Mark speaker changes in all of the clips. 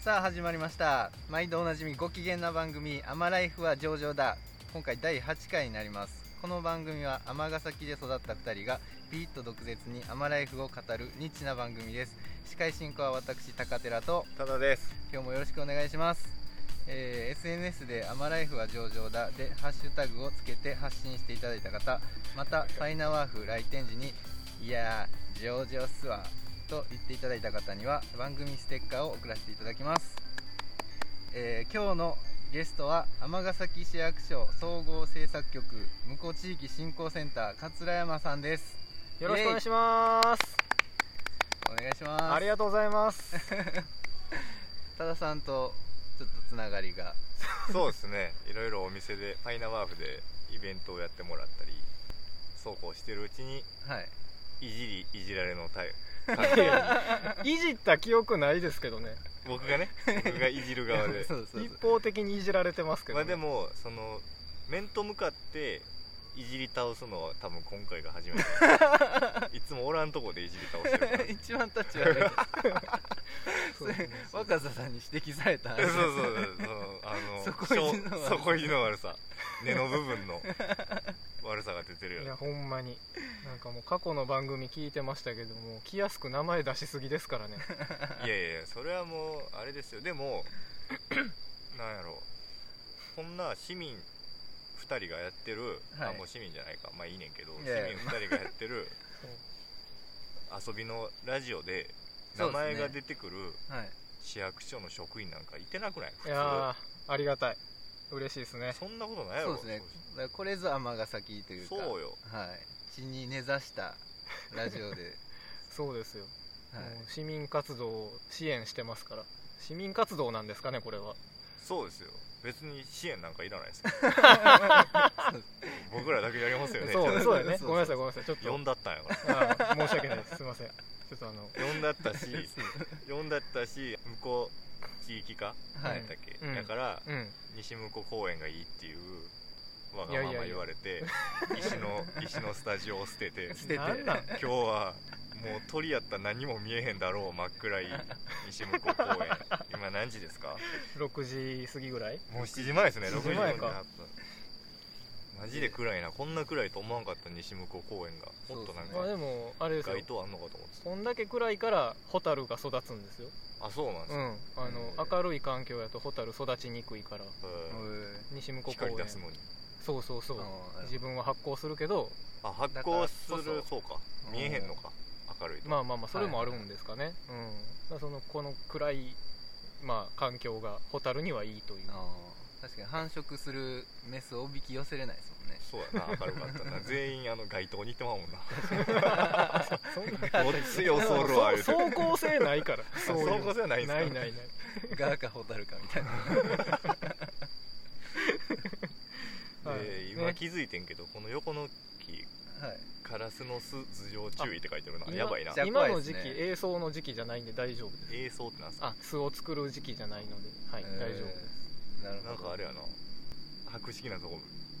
Speaker 1: さあ始まりました毎度おなじみご機嫌な番組「アマライフは上々だ」今回第8回になりますこの番組は尼崎で育った2人がピリッと毒舌にアマライフを語るニッチな番組です司会進行は私高寺と
Speaker 2: ただです
Speaker 1: 今日もよろしくお願いします、えー SNS で「アマライフは上々だ」でハッシュタグをつけて発信していただいた方またファイナワーフ来店時に「いやー上々っすわ」と言っていただいた方には番組ステッカーを送らせていただきます、えー今日のゲストは尼崎市役所総合政策局向こう地域振興センター桂山さんです
Speaker 3: よろしくお願いします。
Speaker 1: お願いします
Speaker 3: ありがとうございます。
Speaker 1: 多田さんとちょっとつながりが
Speaker 2: そうですねいろいろお店でパイナワーフでイベントをやってもらったりそうこうしてるうちに
Speaker 1: はい
Speaker 2: いじりいじられのタイ関係に
Speaker 3: いじった記憶ないですけどね。
Speaker 2: 僕がね僕がいじる側で
Speaker 1: そうそうそう
Speaker 3: 一方的にいじられてますけど、
Speaker 2: まあ
Speaker 3: ね。
Speaker 2: でもその面と向かっていじり倒すのは多分今回が初めて いつもおらんとこでいじり倒してるから
Speaker 1: 一番タッチ悪いけど
Speaker 3: そうですね、
Speaker 1: 若狭さんに指摘された
Speaker 2: そうそうそうそのあの
Speaker 1: そこ意地の悪さ
Speaker 2: そこ意地の悪さ根の部分の 悪さが出てるよ
Speaker 3: い
Speaker 2: ね
Speaker 3: やほんまになんかもう過去の番組聞いてましたけども気安く名前出しすぎですからね
Speaker 2: いやいやいやそれはもうあれですよ でもなんやろこんな市民2人がやってる、
Speaker 1: はい
Speaker 2: あもう市民じゃないかまあいいねんけど
Speaker 1: いやい
Speaker 2: 市
Speaker 1: や
Speaker 2: 民2人がやってる 遊びのラジオで
Speaker 1: そう
Speaker 2: 名
Speaker 1: ですね
Speaker 2: 前が出てくる
Speaker 1: はい
Speaker 2: 市役所の職員なんかいてなくない普通
Speaker 3: いやーありがたい嬉しいですね
Speaker 2: そんなことないや
Speaker 1: そうで
Speaker 2: ろ
Speaker 1: すねだからこれぞ尼崎というか
Speaker 2: そうよ
Speaker 1: はい地に根ざしたラジオ で、
Speaker 3: そうですよ、
Speaker 1: はい
Speaker 3: もう市民活動を支援してますから市民活動なんですかねこれは
Speaker 2: そうですよ別に支援なんかいらないですよ僕らだけやりますよね
Speaker 3: そうそうだ
Speaker 1: そうそう
Speaker 3: よね
Speaker 1: そう
Speaker 3: ごめんなさいごめんなさいちょっと
Speaker 2: 呼んだったんやから
Speaker 3: ああ申し訳ないですすいませんちょっとあの
Speaker 2: 呼んだったし
Speaker 1: そう
Speaker 2: 呼んだったし向こう地域課
Speaker 1: は
Speaker 2: 何
Speaker 1: い
Speaker 2: やったっけ、
Speaker 3: うん
Speaker 2: だから、
Speaker 3: うん
Speaker 2: 西向こう公園がいいっていうわが
Speaker 3: いや
Speaker 2: ま
Speaker 3: いや
Speaker 2: ま
Speaker 3: いや
Speaker 2: 言われて石 の石のスタジオを捨てて
Speaker 1: 捨てて
Speaker 3: なんなん
Speaker 2: 今日はもう鳥やったら何も見えへんだろう真っ暗い西向こう公園今何時ですか
Speaker 3: 6時過ぎぐらい
Speaker 2: もう7時前ですね6
Speaker 3: 7
Speaker 2: 時
Speaker 3: 時前
Speaker 2: 48
Speaker 3: か
Speaker 2: 分マジで暗いなこんな暗いと思わんかった西向こう公園がもっとなん
Speaker 1: そ
Speaker 3: ま
Speaker 1: う
Speaker 3: あ
Speaker 2: か
Speaker 3: でもあれですよ
Speaker 2: 街灯あんのかと思って
Speaker 3: こんだけ暗いからホタルが育つんですよ
Speaker 2: たあそうなんです
Speaker 3: う
Speaker 2: か、
Speaker 3: んあ
Speaker 2: へ
Speaker 3: の
Speaker 2: ー
Speaker 3: 明るい環境やとホタル育ちにくいから
Speaker 2: うん
Speaker 3: 西向こう公
Speaker 2: 光
Speaker 3: 園
Speaker 2: 出すのに
Speaker 3: そうそうそ
Speaker 1: あ
Speaker 3: う
Speaker 1: ーなるほど
Speaker 3: 自分は発光するけど
Speaker 2: あ発光す
Speaker 1: だから
Speaker 2: る
Speaker 1: こそ
Speaker 2: そうか見えへんのか明るいと、
Speaker 3: まあまあまあそれもあるんですかね、うんだからそのこの暗いまあ環境がホタルにはいいという
Speaker 1: あー確かに繁殖するメスをおびき寄せれないです もんね
Speaker 2: そうやな明るかったな全員あの街灯に行ってまうもんな
Speaker 3: そんな
Speaker 2: こっちよそろあ
Speaker 3: そ
Speaker 2: 言うて
Speaker 3: 走行性ないからそういう
Speaker 2: 走行性はないんすか
Speaker 3: ないないない
Speaker 1: ガーかホタルかみたいな
Speaker 3: はい
Speaker 2: で
Speaker 3: ね
Speaker 2: 今気づいてんけどこの横の木
Speaker 1: はい
Speaker 2: カラスの巣頭上注意って書いてるな
Speaker 3: 今
Speaker 2: やばいな
Speaker 1: じゃあ
Speaker 3: 今
Speaker 1: 怖
Speaker 3: の
Speaker 1: いです
Speaker 3: 時
Speaker 1: ね
Speaker 3: 期映像の時期じゃないんで大丈夫です
Speaker 2: 映像ってなんすか
Speaker 3: あ巣を作る時期じゃないのではい、大丈夫です
Speaker 1: 夫なるほど
Speaker 2: なんかあれやな博識なとこ
Speaker 3: い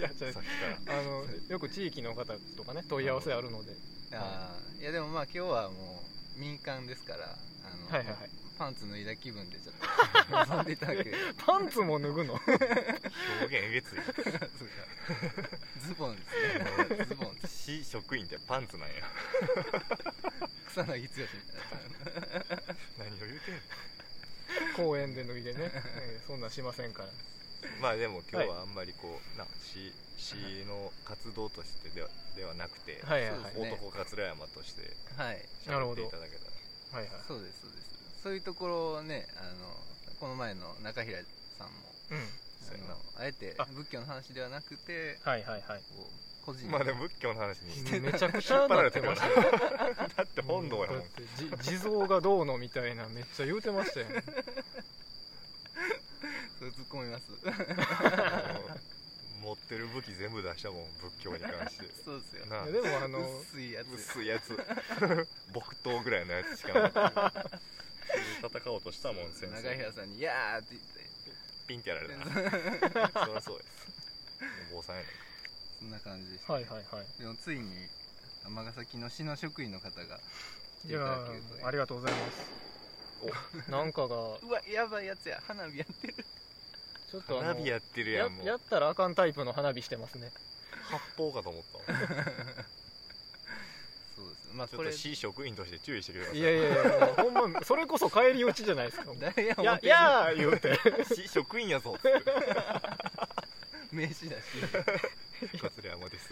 Speaker 3: やじゃ
Speaker 2: さっきから
Speaker 3: ああのよく地域の方とかね問い合わせあるので、
Speaker 1: あーいやでもまあ今日はもう民間ですからあの、
Speaker 3: はいはいはい
Speaker 1: パンツ脱いだ気分でちょっと遊んでいただく
Speaker 3: パンツも脱ぐの
Speaker 2: 表現えげつい
Speaker 1: そうかズボンですねズボン
Speaker 2: 市職員ってパンツなんや
Speaker 1: 草薙剛みたい
Speaker 2: 何を言うてんの
Speaker 3: 公園で脱いでね、えーそんなんしませんから
Speaker 2: まあでも今日はあんまりこうな市市の活動としてではではなくて
Speaker 3: はいはいはい
Speaker 1: そうですね
Speaker 2: 男桂山として
Speaker 1: なはい
Speaker 2: 喋っていただけたら
Speaker 3: はいはい
Speaker 1: そうですそうですそういうところをねあのこの前の中平さんも
Speaker 3: うん
Speaker 2: そうやな
Speaker 1: あのあえて
Speaker 3: あ
Speaker 1: 仏教の話ではなくて
Speaker 3: はいはいはい
Speaker 1: こう個人の
Speaker 2: まあでも仏教の話に
Speaker 3: めちゃくちゃなってましたよ
Speaker 2: だって本堂やもん
Speaker 3: だってじ地蔵がどうのみたいなめっちゃ言うてましたよ、ね、
Speaker 1: それ突っ込みます
Speaker 2: 持ってる武器全部出したもん仏教に関 して
Speaker 1: そうですよ
Speaker 2: なあ
Speaker 3: いやでもあの
Speaker 1: 薄いやつ
Speaker 2: 薄いやつ 木刀ぐらいのやつしかな かった戦おうとしたもん先
Speaker 1: 中
Speaker 2: 生
Speaker 1: 平さんに「いやー」って言って
Speaker 2: ピンってや られたそりゃそうですお坊さんやね
Speaker 1: そんな感じでした
Speaker 3: はいはいはい
Speaker 1: でもついに尼崎の市の職員の方が来て
Speaker 3: い
Speaker 1: い
Speaker 3: や
Speaker 1: ただけると
Speaker 3: ーありがとうございますなんかが
Speaker 1: うわやばいやつや花火やってる
Speaker 3: ちょっとあの
Speaker 2: 花火やってるやんもう
Speaker 3: ややったらあかんタイプの花火してますね
Speaker 2: 発砲かと思った わ
Speaker 1: そうですまあ
Speaker 2: ち
Speaker 1: こ
Speaker 2: ょっ
Speaker 1: れ
Speaker 2: と市職員として注意してください
Speaker 3: いやいやいやもうほ んまそれこそ帰り討ちじゃないですか
Speaker 1: 誰や
Speaker 3: い
Speaker 1: 思って
Speaker 3: やい
Speaker 1: る
Speaker 3: やー言うて
Speaker 2: 市職員やぞっつって
Speaker 1: 名刺だし
Speaker 2: 桂山です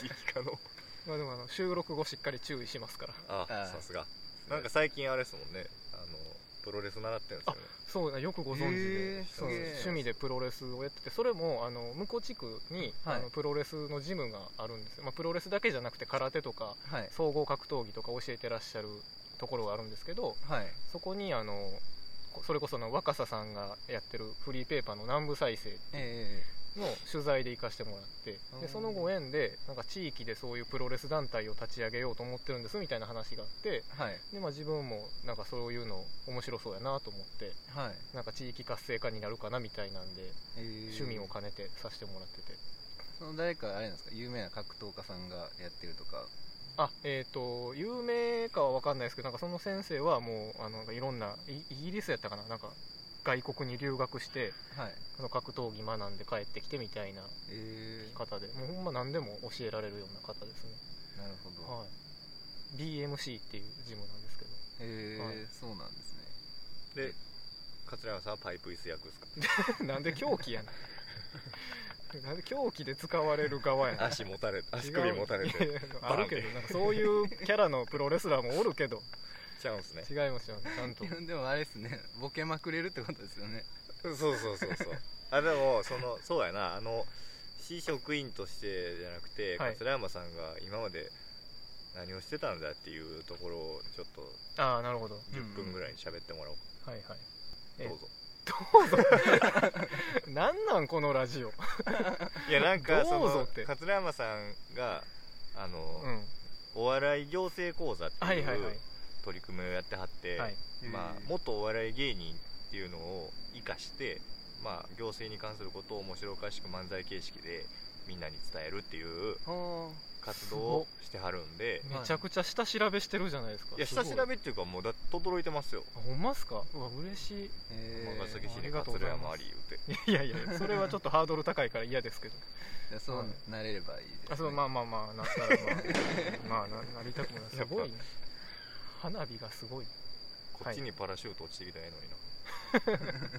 Speaker 2: 地域課の
Speaker 3: まあでもあの収録後しっかり注意しますから
Speaker 2: あ
Speaker 1: あー
Speaker 2: さすがなんか最近あれですもんねあのプロレス習ってるんですよね
Speaker 3: そうだよくご存知で、
Speaker 1: へー
Speaker 3: そ
Speaker 1: す
Speaker 3: う
Speaker 1: げえ
Speaker 3: 趣味でプロレスをやっててそれもあの向こう地区に、
Speaker 1: はい
Speaker 3: あのプロレスのジムがあるんですよ、まあ、プロレスだけじゃなくて空手とか
Speaker 1: はい
Speaker 3: 総合格闘技とか教えてらっしゃるところがあるんですけど
Speaker 1: はい
Speaker 3: そこにあのこそれこそあの若狭さんがやってるフリーペーパーの南部再生
Speaker 1: え
Speaker 3: の取材で行かせてもらって
Speaker 1: あー
Speaker 3: でそのご縁でなんか地域でそういうプロレス団体を立ち上げようと思ってるんですみたいな話があって
Speaker 1: えはい
Speaker 3: で、まあ、自分もなんかそういうの面白そうやなと思って
Speaker 1: はい
Speaker 3: なんか地域活性化になるかなみたいなんで
Speaker 1: えー
Speaker 3: 趣味を兼ねてさせてもらってて
Speaker 1: その誰かあれなんですか有名な格闘家さんがやってるとか
Speaker 3: あえっ、と有名かは分かんないですけどなんかその先生はもうあのなんかいろんないイギリスやったかななんか外国に留学して
Speaker 1: はい
Speaker 3: その格闘技学んで帰ってきてみたいな
Speaker 1: ええ
Speaker 3: 方でもうほんま何でも教えられるような方ですね、
Speaker 1: なるほど、
Speaker 3: はい、BMC っていうジムなんですけど
Speaker 1: ええ
Speaker 3: はい
Speaker 1: そうなんですね
Speaker 2: で桂山さんはパイプ椅子役ですか
Speaker 3: なんで狂気やねんなんで狂気で使われる側やね ん
Speaker 2: 足持たれ 足首持たれ
Speaker 3: 違うい
Speaker 2: て
Speaker 3: やいや
Speaker 2: バ
Speaker 3: あ
Speaker 2: ーン
Speaker 3: る
Speaker 2: って
Speaker 3: けどなんかそういうキャラのプロレスラーもおる けど
Speaker 2: ちゃうんですね
Speaker 3: 違いますよねちゃんと
Speaker 1: いやでもあれですねボケまくれるってことですよね
Speaker 2: そうそうそうそうあでもそのそうやなあの市職員としてじゃなくて、
Speaker 3: はい
Speaker 2: 桂山さんが今まで何をしてたんだっていうところをちょっと
Speaker 3: ああなるほどは
Speaker 2: 10分ぐらいに喋ってもらおうか、
Speaker 3: いはいえ
Speaker 2: どうぞ
Speaker 3: なんなんこのラジオ
Speaker 2: いやなんかそ
Speaker 3: どうぞ
Speaker 2: の
Speaker 3: って
Speaker 2: 桂山さんがあの、
Speaker 3: うん
Speaker 2: お笑い行政講座って
Speaker 3: はいいうはいはい
Speaker 2: 取り組みをやってはって、
Speaker 3: はい
Speaker 2: まあ、元お笑い芸人っていうのを生かして、まあ、行政に関することを面白おかしく漫才形式でみんなに伝えるっていう
Speaker 1: は
Speaker 2: 活動をしてはるんで
Speaker 1: はい
Speaker 3: めちゃくちゃ下調べしてるじゃないですか
Speaker 2: いや
Speaker 3: すご
Speaker 2: 下調べっていうかもうだ驚いてますよ
Speaker 3: あほんまっすかうわ嬉しい
Speaker 1: あえ
Speaker 2: 尼崎
Speaker 1: え
Speaker 2: 市に桂山あり言うて
Speaker 3: いやいやいやそれはちょっとハードル高いから嫌ですけど
Speaker 1: いやそう
Speaker 3: はい
Speaker 1: なれればいいです、ね
Speaker 3: あそうまあまあまあなったら まあまあななりたくもないすごいね花火がすごい
Speaker 2: こっちにパラシュート落ちてきたらええのにな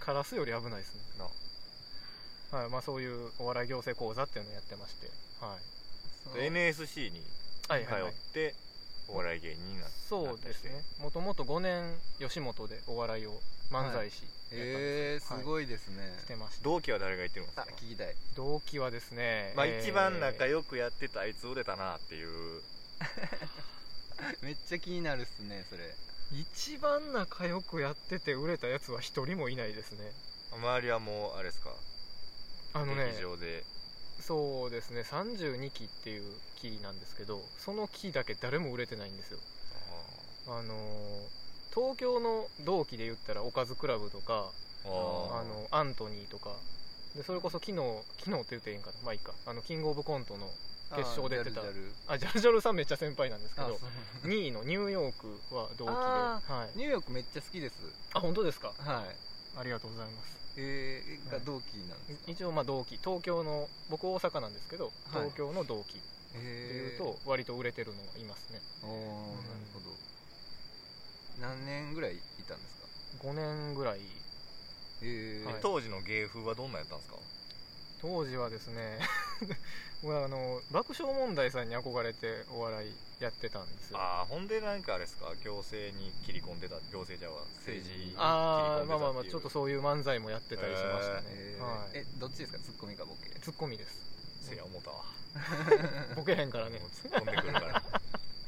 Speaker 3: カラスより危ないですね
Speaker 2: な
Speaker 3: はいまあそういうお笑い行政講座っていうのをやってましてはい
Speaker 1: そう
Speaker 2: で NSC に
Speaker 3: はい
Speaker 2: 通
Speaker 3: はいはい
Speaker 2: ってお笑い芸人になって
Speaker 3: そうですねもともと5年吉本でお笑いを漫才師やったり
Speaker 1: ええすごいですね、
Speaker 3: してました、
Speaker 2: 同期は誰が言ってるんです
Speaker 1: あ
Speaker 2: か
Speaker 1: 聞きたい
Speaker 3: 同期はですね、
Speaker 2: まあ
Speaker 3: えー
Speaker 2: 一番仲良くやってたあいつ売れたなっていう
Speaker 1: めっちゃ気になるっすねそれ
Speaker 3: 一番仲良くやってて売れたやつは一人もいないですね
Speaker 2: 周りはもうあれですか
Speaker 3: あのね
Speaker 2: 劇場で
Speaker 3: そうですね32期っていう期なんですけどその期だけ誰も売れてないんですよあのー東京の同期で言ったらおかずクラブとか
Speaker 2: あ
Speaker 3: あ
Speaker 2: あ
Speaker 3: のアントニーとかでそれこそ昨日昨日って言っていいんかなまあいいかあのキングオブコントの決勝で
Speaker 1: あー
Speaker 3: 出た
Speaker 1: ジャルジャル
Speaker 3: あジャルジャルさんめっちゃ先輩なんですけ
Speaker 1: あ
Speaker 3: ど
Speaker 1: そう
Speaker 3: 2位のニューヨークは同期で
Speaker 1: あ
Speaker 3: あ,、はい、
Speaker 1: ニューヨークめっちゃ好きです
Speaker 3: あ本当ですか
Speaker 1: はい
Speaker 3: ありがとうございます
Speaker 1: ええが
Speaker 3: はい
Speaker 1: 同期なんですか
Speaker 3: 一応まあ同期東京の僕大阪なんですけど
Speaker 1: はい
Speaker 3: 東京の同期ってい
Speaker 1: え
Speaker 3: う
Speaker 1: え
Speaker 3: と割と売れてるのはいますね
Speaker 1: おおーなるほど何年ぐらいいたんですか
Speaker 3: 5年ぐらい
Speaker 1: ええ
Speaker 3: はい
Speaker 2: 当時の芸風はどんなんやったんですか
Speaker 3: 当時はですね 僕はあの爆笑問題さんに憧れてお笑いやってたんですよ
Speaker 2: ああほんでなんかあれですか行政に切り込んでた行政じゃあ政治に切り込んで
Speaker 3: あ
Speaker 2: た
Speaker 3: ーまあまあまあちょっと
Speaker 2: う
Speaker 3: そういう漫才もやってたりしましたね、
Speaker 1: えー
Speaker 3: はい
Speaker 1: えどっちですかツッコミかボケ
Speaker 3: ツッコミです
Speaker 2: せや思ったわ
Speaker 3: ボケへんからね
Speaker 2: もう突っ込んでくるから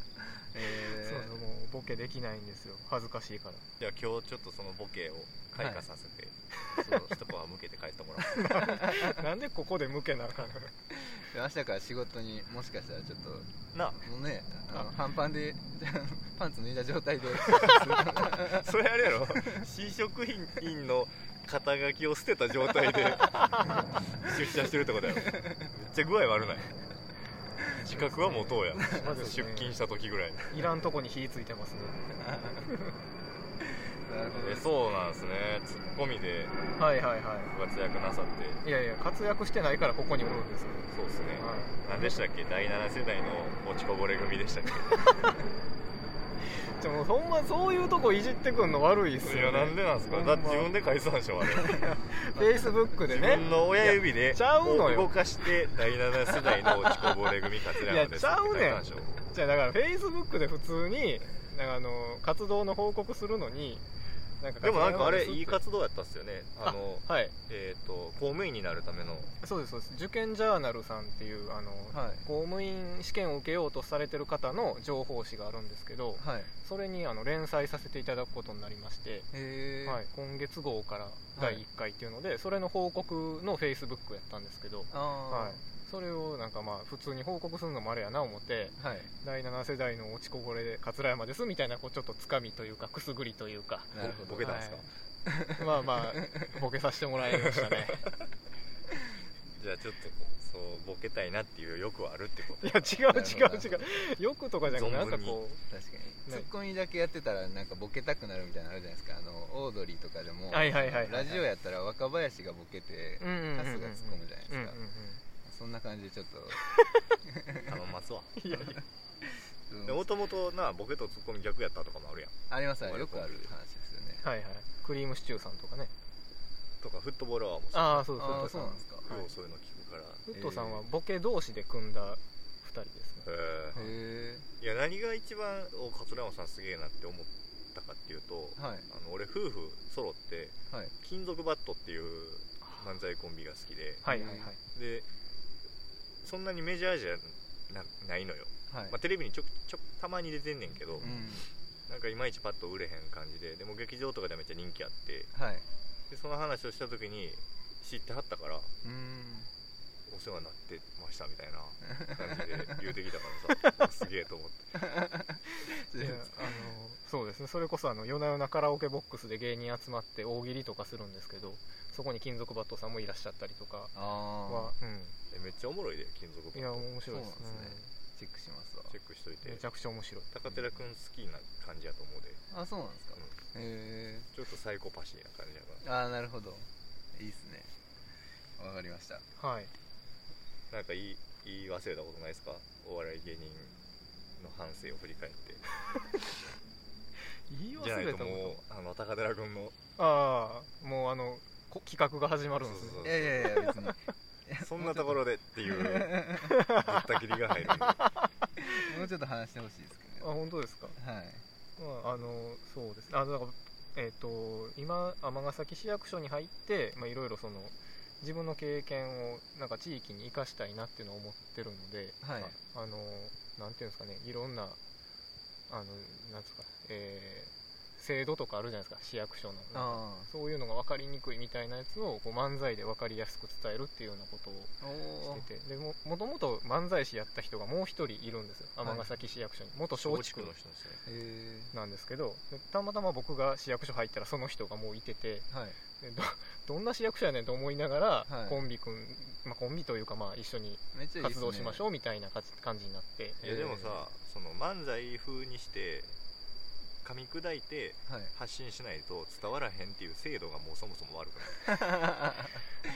Speaker 1: え
Speaker 3: そうそうもうボケできないんですよ恥ずかしいから
Speaker 2: じゃあ今日ちょっとそのボケを開花させて、
Speaker 1: ー、そう
Speaker 2: 一晩向けて帰ってもらおう
Speaker 3: なんでここで向けなあかんの
Speaker 1: で明日から仕事にもしかしたらちょっと
Speaker 2: なあ
Speaker 1: もうねあの半パンで パンツ脱いだ状 態で
Speaker 2: それあれやろ新職員の肩書きを捨てた状 態で出社してるってことやろめっちゃ具合悪ない自覚は持とうや、
Speaker 3: そうです
Speaker 2: 出
Speaker 3: ね
Speaker 2: 勤した時ぐらいに
Speaker 3: いらんとこに火ついてますね
Speaker 1: なるほど
Speaker 2: え
Speaker 1: です
Speaker 2: そうなんですねツッコミで
Speaker 3: はいはいは
Speaker 2: ご活躍なさって
Speaker 3: いいやいや活躍してないからここにおるんですよ、
Speaker 2: そうですね、
Speaker 3: は
Speaker 2: 何でしたっけ第7世代の落ちこぼれ組でしたっけ
Speaker 3: い、でもほんまそういうとこいじってくんの悪いっす
Speaker 2: い
Speaker 3: よ、
Speaker 2: や
Speaker 3: ね、
Speaker 2: なんでなんですかだって自分で返したんでしょあれ
Speaker 3: フェイスブックで
Speaker 2: 自
Speaker 3: ね
Speaker 2: 分の親指で
Speaker 3: やちゃうのよ
Speaker 2: 動かして第7世代の落ちこぼれ組桂山です
Speaker 3: いやちゃうねん
Speaker 2: って書いたんでしょ
Speaker 3: じゃあだからフェイスブックで普通になんかあの活動の報告するのになんか
Speaker 2: でもなんかあれ
Speaker 3: 活動
Speaker 2: いい活動やったっすよねあの
Speaker 3: はい
Speaker 2: えっ、と公務員になるための
Speaker 3: そうですそうです受験ジャーナルさんっていうあの、
Speaker 1: はい
Speaker 3: 公務員試験を受けようとされてる方の情報誌があるんですけど
Speaker 1: はい
Speaker 3: それにあの連載させていただくことになりまして、
Speaker 1: えー
Speaker 3: はい、今月号から第1回っていうので、それの報告のフェイスブックやったんですけど、
Speaker 1: あ
Speaker 3: はい、それをなんかまあ普通に報告するのもあれやな思って
Speaker 1: ーはい
Speaker 3: 第7世代の落ちこぼれで桂山ですみたいなこうちょっとつかみというかくすぐりという か
Speaker 1: なるほど
Speaker 2: ボケたんですか、
Speaker 3: はいまあまあボケさせてもらいましたね
Speaker 2: じゃあちょっとそうボケたいなっていう欲はあるってこと
Speaker 3: いや違う違
Speaker 1: な
Speaker 3: う
Speaker 1: るほど
Speaker 3: 違うよくとかじゃなくてなんかこ
Speaker 1: 確かにツ
Speaker 3: ね
Speaker 1: ッコミだけやってたらなんかボケたくなるみたいなのあるじゃないですかあのオードリーとかでも
Speaker 3: はいはいはいは
Speaker 1: ラ
Speaker 3: い
Speaker 1: ジオやったら若林がボケて
Speaker 3: ううんうんうん
Speaker 1: 春日ツッコむじゃないですか、
Speaker 3: うんうんう
Speaker 1: そんな感じでちょっと
Speaker 2: 頼んますわ
Speaker 3: んいやいや
Speaker 1: うん
Speaker 2: もともとなボケとツッコミ逆やったとかもあるやん
Speaker 1: ありますねよくある話ですよね
Speaker 3: はいはいクリームシチューさんとかね
Speaker 2: とかフットボールアワーもそう
Speaker 3: ああそう
Speaker 1: ああ
Speaker 3: です
Speaker 1: そうなんですか
Speaker 2: ようそういうの聞くから
Speaker 3: フットさんはボケ同士で組んだ2人ですね
Speaker 2: え
Speaker 1: へ
Speaker 2: ーいや何が一番お桂山さんすげえなって思ったかっていうと
Speaker 1: えはい
Speaker 2: あの俺夫婦揃って
Speaker 1: はい
Speaker 2: 金属バットっていう漫才コンビが好きで
Speaker 3: はいはいはい
Speaker 2: でそんなにメジャーじゃなないのよ、
Speaker 1: はい、
Speaker 2: まあ、テレビにちょくちょくたまに出てんねんけど、
Speaker 1: うん
Speaker 2: なんかいまいちパッと売れへん感じででも劇場とかでめっちゃ人気あって
Speaker 1: はい
Speaker 2: でその話をした時に知ってはったから
Speaker 1: うん
Speaker 2: お世話になってましたみたいな感じで言うてきたからさ すげえと思って
Speaker 3: いやあのそうですねそれこそあの夜な夜なカラオケボックスで芸人集まって大喜利とかするんですけどそこに金属バットさんもいらっしゃったりとか
Speaker 1: あ
Speaker 3: は
Speaker 1: あ、
Speaker 3: う
Speaker 2: えめっちゃおもろいで金属バ
Speaker 3: ん、いや
Speaker 2: ット
Speaker 3: 面白いですね
Speaker 1: そうなんですねチェックしますわ
Speaker 2: チェックしとい
Speaker 3: め
Speaker 2: て
Speaker 3: ちゃくちゃ面白い
Speaker 2: 高寺君好きな感じやと思うで、
Speaker 1: あそうなんですか
Speaker 2: うん
Speaker 1: へ
Speaker 2: ちょっとサイコパシーな感じやから
Speaker 1: えああなるほどいいっすねわかりました
Speaker 3: はい
Speaker 2: なんか言い言い忘れたことないですかお笑い芸人の反省を振り返って
Speaker 3: 言い
Speaker 2: じゃな
Speaker 3: 忘
Speaker 2: い
Speaker 3: れ
Speaker 2: と
Speaker 3: た
Speaker 2: もう
Speaker 3: も
Speaker 2: あの高寺君の
Speaker 3: ああもうあのこ企画が始まるんですね
Speaker 2: そう
Speaker 1: いやいやいや別 に
Speaker 2: そんなところでっていうぶった切りが入るんで
Speaker 1: もうちょっと話してほしいですけど
Speaker 3: あ
Speaker 1: ね
Speaker 3: 本当ですか、
Speaker 1: はい
Speaker 3: まあ、あのそうですあだからえっ、と今尼崎市役所に入ってまあいろいろその自分の経験をなんか地域に生かしたいなっていうのを思ってるので、
Speaker 1: はい
Speaker 3: ああのなんていうんですかねいろんなあのなんですか、えー制度とかあるじゃないですか市役所の
Speaker 1: あ
Speaker 3: そういうのが分かりにくいみたいなやつをこう漫才で分かりやすく伝えるっていうようなことを
Speaker 1: あおお
Speaker 3: しててでももともと漫才師やった人がもう一人いるんですよ
Speaker 1: はい
Speaker 3: 尼崎市役所に元松竹
Speaker 2: 人ですね
Speaker 1: へ
Speaker 3: なんですけどでたまたま僕が市役所入ったらその人がもういてて
Speaker 1: えはい
Speaker 3: でどどんな市役所やねんと思いながら、
Speaker 1: はい
Speaker 3: コンビ組ん、まあ、コンビというかまあ一緒に
Speaker 1: めっちゃいいっすね
Speaker 3: 活動しましょうみたいなかつ感じになって
Speaker 2: いやでもさその漫才風にして噛み砕いて
Speaker 1: はい
Speaker 2: 発信しないと伝わらへんっていう制度がもうそもそも悪くない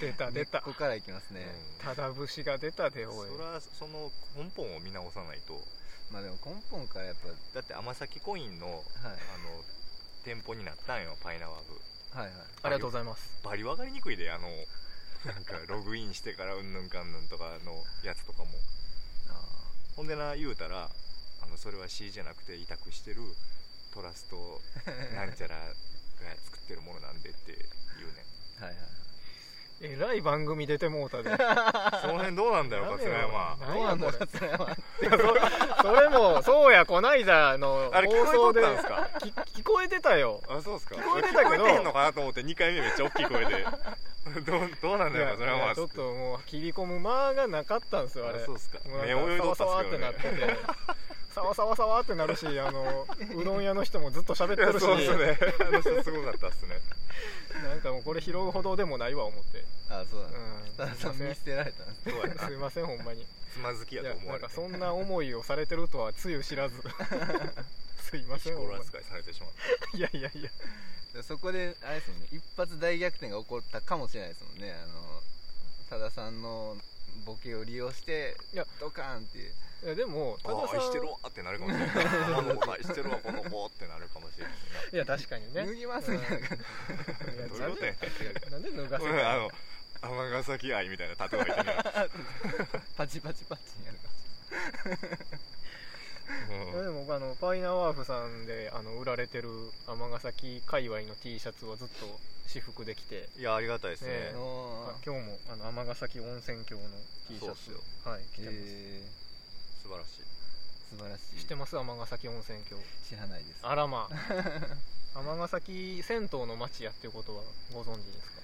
Speaker 3: 出た 出た
Speaker 1: ここからいきますね、
Speaker 3: ただ節が出たで
Speaker 2: うん
Speaker 3: おい
Speaker 2: それはその根本を見直さないと
Speaker 1: まあでも根本からやっ
Speaker 2: だって天崎コインの
Speaker 1: ぱ、はい
Speaker 2: あ、の店舗になったんよパイナワーブ
Speaker 1: はいはい
Speaker 3: ありがとうございます
Speaker 2: バリ分かりにくいであのなんかログインしてからうんぬんかんぬんとかのやつとかも
Speaker 1: あ
Speaker 2: ほんでな言うたらあのそれは C じゃなくて委託してるトラス トなんちゃらが作ってるものなんでって言うねん
Speaker 1: ーはいはい
Speaker 3: えらい番組出てもう たで
Speaker 2: その辺どうなんだよ桂山
Speaker 1: どうなんだろ
Speaker 3: こ
Speaker 1: うそれは
Speaker 3: れいやそそれもそうやこないだの
Speaker 2: あれ聞こ
Speaker 3: 放送
Speaker 2: えと
Speaker 3: で
Speaker 2: ったんですか
Speaker 3: き聞こえてたよ
Speaker 2: あそうっすか聞
Speaker 3: こえてたけど
Speaker 2: こえてんのかなと思って2回目めっちゃ大きい声で どうどうなんだよ
Speaker 3: い
Speaker 2: 桂
Speaker 3: やい
Speaker 2: 山
Speaker 3: やちょっともう切り込む間がなかったんですよあれ
Speaker 2: あそうっすか
Speaker 3: もうなん
Speaker 2: 目
Speaker 3: か
Speaker 2: 泳い
Speaker 3: サ
Speaker 2: と
Speaker 3: ワ
Speaker 2: ったっ
Speaker 3: サワっ
Speaker 2: すけ
Speaker 3: て
Speaker 2: ど
Speaker 3: なってて
Speaker 2: ね
Speaker 3: サワサワサワってな るしあのうどん屋の人もずっと喋って
Speaker 2: いや
Speaker 3: るし
Speaker 2: そうっすねあの人すごかったっすね
Speaker 3: なんたらもうこれ拾うほどでもないわ思って
Speaker 1: あそうだね
Speaker 3: う
Speaker 1: 北田さ
Speaker 3: んすいま
Speaker 1: ん
Speaker 3: せ ん
Speaker 1: 見捨てられたんです
Speaker 2: そうやな
Speaker 3: すいませんほんまに
Speaker 2: つまずき
Speaker 3: い
Speaker 2: やと
Speaker 3: や
Speaker 2: 思
Speaker 3: な
Speaker 2: わ
Speaker 3: ん
Speaker 2: れ
Speaker 3: か
Speaker 2: て
Speaker 3: そんな思いをされてるとはつゆ 知らずすいませ
Speaker 2: 石
Speaker 3: んほ
Speaker 2: こ
Speaker 3: ん
Speaker 2: ろ
Speaker 3: まに
Speaker 2: 扱いされてしまっ
Speaker 3: いやいやいや
Speaker 1: でそこであれですもんね一発大逆転が起こったかもしれないですもんねあの多田さんのボケを利用して
Speaker 3: いや
Speaker 1: ドカーンっていう
Speaker 3: いやでも
Speaker 2: た
Speaker 3: 多田
Speaker 2: あ
Speaker 3: さん
Speaker 2: 愛してるわってなるかもしれないこの子愛してるわこの子ってなるかもしれない
Speaker 3: いや確かにね
Speaker 1: 脱ぎますみたいな感
Speaker 3: いや
Speaker 2: どういうことやね
Speaker 3: なんで脱が
Speaker 2: な
Speaker 3: せ
Speaker 2: う
Speaker 3: た
Speaker 2: んあ
Speaker 3: の
Speaker 2: の尼崎愛みたいな例えば言ってみ
Speaker 1: じパチパチパチにやるか
Speaker 2: よう
Speaker 3: でも僕あのパイナワーフさんであの売られてる尼崎界隈の T シャツをずっと私服で着て
Speaker 2: んいやありがたいですね、
Speaker 3: ね
Speaker 1: もお
Speaker 3: あ
Speaker 1: ー
Speaker 3: 今日もあの尼崎温泉郷の T シ
Speaker 2: そう
Speaker 3: ャ
Speaker 2: っす
Speaker 3: ツ
Speaker 2: よ
Speaker 3: をはい着てます、
Speaker 1: え
Speaker 2: 素晴らしい
Speaker 1: ー素晴らしい
Speaker 3: 知ってます尼崎温泉郷
Speaker 1: 知らないです
Speaker 3: あらまあ尼崎銭湯の町やっていうことはご存知ですか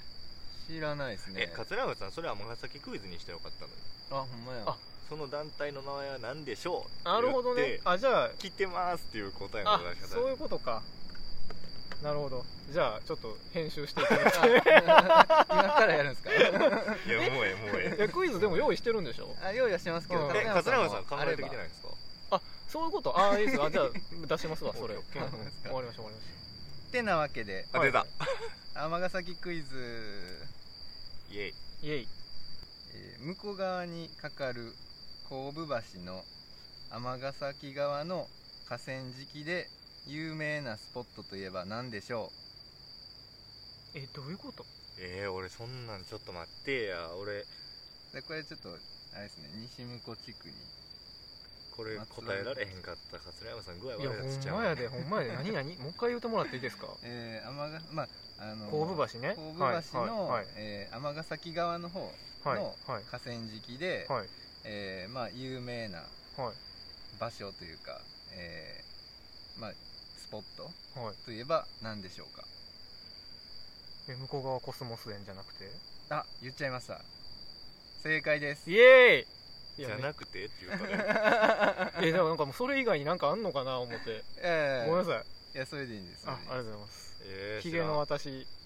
Speaker 1: 知らないです
Speaker 2: え
Speaker 1: ね
Speaker 2: 桂川さんそれは尼崎クイズにしてよかったのに
Speaker 1: あほんまや
Speaker 3: あ
Speaker 2: その団体の名前は何でしょう
Speaker 3: なるほどねあじゃあ
Speaker 2: 切ってますっていう答えの
Speaker 3: あ
Speaker 2: 出し方
Speaker 3: そういうことかなるほどじゃあちょっと編集してい ただいて
Speaker 1: あ 今からやるんですか
Speaker 2: いやもうええもうえ
Speaker 3: えクイズでも用意してるんでしょ
Speaker 1: あ用意はしてますけど
Speaker 3: うん
Speaker 2: ええ
Speaker 1: 片
Speaker 2: 桂
Speaker 1: 山
Speaker 2: 川さん考
Speaker 1: も
Speaker 2: えてきて
Speaker 1: あれ
Speaker 2: ないんですか
Speaker 3: あそういうことあいいですあじゃあ出しますわそれ、
Speaker 2: オ
Speaker 3: う
Speaker 2: ッ
Speaker 3: ん
Speaker 2: ケー
Speaker 3: 終わ
Speaker 2: オッ
Speaker 3: り
Speaker 2: ケ
Speaker 3: ま
Speaker 2: ー
Speaker 3: した終わりました
Speaker 1: ばってなわけで
Speaker 2: あ出た
Speaker 1: 尼崎クイズ、
Speaker 2: イエイ
Speaker 3: イエイ
Speaker 1: えー向こう側にかかる神戸橋の尼崎側の河川敷で有名なスポットといえば何でしょ
Speaker 3: えどういうこと
Speaker 2: えー、俺そんなんちょっと待ってや
Speaker 1: う
Speaker 2: 俺
Speaker 1: でこれちょっとあれですね西向地区に
Speaker 2: これ答えられへんかった桂山さん具合悪
Speaker 3: い
Speaker 2: い
Speaker 3: や
Speaker 2: やつちゃ
Speaker 3: ほん
Speaker 2: う
Speaker 3: まやでほんまやで何何もう一回言うてもらっていいですか
Speaker 1: えー、尼崎まああの
Speaker 3: 甲府橋ね
Speaker 1: 甲府橋の
Speaker 3: はい
Speaker 1: えー尼崎側の方
Speaker 3: はい
Speaker 1: の
Speaker 3: はい
Speaker 1: 河川敷で、
Speaker 3: はい
Speaker 1: えーまあ、有名な
Speaker 3: はい
Speaker 1: 場所というか、えーまあ、スポット
Speaker 3: はい
Speaker 1: といえば何でしょうか
Speaker 3: え向こう側コスモス園じゃなくて
Speaker 1: あ言っちゃいました正解です
Speaker 3: イエーイい
Speaker 2: じ
Speaker 3: や
Speaker 2: ゃ
Speaker 3: め
Speaker 2: なくてって言ったら
Speaker 3: えでもなんかもうそれ以外になんかあんのかな 思って
Speaker 1: え
Speaker 3: ご
Speaker 1: え
Speaker 3: めんなさい
Speaker 1: いやそれでいいんです
Speaker 3: あありが
Speaker 1: れ
Speaker 3: とうございます
Speaker 2: えー、
Speaker 3: ヒゲの
Speaker 2: は
Speaker 3: 私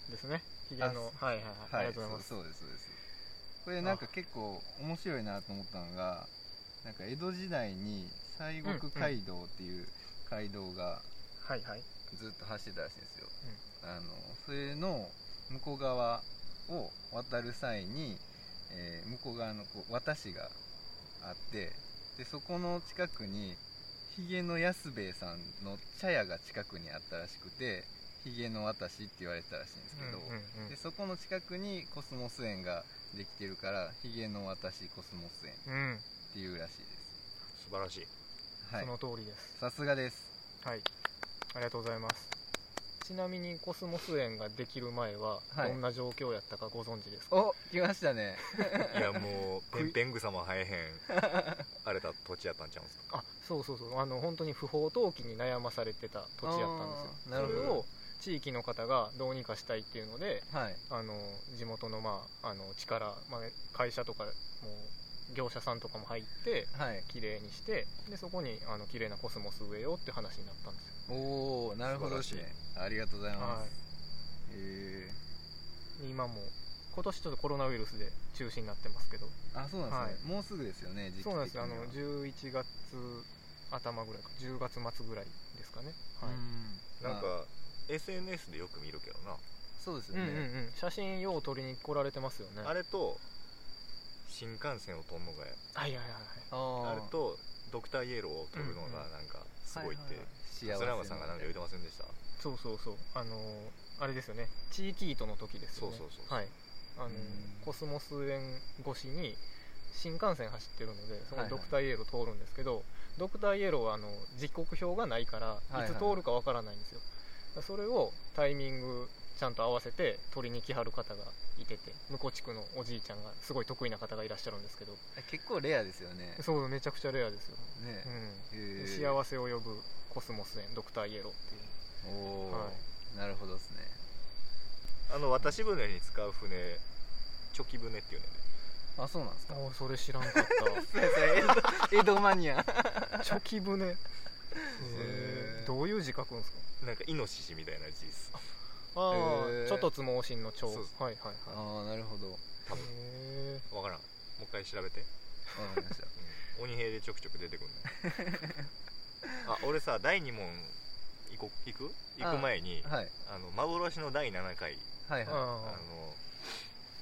Speaker 3: ですねヒゲのはいはいはいありがとうございます
Speaker 1: そうそうですそうですこれなんか結構面白いなと思ったのがなんか江戸時代に西国街道っていう街道が
Speaker 3: はいはい
Speaker 1: ずっと走ってたらしいんですよ、あのそれの向こう側を渡る際に、えー向こう側のこう渡しがあってでそこの近くにヒゲの安兵衛さんの茶屋が近くにあったらしくてヒゲの渡しって言われてたらしいんですけど、
Speaker 3: うん
Speaker 1: でそこの近くにコスモス園ができてるからヒゲの渡しコスモス園っ
Speaker 3: うんうん
Speaker 1: ていうらしいで
Speaker 2: 素晴らしい
Speaker 1: すは
Speaker 3: そ
Speaker 1: い
Speaker 3: の通りです
Speaker 1: さすがです
Speaker 3: はいありがとうございますちなみにコスモス園ができる前は
Speaker 1: はい
Speaker 3: どんな状況やったかご存知ですか
Speaker 1: お来ましたね
Speaker 2: いやもうペ ンペン草も生えへん荒れた土地やったんちゃうんすか
Speaker 3: あそうそうそうあの本当に不法投棄に悩まされてた土地やったんで
Speaker 1: あ
Speaker 3: すよ
Speaker 1: ーなるほど
Speaker 3: それを地域の方がどうにかしたいっていうので
Speaker 1: はい
Speaker 3: あの地元の,、まあ、あの力、まあ、会社とかもう業者さんとかも入って
Speaker 1: はい
Speaker 3: 綺麗にしてでそこにあの綺麗なコスモス植えようっていう話になったんですよ
Speaker 1: おおなるほどですねありがとうございます、
Speaker 3: はい
Speaker 1: え
Speaker 3: で今も今年ちょっとコロナウイルスで中止になってますけど
Speaker 1: ー、あそうなんですね、もうすぐですよね時期的
Speaker 3: そ
Speaker 1: には
Speaker 3: うなんですよあの11月頭ぐらいか10月末ぐらいですかね、はい
Speaker 1: うん
Speaker 2: なん
Speaker 1: まあ
Speaker 2: か SNS でよく見るけどな
Speaker 1: そうです
Speaker 3: う
Speaker 1: よ
Speaker 3: ん
Speaker 1: ね、
Speaker 3: うんうん、写真よう撮りに来られてますよね
Speaker 2: あれと新幹線を飛ぶのが
Speaker 3: はいはいはいはい
Speaker 1: あ
Speaker 2: あ
Speaker 1: あ
Speaker 2: れとドクターイエローを飛ぶのがなんかすごいって
Speaker 1: 幸せ
Speaker 2: 桂山さんがなんか言ってませんでした
Speaker 3: そうそうそうあのーあれですよね地域糸の時ですよね
Speaker 2: そうそうそうそう
Speaker 3: はいあの
Speaker 1: う
Speaker 3: ー
Speaker 1: ん
Speaker 3: コスモス園越しに新幹線走ってるのでそ
Speaker 1: はい
Speaker 3: の
Speaker 1: はい
Speaker 3: ドクターイエロー通るんですけど、ドクターイエローはあの時刻表がないから
Speaker 1: いはい
Speaker 3: いつ通るかわからないんですよ、それをタイミングちゃんと合わせて取りに来はる方がいてて向こう地区のおじいちゃんがすごい得意な方がいらっしゃるんですけど
Speaker 1: 結構レアですよね
Speaker 3: そうめちゃくちゃレアですよ、
Speaker 1: ね
Speaker 3: う、ん
Speaker 1: えー
Speaker 3: 幸せを呼ぶコスモス園ドクターイエローっていう
Speaker 1: おお、
Speaker 3: は
Speaker 1: なるほどですね
Speaker 2: あの渡し船に使う船チョキ船っていうね
Speaker 1: あそうなんですか
Speaker 3: おーそれ知らんかった
Speaker 1: そうですね 江戸江戸マ ニア
Speaker 3: チョキ船
Speaker 1: へー
Speaker 3: どういう字書くんですか
Speaker 2: なんかイノシシみたいな字です
Speaker 3: ああ、
Speaker 1: へえ
Speaker 3: ちょっとつ盲信の蝶はい
Speaker 2: そう
Speaker 3: はいはい
Speaker 1: ああなるほど
Speaker 2: 多分
Speaker 3: へ
Speaker 2: 分からんもう一回調べて、
Speaker 1: わかりました
Speaker 2: うん鬼兵でちょくちょく出てくんないあ俺さ第2問行こ行く行く前に
Speaker 1: はい
Speaker 2: あの幻の第7回
Speaker 1: はいは
Speaker 2: あ
Speaker 3: え
Speaker 2: の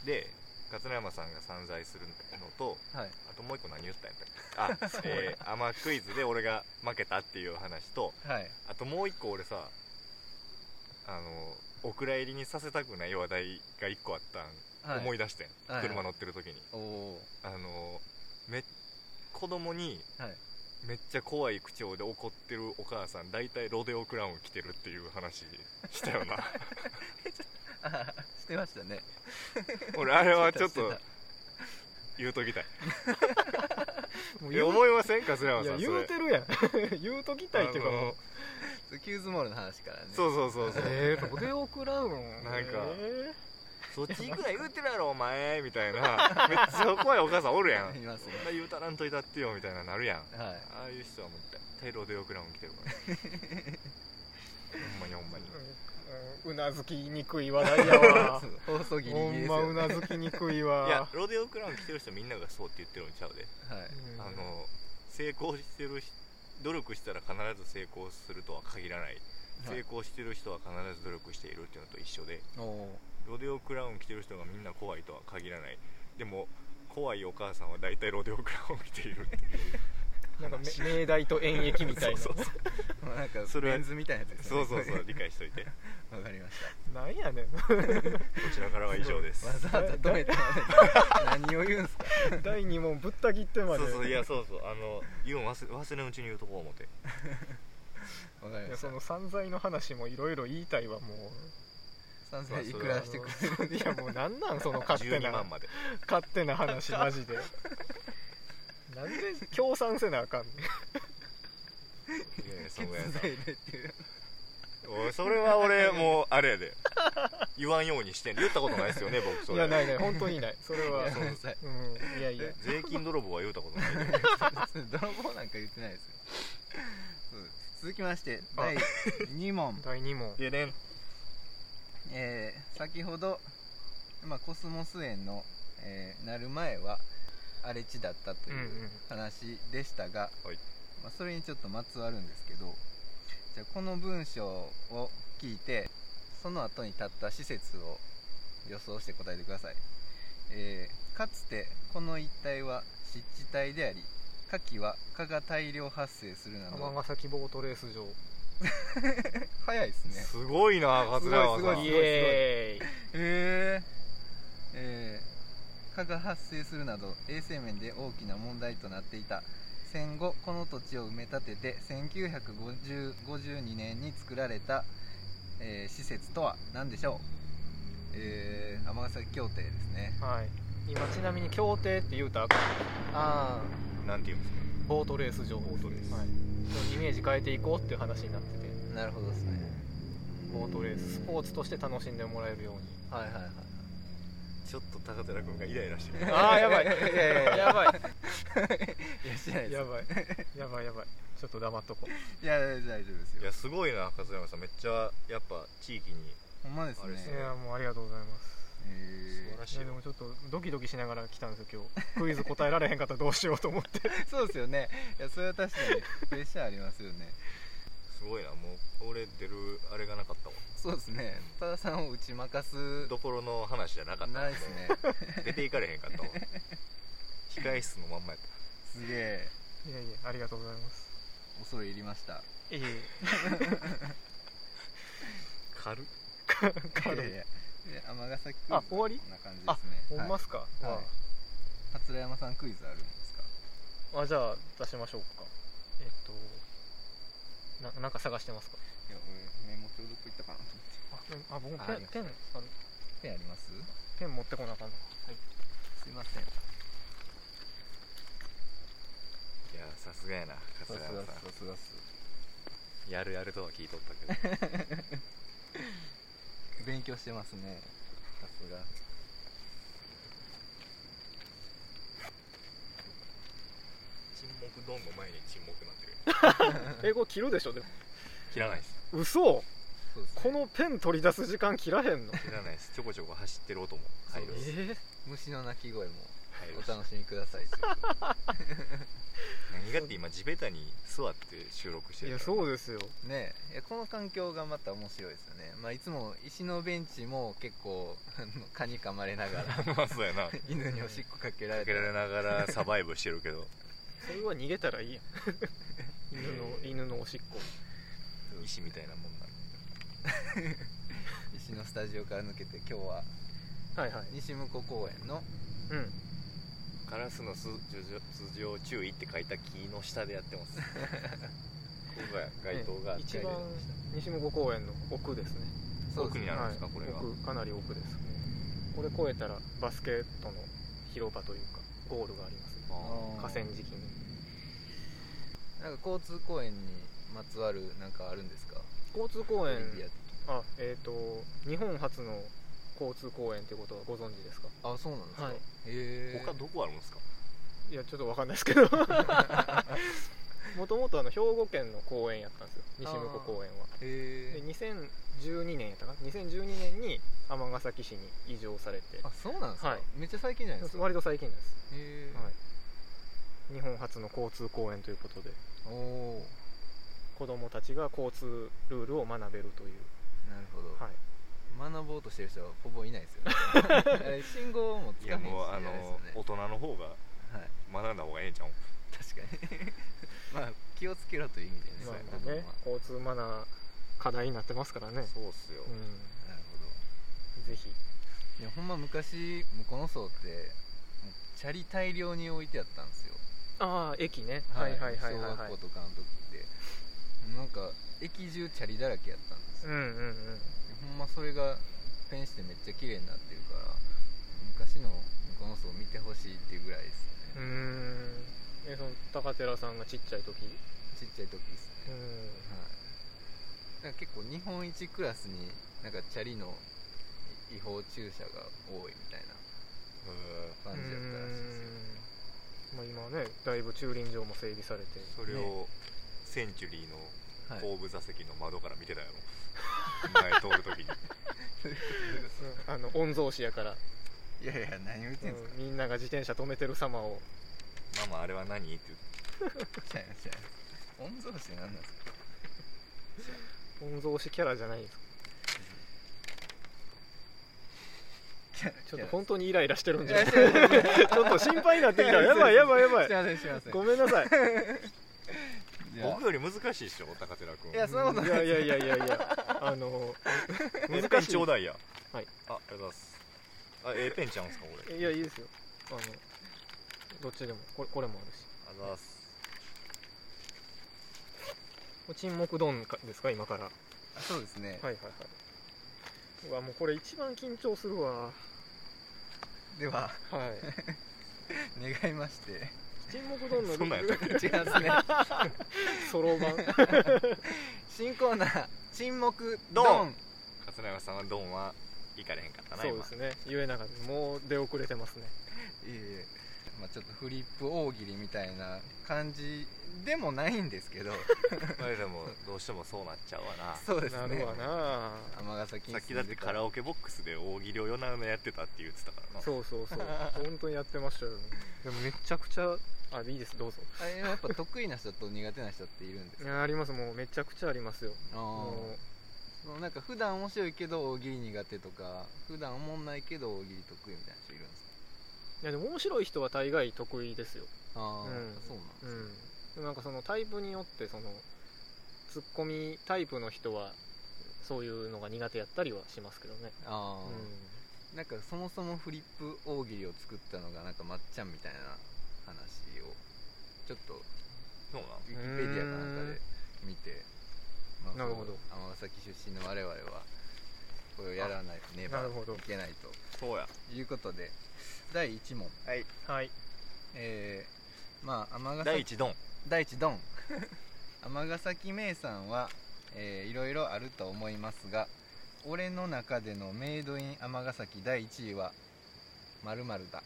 Speaker 3: あ
Speaker 2: で桂山さんが散財するのと
Speaker 1: いはい
Speaker 2: あともう一個何言ったん やったっけあ、えー、アマクイズで俺が負けたっていう話と
Speaker 1: はい
Speaker 2: あともう一個俺さあのお蔵入りにさせたくない話題が一個あったん、
Speaker 1: はい
Speaker 2: 思い出してん、
Speaker 1: はい
Speaker 2: 車乗ってる時に
Speaker 1: おお
Speaker 2: あのめ子供に
Speaker 1: ーはい
Speaker 2: めっちゃ怖い口調で怒ってるお母さん大体ロデオクラウン着てるっていう 話したよな
Speaker 1: あははしてましたね
Speaker 2: 俺あれはちょっ
Speaker 1: してた
Speaker 2: と
Speaker 1: して
Speaker 2: 言うときたい
Speaker 3: ーもう
Speaker 2: いや
Speaker 3: 言う
Speaker 2: 思いません桂山
Speaker 3: い
Speaker 2: さ
Speaker 3: や
Speaker 2: んそ
Speaker 3: 言う
Speaker 2: れ
Speaker 3: てるやん言うときたいっていうか
Speaker 2: あ
Speaker 3: もう
Speaker 2: の
Speaker 1: たキューズモールの話からね
Speaker 2: そうそうそうそう
Speaker 3: えー、ロデオクラウン
Speaker 2: なんか
Speaker 3: え
Speaker 2: そっち行くな言うてるやろお前みたいなめっちゃ怖いお母さんおる やん
Speaker 1: いますね
Speaker 2: そんな言うたらんといたってよみたいななるやん
Speaker 1: はい
Speaker 2: ああいう人はもう絶対ロデオクラウン着てる からほんまにほんまに
Speaker 3: ーうんうなずきにくい話題やわ
Speaker 1: 放送ギリギ
Speaker 3: ほ
Speaker 1: リ
Speaker 3: ん
Speaker 1: です
Speaker 3: ま
Speaker 1: よ
Speaker 3: う
Speaker 1: ね
Speaker 3: なずきにくい
Speaker 2: いや
Speaker 3: わ
Speaker 2: ロデオクラウン着てる人みんながそうって言ってるんちゃうで、
Speaker 1: はい
Speaker 3: うん
Speaker 2: あの成功してる人努力したら必ず成功するとは限らない
Speaker 1: はい
Speaker 2: 成功してる人は必ず努力しているっていうのと一緒で
Speaker 1: おお
Speaker 2: ロデオクラウン着てる人がみんな怖いとは限らないでも怖いお母さんは大体ロデオクラウン着ているっていう
Speaker 3: なんかめ命題と演劇みたいな
Speaker 2: そうそう
Speaker 1: ーまあなんか
Speaker 2: それは
Speaker 1: レンズみたいなやつです
Speaker 2: そ
Speaker 1: ね
Speaker 2: うそうそう
Speaker 1: こ
Speaker 2: 理解しといてこ
Speaker 1: れわかりまし
Speaker 3: なんやねん
Speaker 2: ちらからは以上です
Speaker 1: た わざわざ止めて何を言うんすか
Speaker 3: 第2問ぶった切って
Speaker 2: そ
Speaker 3: ま
Speaker 2: う
Speaker 3: で
Speaker 2: そういやそうそうあの言うん忘れ忘れのうちに言うとこう思って
Speaker 1: わかりま
Speaker 3: いや
Speaker 1: した
Speaker 3: その散財の話もいろいろ言いたいわも
Speaker 1: 賛成いくらしてくれるん
Speaker 3: う
Speaker 1: で
Speaker 3: いやもうなんなんその勝手
Speaker 2: 12
Speaker 3: な
Speaker 2: 万まで
Speaker 3: 勝手な話マジでなんで協賛せなあかんね
Speaker 2: い やいやそ
Speaker 1: 決
Speaker 2: んぐらいさ
Speaker 1: 済でっていう
Speaker 2: おいそれは俺もうあれやで言わんようにしてん言ったことないですよね僕そ
Speaker 3: ん
Speaker 2: れ
Speaker 3: いやないない本当にないそれ
Speaker 1: ごめ
Speaker 3: は
Speaker 1: んなさい
Speaker 3: うんいやいや
Speaker 2: 税金泥棒は言ったことないで
Speaker 1: 泥棒なんか言ってないですよ そう続きまして第2問
Speaker 3: 第2問
Speaker 2: いやねん
Speaker 1: えー先ほど、まあ、コスモス園の、えーなる前は荒れ地だったと
Speaker 3: うんう
Speaker 1: いうん話でしたが、
Speaker 2: はい
Speaker 1: まあ、それにちょっとまつわるんですけどじゃあこの文章を聞いてその後に立った施設を予想して答えてください、えーかつてこの一帯は湿地帯であり夏季は蚊が大量発生するなど
Speaker 3: 尼崎ボートレース場
Speaker 1: 早いですね
Speaker 2: すごいな桂山
Speaker 1: すご
Speaker 2: さ
Speaker 1: いすご
Speaker 2: んい
Speaker 1: い
Speaker 3: イ
Speaker 2: や
Speaker 3: エーイ
Speaker 1: えー、えー蚊が発生するなど衛生面で大きな問題となっていた戦後この土地を埋め立てて1952年に作られた、えー施設とは何でしょうえー、尼崎協定ですね
Speaker 3: はい今ちなみに協定って言うたらあかんあ
Speaker 2: なんて言うんですか
Speaker 3: ーボートレース場
Speaker 2: ボートレース
Speaker 3: はい、イメージ変えていこうっていう話になってて
Speaker 1: なるほどですね
Speaker 3: ボートレーススポーツとして楽しんでもらえるように
Speaker 1: はいはいはい
Speaker 2: ちょっと高寺君がイライラしてる
Speaker 3: ああやば い
Speaker 1: いやいやいやいや
Speaker 3: やばい
Speaker 1: いや知らないです
Speaker 3: やばいやばいやばいちょっと黙っとこう
Speaker 1: いや大丈夫です
Speaker 2: い
Speaker 1: よ
Speaker 2: やすごいな桂山さんめっちゃやっぱ地域に
Speaker 1: ほんまです
Speaker 2: あれ
Speaker 1: ね
Speaker 2: です
Speaker 3: い
Speaker 2: ね
Speaker 3: やもうありがとうございます
Speaker 2: 素晴
Speaker 1: え
Speaker 2: ら
Speaker 3: い
Speaker 2: しい
Speaker 3: やでもちょっとドキドキしながら来たんですよ今日クイズ答えられへんかったらどうしようと 思って
Speaker 1: ー、そうですよねいやそれは確かにプレッシャーありますよね
Speaker 2: すごいなもう俺出るあれがなかったわ
Speaker 1: そうですね多田さんを打ち負かす
Speaker 2: どころの話じゃなかったわ
Speaker 1: ないですね
Speaker 2: 出ていかれへんかったわ控え室のまんまやった
Speaker 1: すげえ
Speaker 3: いやいやありがとうございます
Speaker 1: 恐れ入りました
Speaker 3: いえいえ
Speaker 2: 軽っ
Speaker 1: いやいやで尼崎クイズ
Speaker 3: あ終わり
Speaker 1: こんな感じです
Speaker 3: ほ
Speaker 1: ね
Speaker 3: んますか、
Speaker 1: はいはい桂山さんクイズあるんですか
Speaker 3: ああじゃあ出しましょうかえっとななんか探してますか
Speaker 1: いや俺メモ帳どこ行ったかなと思っ
Speaker 3: あペンあ僕
Speaker 1: あ
Speaker 3: ペ
Speaker 1: あり
Speaker 3: ン
Speaker 1: が
Speaker 3: ペンあの
Speaker 1: てペンあります
Speaker 3: ペン持ってこなあかんの
Speaker 1: すいません
Speaker 2: いやさすがやな
Speaker 1: さ
Speaker 2: 桂
Speaker 1: すが
Speaker 2: 山
Speaker 1: っす
Speaker 2: さ
Speaker 1: さすがっす
Speaker 2: んやるやるとは聞いとったけど
Speaker 1: 勉強してますねさすが
Speaker 2: 沈黙ドンの前に沈黙なんてる
Speaker 3: 英語切るでしょでも
Speaker 2: 切らないです
Speaker 3: 嘘
Speaker 1: そうです
Speaker 3: このペン取り出す時間切らへんの
Speaker 2: 知らないですちょこちょこ走ってる音も入る
Speaker 1: そうです
Speaker 2: 入
Speaker 3: え
Speaker 1: 虫の鳴き声も
Speaker 2: る
Speaker 1: お楽しみくださいということ
Speaker 2: 何がって今地べたに座って収録して
Speaker 3: ー、い
Speaker 2: る
Speaker 3: や
Speaker 2: から
Speaker 3: そうですよ
Speaker 1: でねいやこの環境がまた面白いですよね、まあ、いつも石のベンチも結構あの蚊に噛まれなが ら
Speaker 2: まあそうやなか
Speaker 1: 犬におしっこかけられ
Speaker 2: け
Speaker 1: て
Speaker 2: られながらサバイブしてるけど
Speaker 3: それは逃げたらいいやん犬の 犬のおしっこ
Speaker 2: 石みたいなもんなんで
Speaker 1: 石のスタジオから抜けて今日は
Speaker 3: はいはい
Speaker 1: 西向こう公園の
Speaker 3: うん
Speaker 2: カラスの巣頭上注意って書いた木の下でやってますここが街灯があって
Speaker 3: 一番西向公園の奥ですね
Speaker 1: そうです
Speaker 2: 奥になるんですかこれが
Speaker 3: 奥かなり奥ですこれ越えたらバスケットの広場というかゴールがありますね
Speaker 2: あ
Speaker 1: あー
Speaker 3: 河川敷に
Speaker 1: なんか交通公園にまつわるなんかあるんですか
Speaker 3: 交通公園
Speaker 1: オリビア的
Speaker 3: あえっ、と日本初の交通公園ということはご存知ですか
Speaker 1: あそうなんですか、
Speaker 3: はい
Speaker 1: へえ
Speaker 2: 他どこあるんですか
Speaker 3: いやちょっとわかんな いですけどもともとあの兵庫県の公園やったんですよ西向こう公園は
Speaker 1: へ
Speaker 3: で
Speaker 1: え
Speaker 3: 2012年やったかな2012年に尼崎市に移譲されて
Speaker 1: あそうなんですか、
Speaker 3: はい
Speaker 1: めっちゃ最近じゃないですかへ
Speaker 3: 割と最近なんです、
Speaker 1: え、
Speaker 3: はい、日本初の交通公園ということで
Speaker 1: おお
Speaker 3: 子どもたちが交通ルールを学べるという、
Speaker 1: なるほど、
Speaker 3: はい、
Speaker 1: 学ぼうとしてる人はほぼいないですよねあれ信号もつ
Speaker 2: い
Speaker 1: か
Speaker 2: や
Speaker 1: ないし
Speaker 2: もうあ
Speaker 1: じゃないです
Speaker 2: の
Speaker 1: よね
Speaker 2: 大人の方が
Speaker 1: はい
Speaker 2: 学んだ方がええんちゃうん
Speaker 1: 確かに まあ気をつけろという意味でね
Speaker 3: ま
Speaker 1: そういうこ
Speaker 3: あ
Speaker 1: とは
Speaker 3: ね交通マナー課題になってますからね、
Speaker 2: そうっすよ
Speaker 3: う
Speaker 1: なるほど
Speaker 3: ん、ぜひ
Speaker 1: いやほんま昔向こうの層ってもうチャリ大量に置いてあったんですよ
Speaker 3: ああ駅ねはいはいはいはい
Speaker 1: 小
Speaker 3: は
Speaker 1: 学
Speaker 3: い
Speaker 1: 校とかの時ってなんか駅中チャリだらけやったんです
Speaker 3: うん
Speaker 1: よ、
Speaker 3: うんうん
Speaker 1: ほんまそれが一変してめっちゃ綺麗になってるから昔の向こうの層見てほしいっていうぐらいです
Speaker 3: うー
Speaker 1: ね、
Speaker 3: んえその高寺さんがちっちゃい時
Speaker 1: ちっちゃい時です
Speaker 3: う
Speaker 1: ね、
Speaker 3: ん
Speaker 1: はい、なんか結構日本一クラスになんかチャリの違法駐車が多いみたいな
Speaker 2: う
Speaker 1: 感じだったらしいですよ
Speaker 3: うんまあ、今ねだいぶ駐輪場も整備されて
Speaker 2: んそれをセンチュリーの
Speaker 1: はい
Speaker 2: 後部座席の窓から見てたやろ前通 る時に
Speaker 3: あの御曹司やから、
Speaker 1: いやいや何を言ってんですか、
Speaker 3: うんみんなが自転車止めてる様を
Speaker 2: 「ママあれは何?」って言って
Speaker 1: ちゃいますちゃいます御曹司って何なんですか
Speaker 3: 御曹司キャラじゃないですかちょっと本当にイライラしてるんじゃない ちょっと心配になってきた やばいやばいやばい
Speaker 1: すいませんすいません
Speaker 3: ごめんなさい
Speaker 1: いや
Speaker 2: 僕より難しいっしょ高寺君
Speaker 1: いやそんなことない
Speaker 3: いやいやいやいやいやあの
Speaker 2: ええペ
Speaker 3: 難
Speaker 2: ン
Speaker 3: しい
Speaker 2: ちょうだいや
Speaker 3: はい
Speaker 2: あありがとうございますあええペンちゃうんすかこれあり
Speaker 3: いやいいですよあのどっちでもこれこれもあるし
Speaker 2: がとうございます
Speaker 3: これ沈黙ドンかですか今からはい
Speaker 1: あそうですね、
Speaker 3: はいはいうわもうこれ一番緊張するわ
Speaker 1: では
Speaker 3: はい
Speaker 1: 願いまして
Speaker 3: 沈黙ドンの
Speaker 2: そんなんや ったっ
Speaker 1: 違いますね
Speaker 3: ソロ 版
Speaker 1: 新コーナー沈黙
Speaker 2: ド
Speaker 1: ド
Speaker 2: ン
Speaker 1: ン
Speaker 2: 勝永さんはドンは行かれへんかったな
Speaker 3: そうですね言えなかったもう出遅れてますね
Speaker 1: いえいえまあ、ちょっとフリップ大喜利みたいな感じでもないんですけど
Speaker 2: 今まあでもどうしてもそうなっちゃうわな
Speaker 1: そうです
Speaker 3: な
Speaker 1: ね
Speaker 3: るわな
Speaker 1: 尼崎
Speaker 2: さっきだってカラ
Speaker 1: オ
Speaker 2: オケボックスで大喜利を夜な夜なやってたって言ってたからな
Speaker 3: そうそう そう本当にやってましたよ、ね、でもめちゃくちゃあいいですどうぞ
Speaker 1: あれやっぱ得意な人と苦手な人っているんです
Speaker 3: い
Speaker 1: か
Speaker 3: やありますもうめちゃくちゃありますよ
Speaker 1: あ
Speaker 3: も
Speaker 1: ー
Speaker 3: う
Speaker 1: そのなんか普段面白いけど大喜利苦手とか普段おもんないけど大喜利得意みたいな人いるんです
Speaker 3: いやでも面白い人は大概得意ですよ
Speaker 1: かああ、
Speaker 3: うん
Speaker 1: そうなん
Speaker 3: う
Speaker 1: ですね
Speaker 3: んでもなんかそのタイプによってそのツッコミタイプの人はそういうのが苦手やったりはしますけどね
Speaker 1: あ
Speaker 3: う
Speaker 1: あ、
Speaker 3: ん
Speaker 1: なんかそもそもフリップ大喜利を作ったのがなんかまっちゃんみたいな話をちょっと
Speaker 2: そうな
Speaker 1: ウィキペディアかなんかで見て、ま
Speaker 3: なるほど
Speaker 1: そう尼崎出身の我々はこれをやらないとねば
Speaker 3: ないるほど
Speaker 1: けない
Speaker 2: そうや
Speaker 1: ということで第1問
Speaker 2: はい
Speaker 3: はい
Speaker 1: えー、まあ尼崎
Speaker 2: 第一ドン
Speaker 1: 第一ドン 尼崎名産は、えー、いろいろあると思いますが俺の中でのメイドイン尼崎第1位は〇〇だ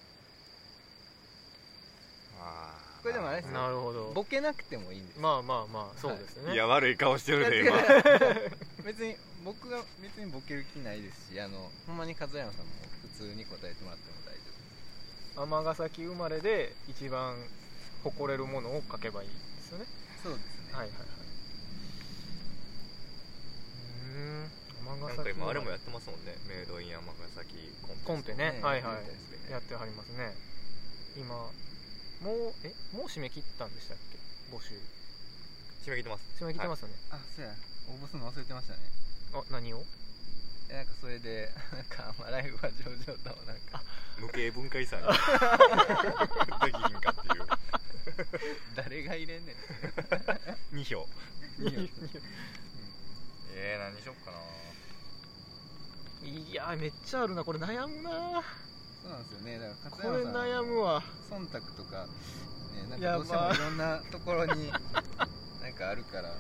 Speaker 2: ああ
Speaker 1: これでもあれです
Speaker 3: な
Speaker 1: よ
Speaker 3: るほど
Speaker 1: ボケなくてもいいんです、
Speaker 3: まあまあまあそうですね、
Speaker 2: いや悪い顔してるで今
Speaker 1: 別に僕が別にボケる気ないですしあのほんまに和山さんも普通に答えてもらっても大丈
Speaker 3: 尼崎生まれで一番誇れるものを書けばいいですよね
Speaker 1: 夫そうですね、
Speaker 3: はいはいはいうん
Speaker 2: なん
Speaker 3: 尼
Speaker 2: か
Speaker 3: 崎
Speaker 2: 今あれもやってますもんねメイドイン尼崎コンテ
Speaker 3: コンペ
Speaker 2: ね
Speaker 3: ね
Speaker 1: ね
Speaker 3: はいはい
Speaker 1: やりたいです
Speaker 2: ね
Speaker 3: やってはりますね今もうえもう締め切ったんでしたっけ募集
Speaker 2: 締め切ってます
Speaker 3: 締め切ってますよね、
Speaker 1: あそうや応募するの忘れてましたね
Speaker 3: あ何を
Speaker 1: えなんかそれでなんか「まあライフは上々だ」もなんか
Speaker 2: 無形文化遺 産にできひんかっていう
Speaker 1: 誰が入れんねん
Speaker 2: 2票
Speaker 1: いいよ
Speaker 2: えー、何にしよっかない
Speaker 3: やめっちゃあるなこれ悩むな
Speaker 1: そうなんですよねだから
Speaker 3: こ
Speaker 1: 勝
Speaker 3: れ
Speaker 1: 山さん
Speaker 3: 悩むわ
Speaker 1: 忖度とか,、ね、なん
Speaker 3: や
Speaker 1: か
Speaker 3: ば
Speaker 1: どうしてもいろんなところ になんかあるから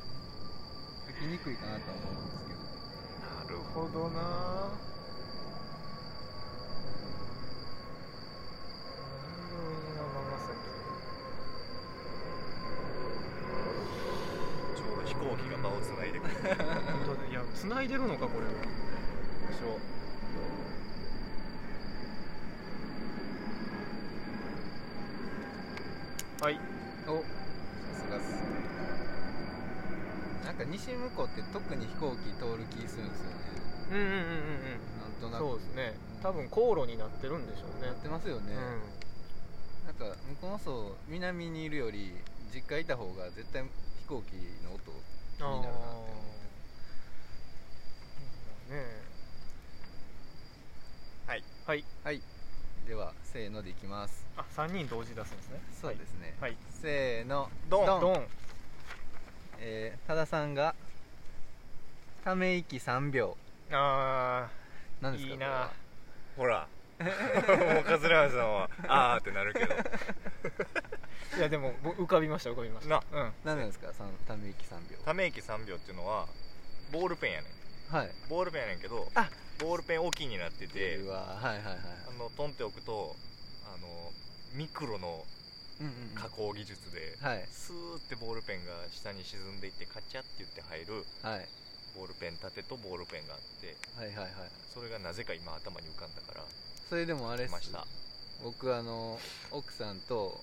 Speaker 1: 書きにくいかなとは思うんですけど
Speaker 2: なるほ
Speaker 3: ほどな
Speaker 2: どちょうど飛行機が場をつないでくる
Speaker 3: 本当 だいや繋いでるのかこれは
Speaker 2: でしょ
Speaker 3: はい
Speaker 1: おさすがっすなんか西向こうって特に飛行機通る気するんですよね
Speaker 3: うんうんうんうん
Speaker 1: なんと
Speaker 3: うん
Speaker 1: なく
Speaker 3: そうですね
Speaker 1: うん
Speaker 3: 多分航路になってるんでしょうね
Speaker 1: やってますよね、なんか向こうの層南にいるより実家いた方が絶対飛行機の音
Speaker 3: うん
Speaker 1: に
Speaker 3: ああ
Speaker 1: なるなって思って
Speaker 3: ね
Speaker 2: はい
Speaker 3: はい
Speaker 1: はいではせーのでいきます
Speaker 3: あ三人同時出すんですね
Speaker 1: そうですね、
Speaker 3: はい
Speaker 1: せーの
Speaker 2: ドン
Speaker 3: ドン
Speaker 1: ンえー、多田さんがため息3秒
Speaker 3: あ
Speaker 1: なんですか
Speaker 3: いいな
Speaker 2: ほら もうカズラーさん はあーってなるけど
Speaker 3: あいやでもぼ浮かびました浮かびました
Speaker 2: な
Speaker 3: うん
Speaker 1: 何なんですかそのため息3秒
Speaker 2: ため息3秒っていうのはボールペンやねん
Speaker 1: はい
Speaker 2: ボールペンやねんけど
Speaker 1: あ
Speaker 2: ボールペン置きになってて
Speaker 1: うわはいはいはい
Speaker 2: あのトンって置くとあのミクロの
Speaker 1: うんうんうん
Speaker 2: 加工技術で
Speaker 1: はい
Speaker 2: スーってボールペンが下に沈んでいってカチャって言って入る
Speaker 1: はい
Speaker 2: ボールペン立てとボールペンがあって
Speaker 1: はいはいはい
Speaker 2: それがなぜか今頭に浮かんだから
Speaker 1: それでもあれっ
Speaker 2: 来
Speaker 1: す
Speaker 2: ました
Speaker 1: 僕あの奥さんと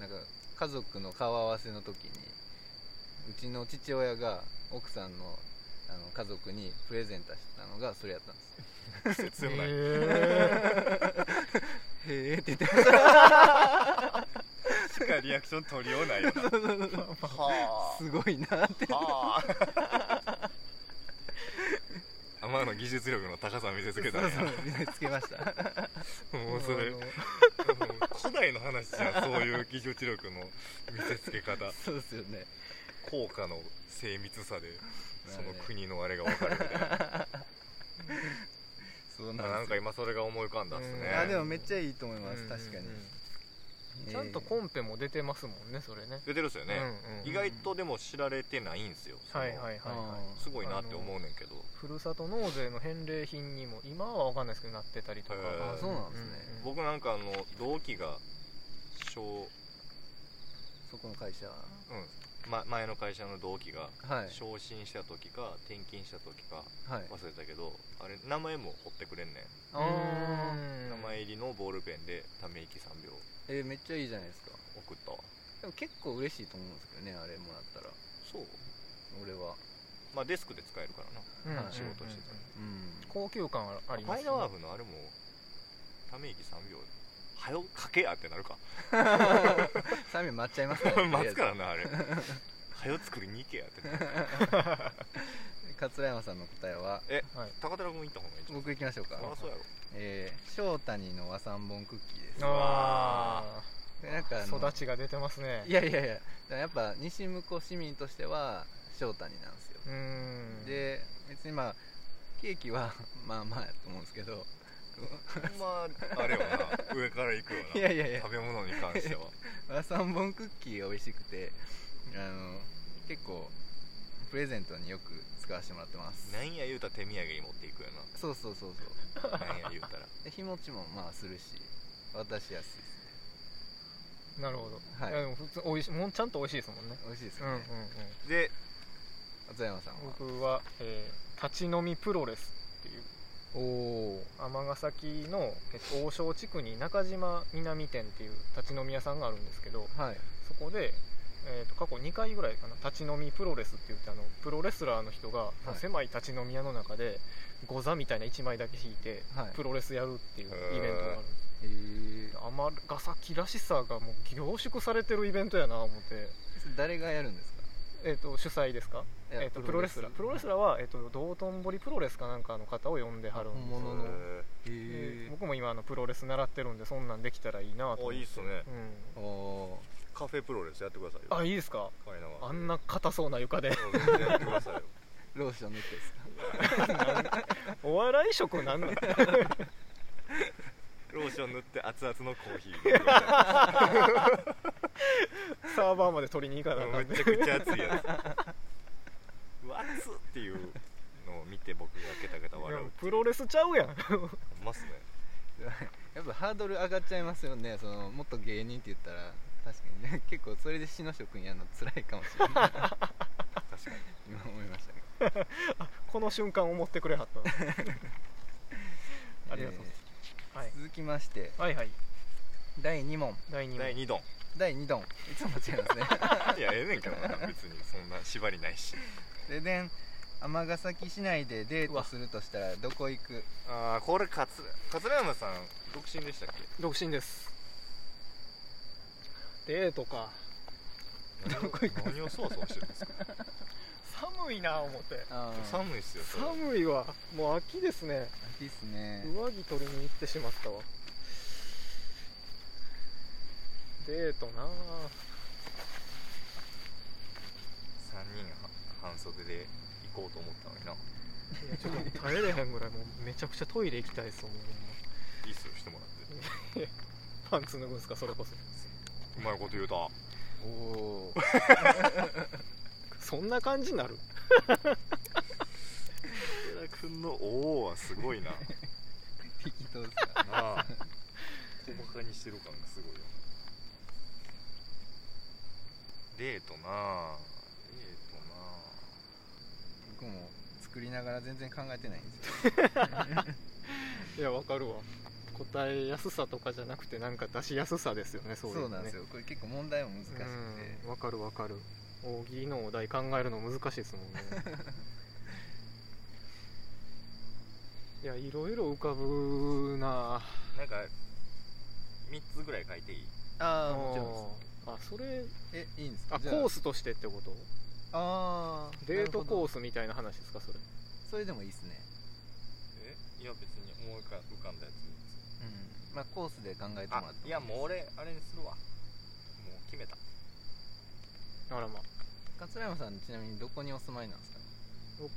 Speaker 1: なんか家族の顔合わせの時にうちの父親が奥さんのあの家族にプレゼントしたのがそれやったんですよ
Speaker 2: 切ない、
Speaker 3: へ
Speaker 1: へえ って言って
Speaker 2: しかリアクション取りようないよなは
Speaker 1: すごいなって
Speaker 2: あはあ天の技術力の高さを見せつけたね
Speaker 1: そうそう見つけました
Speaker 2: もうそれもう古代の話じゃんそういう技術力の見せつけ方
Speaker 1: そうですよね
Speaker 2: 効果の精密さでその
Speaker 1: まあね
Speaker 2: 国のあれが分かるみたいな
Speaker 1: そう
Speaker 2: あな
Speaker 1: なんん
Speaker 2: か
Speaker 1: ですよ
Speaker 2: 今それが思い浮かんだっすね
Speaker 1: あでもめっちゃいいと思い
Speaker 3: ー
Speaker 1: ます確かに
Speaker 3: うんうんうん
Speaker 1: えー
Speaker 3: ちゃんとコンペも出てますもんねそれね
Speaker 2: 出てるっすよね、
Speaker 3: うんうん
Speaker 2: 意外とでも知られてないんですよその
Speaker 3: はいはいはいは
Speaker 1: あ
Speaker 3: い
Speaker 2: すごいなって思うねんけど
Speaker 3: ふるさと納税の返礼品にも今は分かんないですけどなってたりとか
Speaker 2: へ
Speaker 1: ーあそうなんですね
Speaker 3: うんうん
Speaker 2: 僕なんかあの同期が小、
Speaker 1: ーそこの会社は
Speaker 2: うんま、前の会社の同期が
Speaker 1: はい
Speaker 2: 昇進した時か転勤した時か
Speaker 1: はい
Speaker 2: 忘れたけどあれ名前も彫ってくれんね
Speaker 1: あー
Speaker 2: ん名前入りのボールペンでため息3秒
Speaker 1: えーめっちゃいいじゃないですか
Speaker 2: 送ったわ
Speaker 1: でも結構嬉しいと思うんですけどねあれもらったら
Speaker 2: そう
Speaker 1: 俺は
Speaker 2: まあデスクで使えるからな
Speaker 3: うんうんうん
Speaker 2: 仕事してたら
Speaker 1: うん
Speaker 3: 高級感はありま
Speaker 2: ファ
Speaker 3: す
Speaker 2: イナ
Speaker 3: ね
Speaker 2: ーワーフのあれもため息3秒はよかけやってなるか
Speaker 1: 3秒待っちゃいますから
Speaker 2: 待つからなあれはよ作りに行けやってなる
Speaker 1: 桂山さんの答えは
Speaker 3: はい
Speaker 2: 高寺君行った方がいいんじゃん
Speaker 1: 僕行きましょうか
Speaker 2: そりゃそうやろ
Speaker 1: えー、翔谷の和三本クッキーです
Speaker 3: あ
Speaker 1: でなんかあ
Speaker 3: ー
Speaker 1: の
Speaker 3: 育ちが出てますね
Speaker 1: いやいやいやだからやっぱ西向こう市民としては翔谷なんですよ
Speaker 3: うーん
Speaker 1: で別にまあケーキは まあまあやと思うんですけど
Speaker 2: まああれよな上から行くよ
Speaker 1: い
Speaker 2: な
Speaker 1: やいやいや
Speaker 2: 食べ物に関しては
Speaker 1: 和三本クッキーが美味しくてあの結構プレゼントによく使わせてもらってます
Speaker 2: なんや言うたら手土産に持っていくよ
Speaker 1: そうそうそうそう
Speaker 2: ななんや言うたら
Speaker 1: で日持ちもまあするし渡しやすいですね
Speaker 3: なるほど、
Speaker 1: はい
Speaker 3: やでも普通美味しいもうちゃんと美味しいですもんね
Speaker 1: 美味しいです
Speaker 3: う
Speaker 1: よ
Speaker 3: んうんうん
Speaker 1: ね、
Speaker 2: で
Speaker 1: 松山さんは
Speaker 3: 僕は、えー立ち飲みプロレスっていう
Speaker 1: おお
Speaker 3: 尼崎の、えっと王将地区に中島南店っていう立ち飲み屋さんがあるんですけど
Speaker 1: はい
Speaker 3: そこで、えー、と過去2回ぐらいかな立ち飲みプロレスって言ってあのプロレスラーの人が、
Speaker 1: はい
Speaker 3: 狭い立ち飲み屋の中でゴザみたいな1枚だけ引いて、
Speaker 1: はい
Speaker 3: プロレスやるっていう
Speaker 2: へー
Speaker 3: イベントがあるんです
Speaker 1: えー、
Speaker 3: 尼崎らしさがもう凝縮されてるイベントやな思って、
Speaker 1: それ誰がやるんですか
Speaker 3: えー、と主催ですか、
Speaker 1: いや
Speaker 3: えー、とプロレスラープロレスラーは、えー、と道頓堀プロレスかなんかの方を呼んではるんで
Speaker 1: 本
Speaker 3: す
Speaker 1: 物のへ
Speaker 3: で
Speaker 1: え
Speaker 3: 僕も今あのプロレス習ってるんでそんなんできたらいいなと思って
Speaker 2: あいいっすね
Speaker 3: う
Speaker 1: おお
Speaker 2: カフェプロレスやってくださいよ
Speaker 3: ん、あいいですか
Speaker 2: カイナは
Speaker 3: あんな硬そうな床 で
Speaker 2: そう全然やってくださいよ
Speaker 1: ーローション塗ってですか
Speaker 3: お笑い 色なんなん
Speaker 2: ローション塗って熱々のコーヒー飲んでくだ さ
Speaker 3: サーバーまで取りに行かなあか
Speaker 2: い
Speaker 3: ん
Speaker 2: めち
Speaker 3: で
Speaker 2: ゃくちゃ熱いやつうわ熱っっていうのを見て僕がケタケタ笑う
Speaker 3: でもプロレスちゃうやん
Speaker 2: ほんますね
Speaker 1: やっぱハードル上がっちゃいますよねそのもっと芸人って言ったら確かにね 結構それで市の職員やるの辛いかもしれな い
Speaker 2: 確かに
Speaker 1: 今思いましたけど
Speaker 3: この瞬間思ってくれはっ たありがとうございます、はい
Speaker 1: えー、続きまして
Speaker 3: はいはい
Speaker 1: 第2問
Speaker 3: 第2問
Speaker 2: 第2弾
Speaker 1: 第2問いつも間違いますね
Speaker 2: いやええねんけどな別にそんな縛りないし
Speaker 1: ででん尼崎市内でデートするとしたらどこ行く
Speaker 2: ああこれ勝桂山さん独身でしたっけ
Speaker 3: 独身ですデートか
Speaker 2: どこ行く何をそわそわしてるんですか
Speaker 3: 寒いな思って
Speaker 1: あー
Speaker 2: 寒いっすよそれ
Speaker 3: 寒いわもう秋ですね
Speaker 1: 秋っすね
Speaker 3: 上着取りに行ってしまったわデートなあ
Speaker 2: 3人は半袖で行こうと思ったのにない
Speaker 3: やちょっと耐えれへんぐらいもうめちゃくちゃトイレ行きたいですもんほん
Speaker 2: いいっすよしてもらって
Speaker 3: まパンツ脱ぐんすかそれこそう
Speaker 2: まいこと言うた
Speaker 1: おお
Speaker 3: そんな感じになる
Speaker 2: 寺田君の「おお」はす ごいなな
Speaker 1: 適当ですか
Speaker 2: あ小バカにしてる感がすごいよデートなあデートなあ
Speaker 1: 僕も作りながら全然考えてないんですよ
Speaker 3: いやわかるわ答えやすさとかじゃなくてなんか出しやすさですよねそ
Speaker 1: そうう
Speaker 3: いうのね
Speaker 1: なんですよこれ結構問題も難しくて
Speaker 3: うんわかるわかる大喜利のお題考えるの難しいですも んねいやいろいろ浮かぶなあ
Speaker 2: なんか3つぐらい書いていい
Speaker 1: ああもちろんです
Speaker 3: あそれ
Speaker 1: えいいんですか
Speaker 3: あコースとしてってこと
Speaker 1: ああ
Speaker 3: デートコ
Speaker 1: ー
Speaker 3: ースみたいな話ですかそれ
Speaker 1: スそれでもいいですね
Speaker 2: えいや別に思い浮か浮かんだやつ
Speaker 1: うんまあコースで考えてもらっ
Speaker 2: あ
Speaker 1: て
Speaker 2: いやもう俺あれにするわもう決めた
Speaker 3: あらまあ
Speaker 1: 桂山さんちなみにどこにお住まいなんですか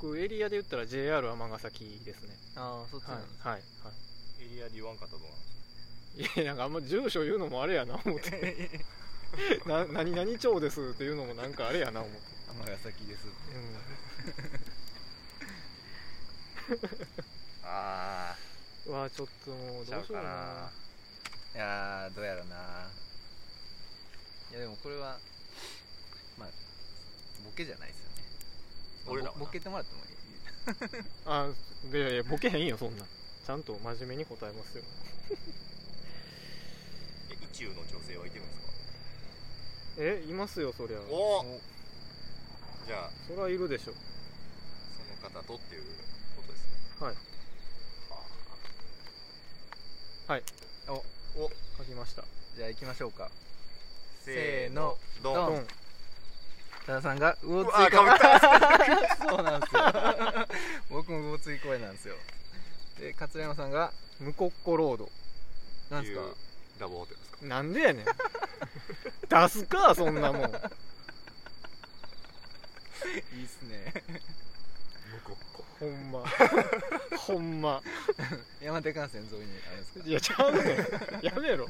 Speaker 3: 僕エリアで言ったら JR 尼崎ですね
Speaker 1: ああそっ
Speaker 3: はいはい、は
Speaker 2: エリアで言わんかったと思う
Speaker 3: い、いやなんかあんま住所言うのもあれやな思って な何々町ですっていうのもなんかあれやな思って
Speaker 1: 尼崎ですって
Speaker 2: ああ
Speaker 3: うんわあちょっともうどうしようかない
Speaker 1: やーどうやろないやでもこれはまあボケじゃないですよね、まあ
Speaker 2: 俺らはな
Speaker 1: ボボケてもらってもいい
Speaker 3: あいやいやボケへんよそんなんちゃんと真面目に答えますよ
Speaker 2: え一中の女性はいてるんですか
Speaker 3: えいますよそりゃ
Speaker 2: お
Speaker 1: お
Speaker 2: じゃあ
Speaker 3: そりゃいるでしょ
Speaker 2: その方とっていうことですね
Speaker 3: はいはい
Speaker 1: お
Speaker 2: お
Speaker 3: 書きました
Speaker 1: じゃあ行きましょうか
Speaker 2: せーのド
Speaker 1: ド
Speaker 2: ン
Speaker 1: ン
Speaker 3: うん
Speaker 1: 多田さんが魚
Speaker 2: う
Speaker 1: 追
Speaker 2: わ
Speaker 1: 加
Speaker 2: かぶっ た
Speaker 1: そうなんですよ僕も魚追声なんですよで桂山さんが
Speaker 3: ムコッコロード
Speaker 1: なん
Speaker 2: い
Speaker 1: です
Speaker 2: う
Speaker 1: か
Speaker 2: ラブホテルですか
Speaker 3: なんでやねん 出すかそんなもん
Speaker 1: いいっすね
Speaker 2: 向こう
Speaker 3: ほんまほんま
Speaker 1: 山手幹線沿いにあるんですか
Speaker 3: いやちゃうねんやめろ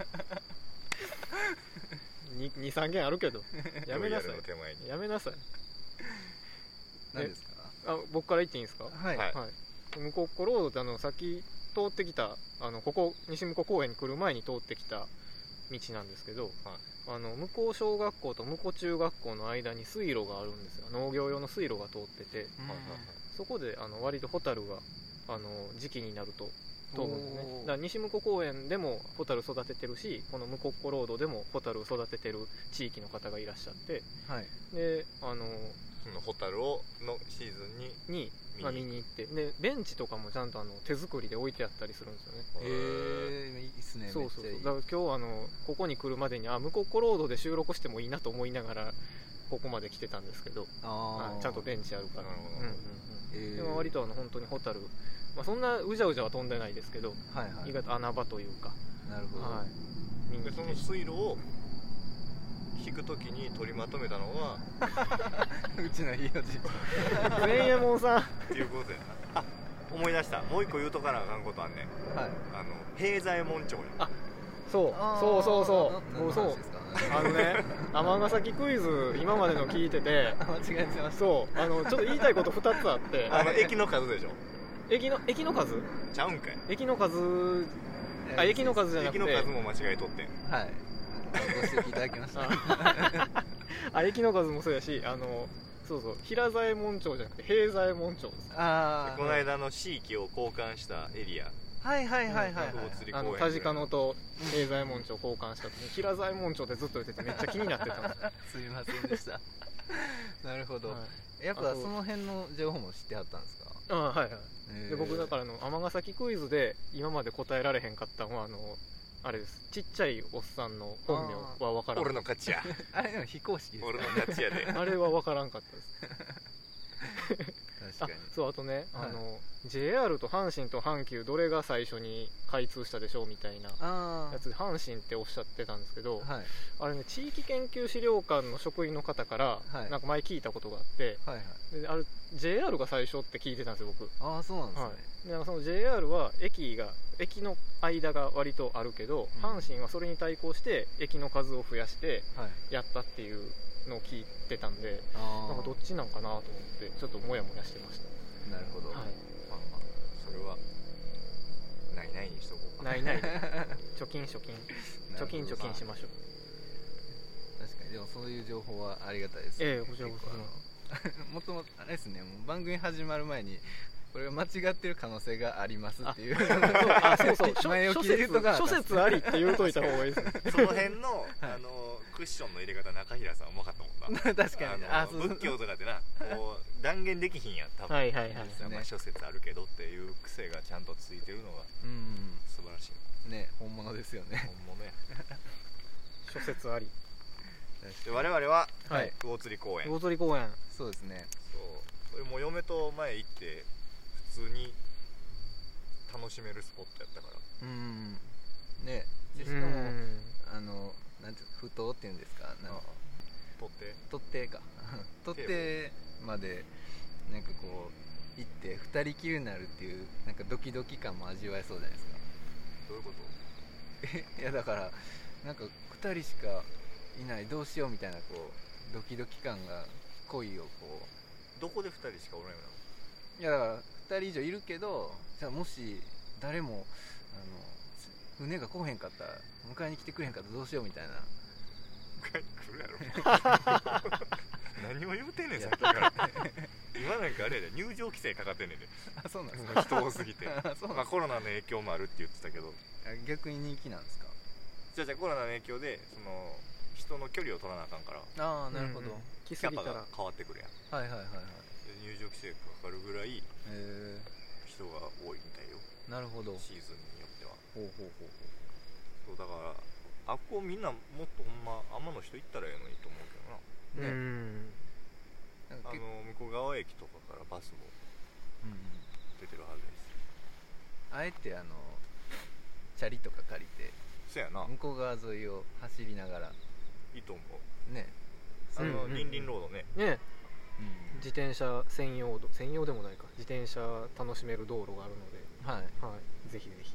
Speaker 3: 23件あるけどやめなさ
Speaker 2: ロイヤルの手前に
Speaker 3: いやめなさい
Speaker 1: 何ですか
Speaker 3: あ僕から言っていいんですかは
Speaker 1: はい、
Speaker 2: はい
Speaker 3: い向こうロードってあのさっき通ってきたあのここ西向こう公園に来る前に通ってきた道なんですけど、
Speaker 2: はい
Speaker 3: あの向こう小学校と向こう中学校の間に水路があるんですよ農業用の水路が通ってて
Speaker 1: うん
Speaker 2: はいはい
Speaker 3: そこであの割とホタルがあの時期になると飛ぶんですね
Speaker 1: おー
Speaker 3: だから西向こう公園でもホタル育ててるしこの向こうロードでもホタルを育ててる地域の方がいらっしゃって
Speaker 1: はい
Speaker 3: であの
Speaker 2: そのホタルをのシーズンに
Speaker 3: に、まあ、見
Speaker 2: 見に
Speaker 3: に行ってでベンチとかもちゃんとあの手作りで置いてあったりするんですよね
Speaker 1: へえいいっすね
Speaker 3: そうそうそう
Speaker 1: めっち
Speaker 3: だ
Speaker 1: ゃ
Speaker 3: から今日あのここに来るまでにあ向こうロードで収録してもいいなと思いながらここまで来てたんですけど、
Speaker 1: あ
Speaker 3: はい
Speaker 1: ー
Speaker 3: ちゃんとベンチあるから
Speaker 2: なるほど
Speaker 3: うんうん
Speaker 1: え
Speaker 3: うん
Speaker 1: ー
Speaker 3: でも割とあの本当にホタル、まあ、そんなうじゃうじゃは飛んでないですけど
Speaker 1: はいはい
Speaker 3: 意外と穴場というか、
Speaker 1: なるほど
Speaker 3: はい、見に
Speaker 2: でそ
Speaker 3: 来
Speaker 2: の
Speaker 3: て
Speaker 2: 水路を引く時に取りまとめたのは
Speaker 1: うちのひいおじいち
Speaker 3: 善右衛門さん
Speaker 2: っていうことやなあ思い出したもう一個言うとかなあかんことあんねん
Speaker 1: ゃんはい
Speaker 2: あの平左衛門町や
Speaker 3: そう そうそうそう
Speaker 1: 何の
Speaker 3: そう
Speaker 1: 話ですか
Speaker 3: あのね尼崎クイズ今までの聞いてて
Speaker 1: あ間違えてました
Speaker 3: そうあのちょっと言いたいこと2つあって
Speaker 2: あの駅の数でしょ
Speaker 3: 駅の駅の数
Speaker 2: ちゃうんかい
Speaker 3: 駅の数あ駅の数じゃなく
Speaker 2: 駅
Speaker 3: て
Speaker 2: の数も間違えとってん
Speaker 1: はいご指摘いただきました
Speaker 3: ああ駅の数もそうやしあのそうそう平左衛門町じゃなくて平左衛門町です
Speaker 1: あ
Speaker 2: この
Speaker 1: ー
Speaker 2: 間の地域を交換したエリア
Speaker 1: はいはいはいはいはい
Speaker 2: 久保釣り公
Speaker 3: あ
Speaker 2: 園
Speaker 3: の
Speaker 2: ぐらい
Speaker 3: 田鹿のと平左衛門町交換した時に平左衛門町ってずっと言っててめっちゃ気になってたんですよ
Speaker 1: すみませんで したなるほど、
Speaker 3: はい
Speaker 1: やっ
Speaker 3: あ
Speaker 1: ぱ
Speaker 3: と
Speaker 1: その辺の情報も知ってはったんですか
Speaker 3: あはいはい
Speaker 1: え
Speaker 3: で
Speaker 1: ー
Speaker 3: 僕だからあの尼崎クイズで今まで答えられへんかったのはあのあれですちっちゃいおっさんの本名は分から
Speaker 2: 俺
Speaker 3: ん
Speaker 2: の勝ちや
Speaker 1: あれでも非公式です
Speaker 2: 俺の勝ちやで
Speaker 3: あれは分からんかったです
Speaker 1: 確
Speaker 3: あ
Speaker 1: かに
Speaker 3: そうあとね、
Speaker 1: はい
Speaker 3: あの JR と阪神と阪急どれが最初に開通したでしょうみたいな
Speaker 1: あ
Speaker 3: やつで阪神っておっしゃってたんですけど、
Speaker 1: あはい
Speaker 3: あれね地域研究資料館の職員の方から、
Speaker 1: はい
Speaker 3: なんか前聞いたことがあって
Speaker 1: はいはい
Speaker 3: であれ JR が最初って聞いてたんですよ僕
Speaker 1: ああそうなんですね、
Speaker 3: はでなんかその JR は駅が駅の間が割とあるけど、
Speaker 1: うん
Speaker 3: 阪神はそれに対抗して駅の数を増やして
Speaker 1: はい
Speaker 3: やったっていうのを聞いてたんで
Speaker 1: あ
Speaker 3: なんかどっちなんかなと思ってちょっとモヤモヤしてまし
Speaker 1: あなるほど、
Speaker 3: た、はい、
Speaker 2: まあまあそれはないないにしとこうか
Speaker 3: な いないで貯金貯金
Speaker 1: なるほど
Speaker 3: 貯金貯金しま しょう
Speaker 1: 確かにでもそういう情報はありがたいです
Speaker 3: ええこちらこ
Speaker 1: 結
Speaker 3: そ
Speaker 1: 構あの もともとあれですねもう番組始まる前にこれは間違ってる可能性がありますっていう
Speaker 3: あそうそう
Speaker 1: 前
Speaker 3: 諸
Speaker 1: 置きで言うと
Speaker 3: 説
Speaker 1: か
Speaker 3: 諸説ありって言うといた方がいいです ね
Speaker 2: その辺の、あのクッションの入れ方中平さんうまかったもんな
Speaker 1: 確かに
Speaker 2: あ
Speaker 1: あ
Speaker 2: の
Speaker 1: そうそう
Speaker 2: 仏教とかってなこう断言できひんやん多分、
Speaker 3: はいはいはい
Speaker 1: ね
Speaker 2: まあ諸説あるけどっていう癖がちゃんとついてるのが
Speaker 1: うんうん
Speaker 2: 素晴らしい
Speaker 1: うんね本物ですよね
Speaker 2: 本物や
Speaker 3: 諸説あり
Speaker 2: で我々は
Speaker 3: はい
Speaker 2: 魚釣り公園そう
Speaker 3: 魚釣り公園
Speaker 1: そうですね
Speaker 2: これもう嫁と前行って普通に楽しめるスポットやったから
Speaker 1: うんねでし
Speaker 3: う
Speaker 1: かも
Speaker 3: ん
Speaker 1: あのなんていうか不当っていうんですかなんか
Speaker 2: 撮って
Speaker 1: 取っ 手か取っ手までなんかこう行って二人きりになるっていうなんかドキドキ感も味わえそうじゃないですか
Speaker 2: どういうこ
Speaker 1: いやだからなんか2人しかいないどうしようみたいなこうドキドキ感が恋をこと
Speaker 2: どこで2人しかおらんよな
Speaker 1: ういやだから2人以上いるけどじゃあもし誰もあの船が来おへんかったら迎えに来てくれへんかったらどうしようみたいな
Speaker 2: 帰ってくる やろ何を言うてんねんさっきから今なんかあれやで入場規制かかってんねんで
Speaker 1: あそうなんですか
Speaker 2: 人多すぎて
Speaker 1: あ そうなん
Speaker 2: まあコロナの影響もあるって言ってたけど
Speaker 1: あ逆に人気なんですか
Speaker 2: じゃあじゃあコロナの影響でその人の距離を取らなあかんから
Speaker 1: ああなるほ
Speaker 3: うん
Speaker 1: ど、
Speaker 3: うん来
Speaker 2: キ
Speaker 3: す
Speaker 2: ャ
Speaker 3: ぎ
Speaker 2: パ
Speaker 3: た
Speaker 2: が
Speaker 3: ら
Speaker 2: 変わってくるやん
Speaker 1: はいはいはいはい
Speaker 2: で入場規制かかるぐらい
Speaker 1: え
Speaker 2: 人が多いみたいよ
Speaker 1: ー、なるほどほ
Speaker 2: シーズンによっては
Speaker 1: うほうほう
Speaker 2: そうだからあっこみんなもっとほんま天の人行ったらええのにと思うけどな
Speaker 1: ほう
Speaker 3: う
Speaker 1: ねな
Speaker 3: ん
Speaker 1: んか
Speaker 2: あの
Speaker 1: 結構
Speaker 2: 向こう側駅とかからバスも
Speaker 1: うんうん
Speaker 2: 出てるはずで
Speaker 1: あえてあのチャリとか借りて
Speaker 2: すそやな
Speaker 1: 向こう側沿いを走りながら
Speaker 2: いいと思う
Speaker 1: ね、
Speaker 2: あ
Speaker 3: うん
Speaker 2: の
Speaker 3: うんうん
Speaker 2: リンリンロードね
Speaker 3: ね
Speaker 1: うん
Speaker 3: 自転車専用道専用でもないか自転車楽しめる道路があるので、
Speaker 1: はい
Speaker 3: はい、ぜひぜひ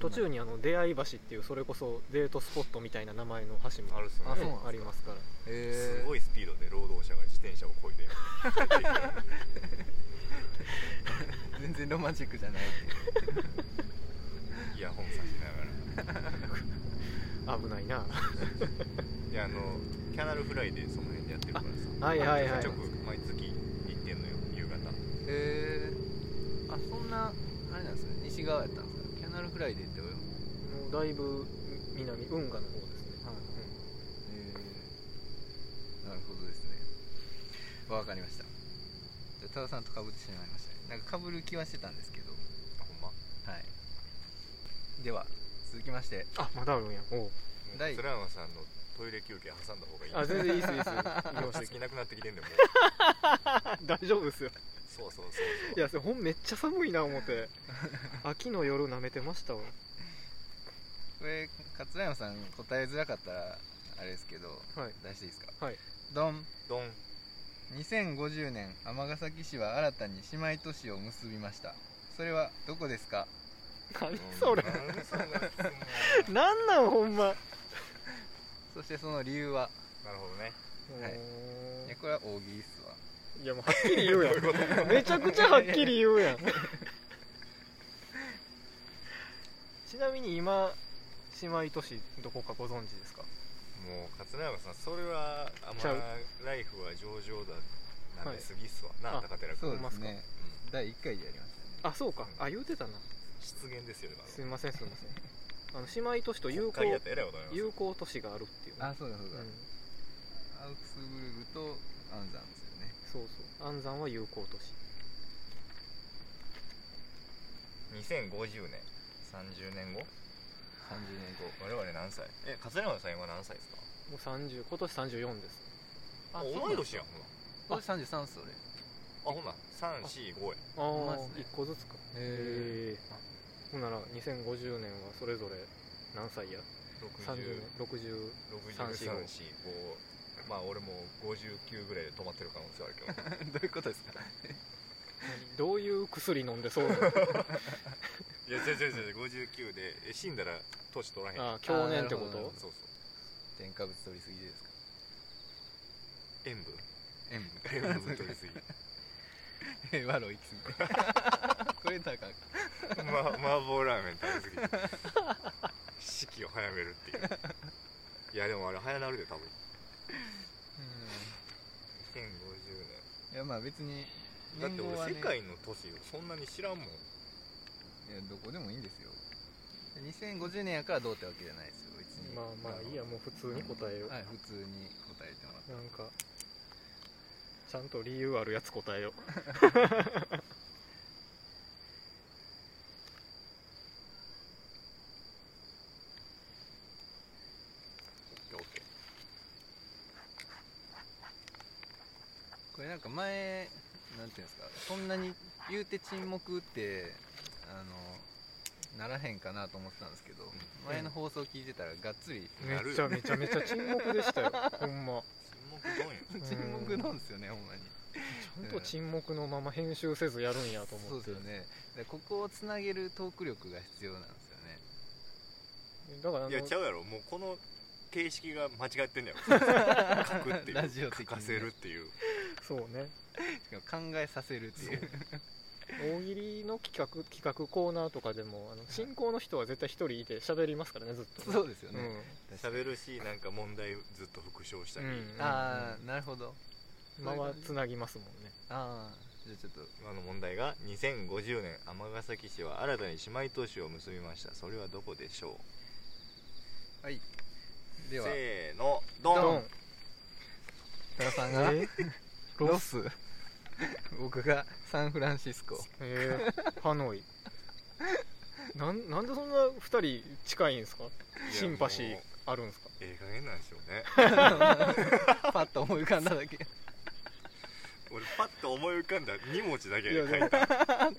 Speaker 3: 途中にあの出会い橋っていうそれこそデートスポットみたいな名前の橋も
Speaker 2: あるっすね
Speaker 1: あそうなんです
Speaker 3: ね
Speaker 1: か
Speaker 3: ありますから
Speaker 1: え
Speaker 2: す
Speaker 1: ー、
Speaker 2: ごいスピードで労働者が自転車をこいで
Speaker 1: 全然ロマンチックじゃないっていう
Speaker 2: イヤホンさしながら
Speaker 3: 危ない
Speaker 2: い
Speaker 3: な
Speaker 2: やあのキャナルフライでその辺でやってるからさ
Speaker 3: はいはい
Speaker 1: あ
Speaker 3: はい
Speaker 2: ちょくちょく毎月行ってんのよ夕方
Speaker 1: えー、あそんなあれなんですね西側やったんですかキャナルフライデーって俺も
Speaker 3: もうだいぶ南運河の方ですね、
Speaker 1: はいえー、な
Speaker 3: うん
Speaker 1: るほどですねわかりましたじゃあ多田さんとかぶってしまいましたねなんかかぶる気はしてたんですけど
Speaker 2: あほんま
Speaker 1: はいでは続きまして
Speaker 3: あまだあるんやおう
Speaker 1: 第
Speaker 2: スラヤマさんのトイレ休憩挟んだ方がいい
Speaker 3: あ全然いいっすいいっす
Speaker 2: もう席なくなってきてんでもう
Speaker 3: 大丈夫ですよ
Speaker 2: そうそうそうそう
Speaker 3: いやそれほんめっちゃ寒いな思って秋の夜舐めてましたわ
Speaker 1: これ勝山さん答えづらかったらあれですけど
Speaker 3: はい
Speaker 1: 出していいですか
Speaker 3: はい
Speaker 1: ドン
Speaker 2: ドン
Speaker 1: 2050年尼崎市は新たに姉妹都市を結びましたそれはどこですか
Speaker 3: 何 それ
Speaker 2: 何そんな質問
Speaker 3: 何なんほんま
Speaker 1: そしてその理由は
Speaker 2: なるほどね
Speaker 1: いいやこれは大喜利っすわ
Speaker 3: いやもうはっきり言うやんめちゃ くちゃはっきり言うやんちなみに今姉妹都市どこかご存知ですか
Speaker 2: もう桂山さんそれはあん
Speaker 3: ちゃう
Speaker 2: まライフは上々だなん
Speaker 3: はい
Speaker 2: で過ぎっすわ、な
Speaker 3: あ
Speaker 2: あ高寺
Speaker 1: そ
Speaker 2: 君
Speaker 1: うですね
Speaker 2: うん
Speaker 1: 第1回でやりましたね
Speaker 3: あそうかあ言うてたな
Speaker 2: 失言ですよね
Speaker 3: すいませんすいませんあの姉妹都市と友好
Speaker 2: 会やったらえらいことになります
Speaker 3: 友好都市があるっていうね
Speaker 1: あそうだそう
Speaker 3: う
Speaker 1: だ、
Speaker 3: ん
Speaker 1: アウクスブルグとアンザンですよね
Speaker 3: そうそう安山は友好都市
Speaker 2: 2050年30年後
Speaker 1: 30年後
Speaker 2: 我々何歳え桂山さん今何歳ですか
Speaker 3: もう30今年34です
Speaker 2: あ
Speaker 1: そう
Speaker 2: 同い年やん
Speaker 1: 今年33っす俺
Speaker 2: ほなあほな345や
Speaker 3: ああ
Speaker 1: ま
Speaker 3: ー、
Speaker 1: ずね
Speaker 3: 1個ずつかへえほんなら2050年はそれぞれ何歳や30年60
Speaker 2: 6345まあ俺も59ぐらいで止まってる可能性あるけ
Speaker 1: ど
Speaker 2: ど
Speaker 1: ういうことですか
Speaker 3: どういう薬飲んでそうなの
Speaker 2: いや違う違う違う59でえ死んだら年取らへん
Speaker 3: あー去年ってこ
Speaker 1: なるほどなるほ
Speaker 3: と
Speaker 1: ど
Speaker 2: そうそう
Speaker 1: 添加物取りすぎですか
Speaker 2: 塩分
Speaker 1: 塩
Speaker 2: 塩分取りすぎ
Speaker 1: 分平和路行き過ぎてこれだかんか
Speaker 2: ま、麻婆ラーメン食べ過ぎて四季を早めるっていういやでもあれ早なるで多分2050
Speaker 1: いやまあ別に
Speaker 2: 年だって
Speaker 1: 年号は
Speaker 2: 俺
Speaker 1: ね
Speaker 2: 世界の都市をそんなに知らんもん
Speaker 1: いやどこでもいいんですよ2050年やからどうってわけじゃないですよ別に
Speaker 3: まあまあいいやもう普通に答えよう、
Speaker 1: はい普通に答えてもらって
Speaker 3: なんかちゃんと理由あるやつ答えよう
Speaker 2: オッケー
Speaker 1: これなんか前なんていうんですかそんなに言うて沈黙ってあのならへんかなと思ってたんですけど、前の放送聞いてたらがっつり
Speaker 2: なる
Speaker 3: めちゃめちゃめちゃ沈黙でしたよほんま
Speaker 2: 沈黙
Speaker 1: 沈黙
Speaker 2: どんや
Speaker 3: ん
Speaker 1: なんですよねほんまに
Speaker 3: ちゃんと沈黙のまま編集せずやるんやと
Speaker 1: そ
Speaker 3: 思
Speaker 1: う
Speaker 3: っ
Speaker 1: ですよ
Speaker 3: て
Speaker 1: ねでここをつなげるトーク力が必要なんですよね
Speaker 3: だからあの
Speaker 2: いやちゃうやろもうこの形式が間違って んねやろ書くっていう
Speaker 1: ラジオ的に
Speaker 2: 書
Speaker 1: ね
Speaker 2: かせるっていう
Speaker 3: そうね
Speaker 1: しかも考えさせるっていう
Speaker 3: 大喜利の企画企画コーナーとかでもあの進行の人は絶対一人いて喋りますからねずっと
Speaker 1: そうですよ
Speaker 3: う
Speaker 1: ね、
Speaker 3: ん
Speaker 1: 確かに
Speaker 2: 喋るしなんか問題ずっと復唱したり、
Speaker 3: うん
Speaker 1: ああなるほど
Speaker 3: 間はつなぎますもんね
Speaker 1: ああじゃあちょっと
Speaker 2: 今の問題が2050年尼崎市は新たに姉妹都市を結びましたそれはどこでしょ
Speaker 1: はい
Speaker 2: う
Speaker 1: では
Speaker 2: せーのドン
Speaker 3: ドン
Speaker 1: 多田さんが
Speaker 3: え
Speaker 1: ロス僕がサンフランシスコ
Speaker 3: えー、ハノイなんなんでそんな二人近いんですかシンパシー
Speaker 2: もう
Speaker 3: あるんですか
Speaker 2: ええ加減なんでしょうね
Speaker 1: パッと思い浮かんだだけ
Speaker 2: 俺パッと思い浮かんだ2文字だけ
Speaker 3: いや
Speaker 2: で書いたい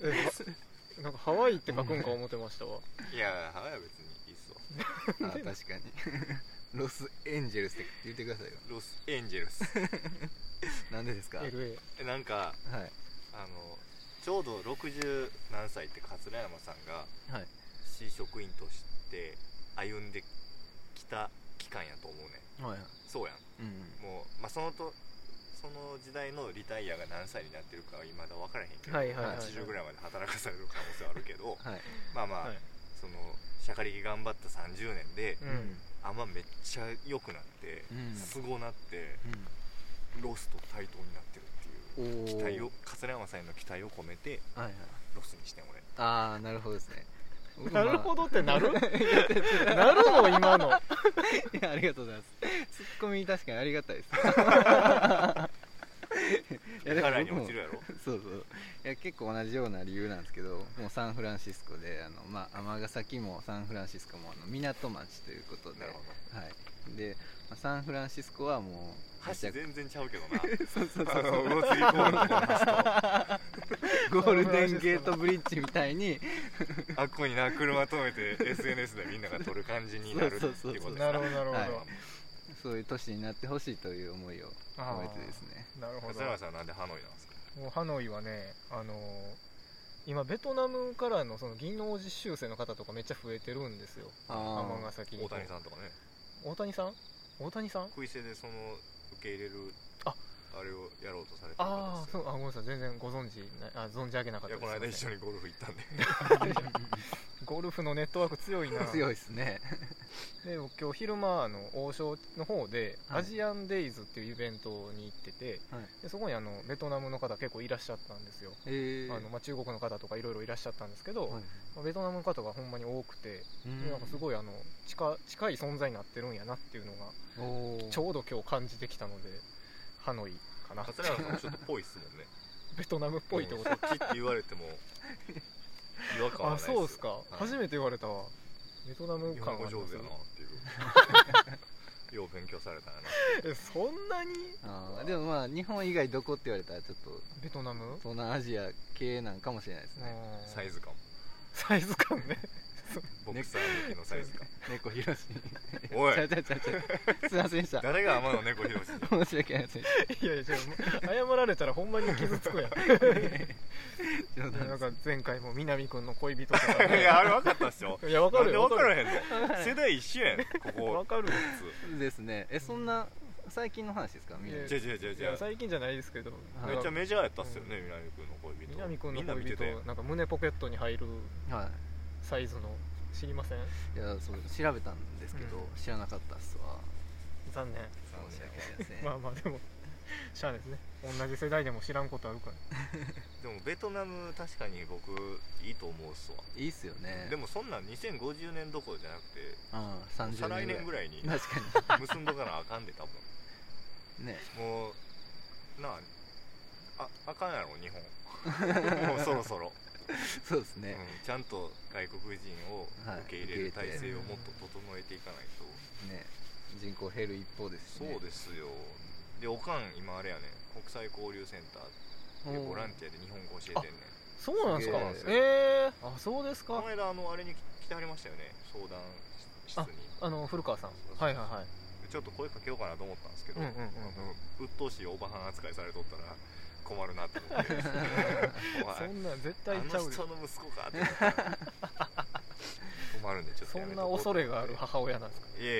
Speaker 3: え なんかハワイって書くんか思ってましたわ
Speaker 2: やいやはや別にいいっすわ
Speaker 1: あー確かに ロスエンジェルスって言ってくださいよ
Speaker 2: ロスエンジェルス
Speaker 1: なんでですかはい
Speaker 3: LA
Speaker 2: えなんかあのちょうど60何歳って桂山さんが
Speaker 1: はい
Speaker 2: 市職員として歩んできた期間やと思うね
Speaker 1: はい
Speaker 2: そうやん
Speaker 1: うん
Speaker 2: もう、まあ、そのとその時代のリタイアが何歳になってるかはいまだ分からへんけど、
Speaker 3: はいはいはい
Speaker 2: 80ぐらいまで働かされる可能性はあるけど
Speaker 1: はい
Speaker 2: まあまあ、
Speaker 3: はい
Speaker 2: その社中力頑張った30年で
Speaker 3: う、ん
Speaker 2: 甘めっちゃ良くなって、
Speaker 1: うん
Speaker 2: すごなってロスと対等になってるっ
Speaker 1: う
Speaker 2: て
Speaker 1: ん
Speaker 2: いう期
Speaker 1: お
Speaker 2: 待
Speaker 1: ー
Speaker 2: を桂山さんへの期待を込めて
Speaker 1: はいはい
Speaker 2: ロスにしてん俺
Speaker 1: ああなるほどですね僕
Speaker 3: なるほどってなる
Speaker 1: まあ
Speaker 3: なるの今の
Speaker 1: いやありがとうございますツッコミ確かにありがたいですいやでも僕も
Speaker 2: 腹に落ちるやろ
Speaker 1: そうそういや結構同じような理由なんですけどもうサンフランシスコであの、まあ、尼崎もサンフランシスコもあの港町ということで
Speaker 2: なるほど
Speaker 1: はい、で、まあサンフランシスコはもう
Speaker 2: 箸
Speaker 1: めち
Speaker 2: 全然ちゃうけどな
Speaker 1: そうそうそう
Speaker 2: あの魚釣りコーナーの箸
Speaker 1: ゃゴールデンゲートブリッジみたいに
Speaker 2: とあっこにな車止めて SNS でみんなが撮る感じになるっていうことです
Speaker 1: そう
Speaker 2: な
Speaker 3: なるほどなるほど、
Speaker 1: はいそういう都市になってほしいという思いを
Speaker 3: あ
Speaker 1: 込
Speaker 3: ー
Speaker 1: めてですね
Speaker 3: なるほど
Speaker 2: 桂山さんはなんでハノイなんですか
Speaker 3: もうハノイはね、あのー今ベトナムからのその技能実習生の方とかめっちゃ増えてるんですよ
Speaker 1: あ
Speaker 3: 尼崎
Speaker 2: 大谷さんとかね
Speaker 3: ん大谷さん大谷さん
Speaker 2: 食いせでその受け入れる
Speaker 3: あ
Speaker 2: あれをやろうとされてる方で
Speaker 3: ああ
Speaker 2: す
Speaker 3: そ
Speaker 2: よ
Speaker 3: うあごめんなさい全然ご存知ないあ存じ上げなかっ
Speaker 2: い
Speaker 3: た
Speaker 2: やこの間一緒
Speaker 3: に
Speaker 2: にゴルフ行ったんで
Speaker 3: ゴルフのネットワーク強い な
Speaker 1: あ強いですね
Speaker 3: で僕今日昼間あの王将の方で、
Speaker 1: はい
Speaker 3: アジアンデイズっていうイベントに行ってて、
Speaker 1: はい
Speaker 3: でそこにあのベトナムの方結構いらっしゃったんですよ、
Speaker 1: えー
Speaker 3: あのまあ、中国の方とかいろいろいらっしゃったんですけど、
Speaker 1: はい
Speaker 3: まあベトナムの方がほんまに多くて、
Speaker 1: うん
Speaker 3: なんかすごいあの近近い存在になってるんやなっていうのが
Speaker 1: おー
Speaker 3: ちょうど今日感じてきたのでハノイかな
Speaker 2: 桂山さんもちょっとぽいっすもんね
Speaker 3: ベトナムっぽいってこと
Speaker 2: もうそっちって言われても違和感はな
Speaker 3: あ
Speaker 2: いですよ
Speaker 3: そうっすか、
Speaker 2: い
Speaker 3: 初めて言われたわベトナム
Speaker 2: 日
Speaker 3: 感
Speaker 2: 本
Speaker 3: は
Speaker 2: 語
Speaker 3: あり
Speaker 2: 上手
Speaker 3: ますよ
Speaker 2: やなっていうよう 勉強されたらな
Speaker 3: えそんなに
Speaker 1: あーでもまあ日本以外どこって言われたらちょっと
Speaker 3: ベトナム
Speaker 1: 東南アジア系なんかもしれないですね
Speaker 3: あー
Speaker 2: サイズ感
Speaker 3: サイズ感ね
Speaker 2: ボクサー向きのサイズ感
Speaker 1: 猫ひろし
Speaker 2: おい
Speaker 1: ちゃうちゃうちゃうちゃうすいませんでした
Speaker 2: 誰が天野猫ひろし
Speaker 1: 申し訳ありませんでし
Speaker 3: いやいやじゃあもう謝られたらほんまに傷つく やん
Speaker 1: た冗談です
Speaker 3: なんか前回も南くんの恋人とか、
Speaker 2: い
Speaker 3: ね、
Speaker 2: やあれ分かったっすよ
Speaker 3: いやわか
Speaker 2: なん
Speaker 3: る
Speaker 2: で
Speaker 3: よ
Speaker 2: 分から
Speaker 3: よ
Speaker 2: へんの世代一緒やんこ
Speaker 3: わ
Speaker 2: こ
Speaker 3: かるよ
Speaker 1: ですねえそんな最近の話ですかみんな
Speaker 3: え
Speaker 2: じゃじゃじゃ
Speaker 3: い
Speaker 2: じゃ
Speaker 3: や最近じゃないですけど
Speaker 1: は
Speaker 2: めっちゃ
Speaker 3: なんか
Speaker 2: メジャーやったっすよね南君の恋人
Speaker 3: 南くん
Speaker 2: み
Speaker 3: の
Speaker 2: んな見
Speaker 3: 恋
Speaker 2: て
Speaker 3: 人
Speaker 2: たやん
Speaker 3: なんか胸ポケットに入る
Speaker 1: は
Speaker 3: サイズの知りません
Speaker 1: いいやそう調べたんですけど、
Speaker 3: うん
Speaker 1: 知らなかったっすわ
Speaker 3: 残念
Speaker 1: 申し訳ありません、
Speaker 3: まあまあでもしゃあないですね同じ世代でも知らんことあるから
Speaker 2: でもベトナム確かに僕いいと思うっすわ
Speaker 1: いいっすよね
Speaker 2: でもそんなん2050年どころじゃなくて
Speaker 1: うん30年
Speaker 2: 再来年ぐ
Speaker 1: い
Speaker 2: らいに
Speaker 1: 確か
Speaker 2: 結んどかなあかんで多分
Speaker 1: にね
Speaker 2: もうなあああかんやろ日本もうそろそろ、
Speaker 1: そうです
Speaker 2: うん
Speaker 1: ね、
Speaker 2: ちゃんと外国人を
Speaker 1: はい
Speaker 2: 受け入れる
Speaker 1: 受け入れ
Speaker 2: 体
Speaker 1: て
Speaker 2: 制をもっと整えていかないと、
Speaker 1: ね人口減る一方ですし、ね、
Speaker 2: そうですよでおかん今あれやね国際交流センターで
Speaker 1: おー
Speaker 2: ボランティアで日本語教えてんね
Speaker 3: そうなんですか
Speaker 1: そうなんですよ
Speaker 3: えー、あそうです
Speaker 2: この
Speaker 3: か
Speaker 2: 間あのあれに来来てはりましたよね相談室に
Speaker 3: あの古川さん
Speaker 2: そうそうそう
Speaker 3: はいはいはい
Speaker 2: ちょっと声かけようかなと思ったんですけど、
Speaker 3: うんうんうん
Speaker 2: あの鬱陶しいおばはん扱いされとったら困るなと思ってお前
Speaker 3: そんな絶
Speaker 2: あ
Speaker 3: 対ちゃ
Speaker 2: の
Speaker 3: うで
Speaker 2: 人の息子かって思ったら困るんでちょっと
Speaker 3: そ
Speaker 2: やめ
Speaker 3: ん
Speaker 2: と
Speaker 3: な
Speaker 2: こう
Speaker 3: 恐れがある母親なんです
Speaker 2: い
Speaker 3: か
Speaker 2: や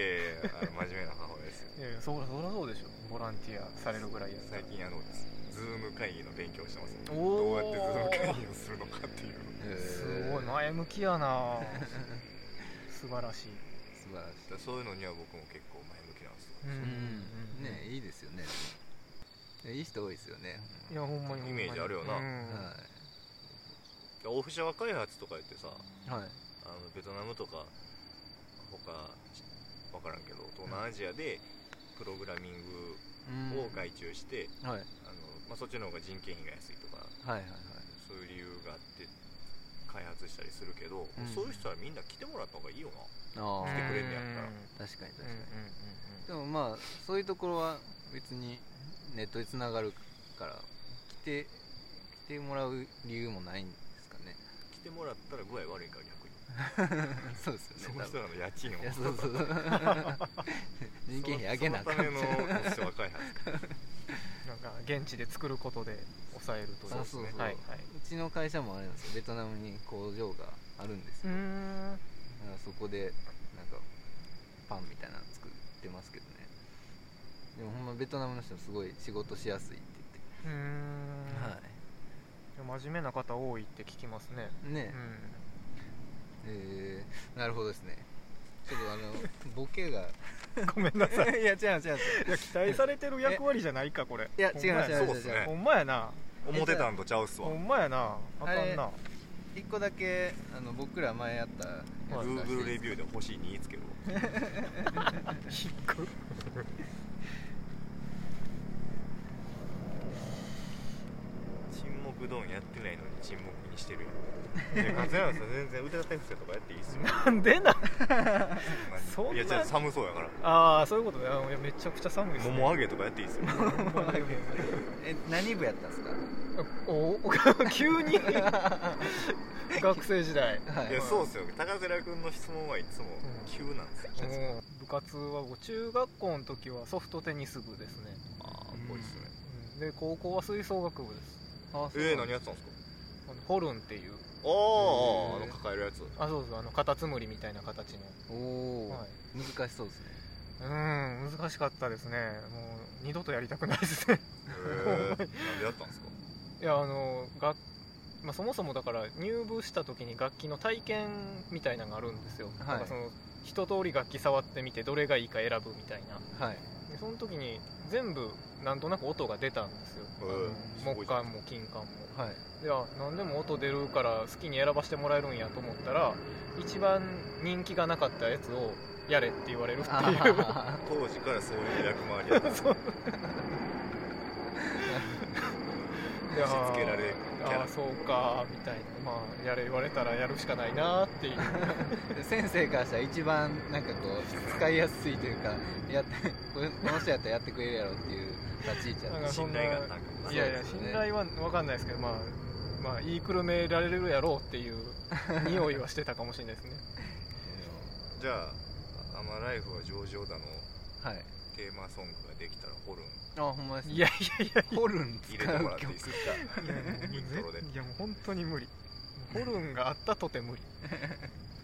Speaker 2: いやいやあの真面目な母親ですよ
Speaker 3: いやいやそらそらそうでしょボランティアされるぐらいやったら
Speaker 2: 最近あのズーム会議の勉強してますどう
Speaker 3: おお
Speaker 2: やってズーム会議をするのかっていう
Speaker 1: へー
Speaker 3: すごい前向きやな 素晴らしい
Speaker 1: 素晴らしい
Speaker 2: だからそういうのには僕も結構前向きなんですよ
Speaker 3: う
Speaker 1: うん
Speaker 3: ん
Speaker 1: ね
Speaker 3: うん
Speaker 1: いいですよねでもいい人多いですよね
Speaker 3: いやほんまにほんまに
Speaker 2: イメージあるよな
Speaker 3: うん
Speaker 1: は
Speaker 2: でオフシャワー開発とか言ってさ
Speaker 1: いはい
Speaker 2: あのベトナムとか他分からんけど東南アジアでプログラミングを外注して、
Speaker 1: はい
Speaker 2: あのまあ、そっちの方が人件費が安いとか
Speaker 1: はいはいはい
Speaker 2: そういう理由があって開発したりするけど、
Speaker 1: うん
Speaker 2: そういう人はみんな来てもらった方がいいよな
Speaker 1: あ
Speaker 3: うん
Speaker 2: 来てく
Speaker 1: あ
Speaker 2: れんねやったら
Speaker 1: 確かに確
Speaker 3: う
Speaker 1: か
Speaker 3: んうんうん
Speaker 1: に
Speaker 3: うん
Speaker 1: でもまあそういうところは別にネットでつながるから来て来てもらう理由もないんですかね
Speaker 2: 来てもらったら具合悪いから逆に
Speaker 1: そうです
Speaker 2: そ
Speaker 1: よね
Speaker 2: の
Speaker 1: 多
Speaker 2: 人
Speaker 1: 分
Speaker 2: らの家賃を
Speaker 1: いやそうそうそう人件費上げなあかん
Speaker 2: そのためのオフシャワー開発
Speaker 3: なんか現地で作ることで抑えるという
Speaker 1: あそうそう
Speaker 3: はいはいう
Speaker 1: ちの会社もあれなんですよベトナムに工場があるんです
Speaker 3: う
Speaker 1: よ、
Speaker 3: ーん
Speaker 1: だからそこでなんかパンみたいなの作ってますけどねでもほんまベトナムの人すごい仕事しやすいって
Speaker 3: うーん
Speaker 1: 言って、
Speaker 3: 真面目な方多いって聞きますね
Speaker 1: はいね
Speaker 3: う、ん
Speaker 1: えー、なるほどですねちょっとあの ボケが
Speaker 3: ごめんなさい
Speaker 1: いや違う違う違う
Speaker 3: いや期待されてる役割じゃないかこれ
Speaker 1: いや違う
Speaker 3: ほんま
Speaker 1: 違う違
Speaker 2: そううっ
Speaker 1: 違
Speaker 2: す
Speaker 1: う、
Speaker 2: ね
Speaker 3: ほんまやな
Speaker 2: 思ってたんとちゃうっす わ
Speaker 3: ほんまやなあか
Speaker 1: あれ
Speaker 3: んな
Speaker 1: 一個だけあの僕ら前やったやつらしいです
Speaker 2: Google レビューで欲しいに つけど
Speaker 3: 引っく
Speaker 2: 沈黙ドンやってないのに沈黙にしてるやんいや勝山さん全然腕立て伏せとかやっていいっすよ
Speaker 3: なんでな
Speaker 2: マジで
Speaker 3: そんない
Speaker 2: やじゃあ寒そうやから
Speaker 3: ああそういうことねあのいやめちゃくちゃ寒いですね
Speaker 2: 桃揚げとかやっていいっ すよ
Speaker 1: え何部やったんですか
Speaker 3: おお急に学生時代
Speaker 1: はい
Speaker 2: いやそうっすよ高寺君の質問はいつも急なんですよ、
Speaker 3: もう部活はもう中学校の時はソフトテニス部ですね
Speaker 2: ああ
Speaker 1: うん
Speaker 2: こいつね
Speaker 3: うんで高校は吹奏楽部です
Speaker 1: あそう
Speaker 2: えー、何やってたんですか
Speaker 3: あのホルンっていう
Speaker 2: あー
Speaker 1: へ
Speaker 2: あー
Speaker 1: ー
Speaker 2: あの抱えるやつ
Speaker 3: あそうそうあのカタツムリみたいな形
Speaker 1: お
Speaker 3: の、
Speaker 1: お、
Speaker 3: はい、
Speaker 1: 難しそうですね
Speaker 3: うん難しかったですねもう二度とやりたくないですね
Speaker 2: へえなんでやったんですか
Speaker 3: いやあの楽、まあ、そもそもだから入部した時に楽器の体験みたいなのがあるんですよ、
Speaker 1: はい
Speaker 3: なんかその一通り楽器触ってみてどれがいいか選ぶみたいな
Speaker 1: はい
Speaker 3: でその時に全部なんとなく音が出たんですよ、
Speaker 2: へえ
Speaker 3: あの木管も金管も
Speaker 1: はい
Speaker 3: いや何でも音出るから好きに選ばせてもらえるんやと思ったら一番人気がなかったやつをやれって言われるっていう
Speaker 1: あ
Speaker 2: 当時からそういう役回りやった
Speaker 3: そういやー
Speaker 2: 押し付けられるキャ
Speaker 3: あ
Speaker 2: ラ
Speaker 3: あそうかみたいなまあやれ言われたらやるしかないなっていう
Speaker 1: ーで先生からしたら一番なんかこう使いやすいというかやってこれこの人やったらやってくれるやろっていう立ち位置やった
Speaker 3: なんかそ
Speaker 2: 信
Speaker 3: んな
Speaker 2: 頼があったんかもない
Speaker 3: やいや
Speaker 1: そうですね
Speaker 3: 信頼は分かんないですけどまあまあ言いくるめられるやろうっていう匂いはしてたかもしれ ないですね
Speaker 2: じゃあ「アマライフは上々だ」の
Speaker 1: はい
Speaker 2: テーマソングができたらホルン
Speaker 1: あほんまです
Speaker 3: いやいやいや
Speaker 1: ホルン
Speaker 2: 入
Speaker 1: 使
Speaker 2: れ
Speaker 1: う
Speaker 2: てもらっていい
Speaker 1: 曲
Speaker 2: ですか
Speaker 3: いやもう
Speaker 2: イントロで
Speaker 3: ぜいやもう本当に無理ホルンがあったとて 無理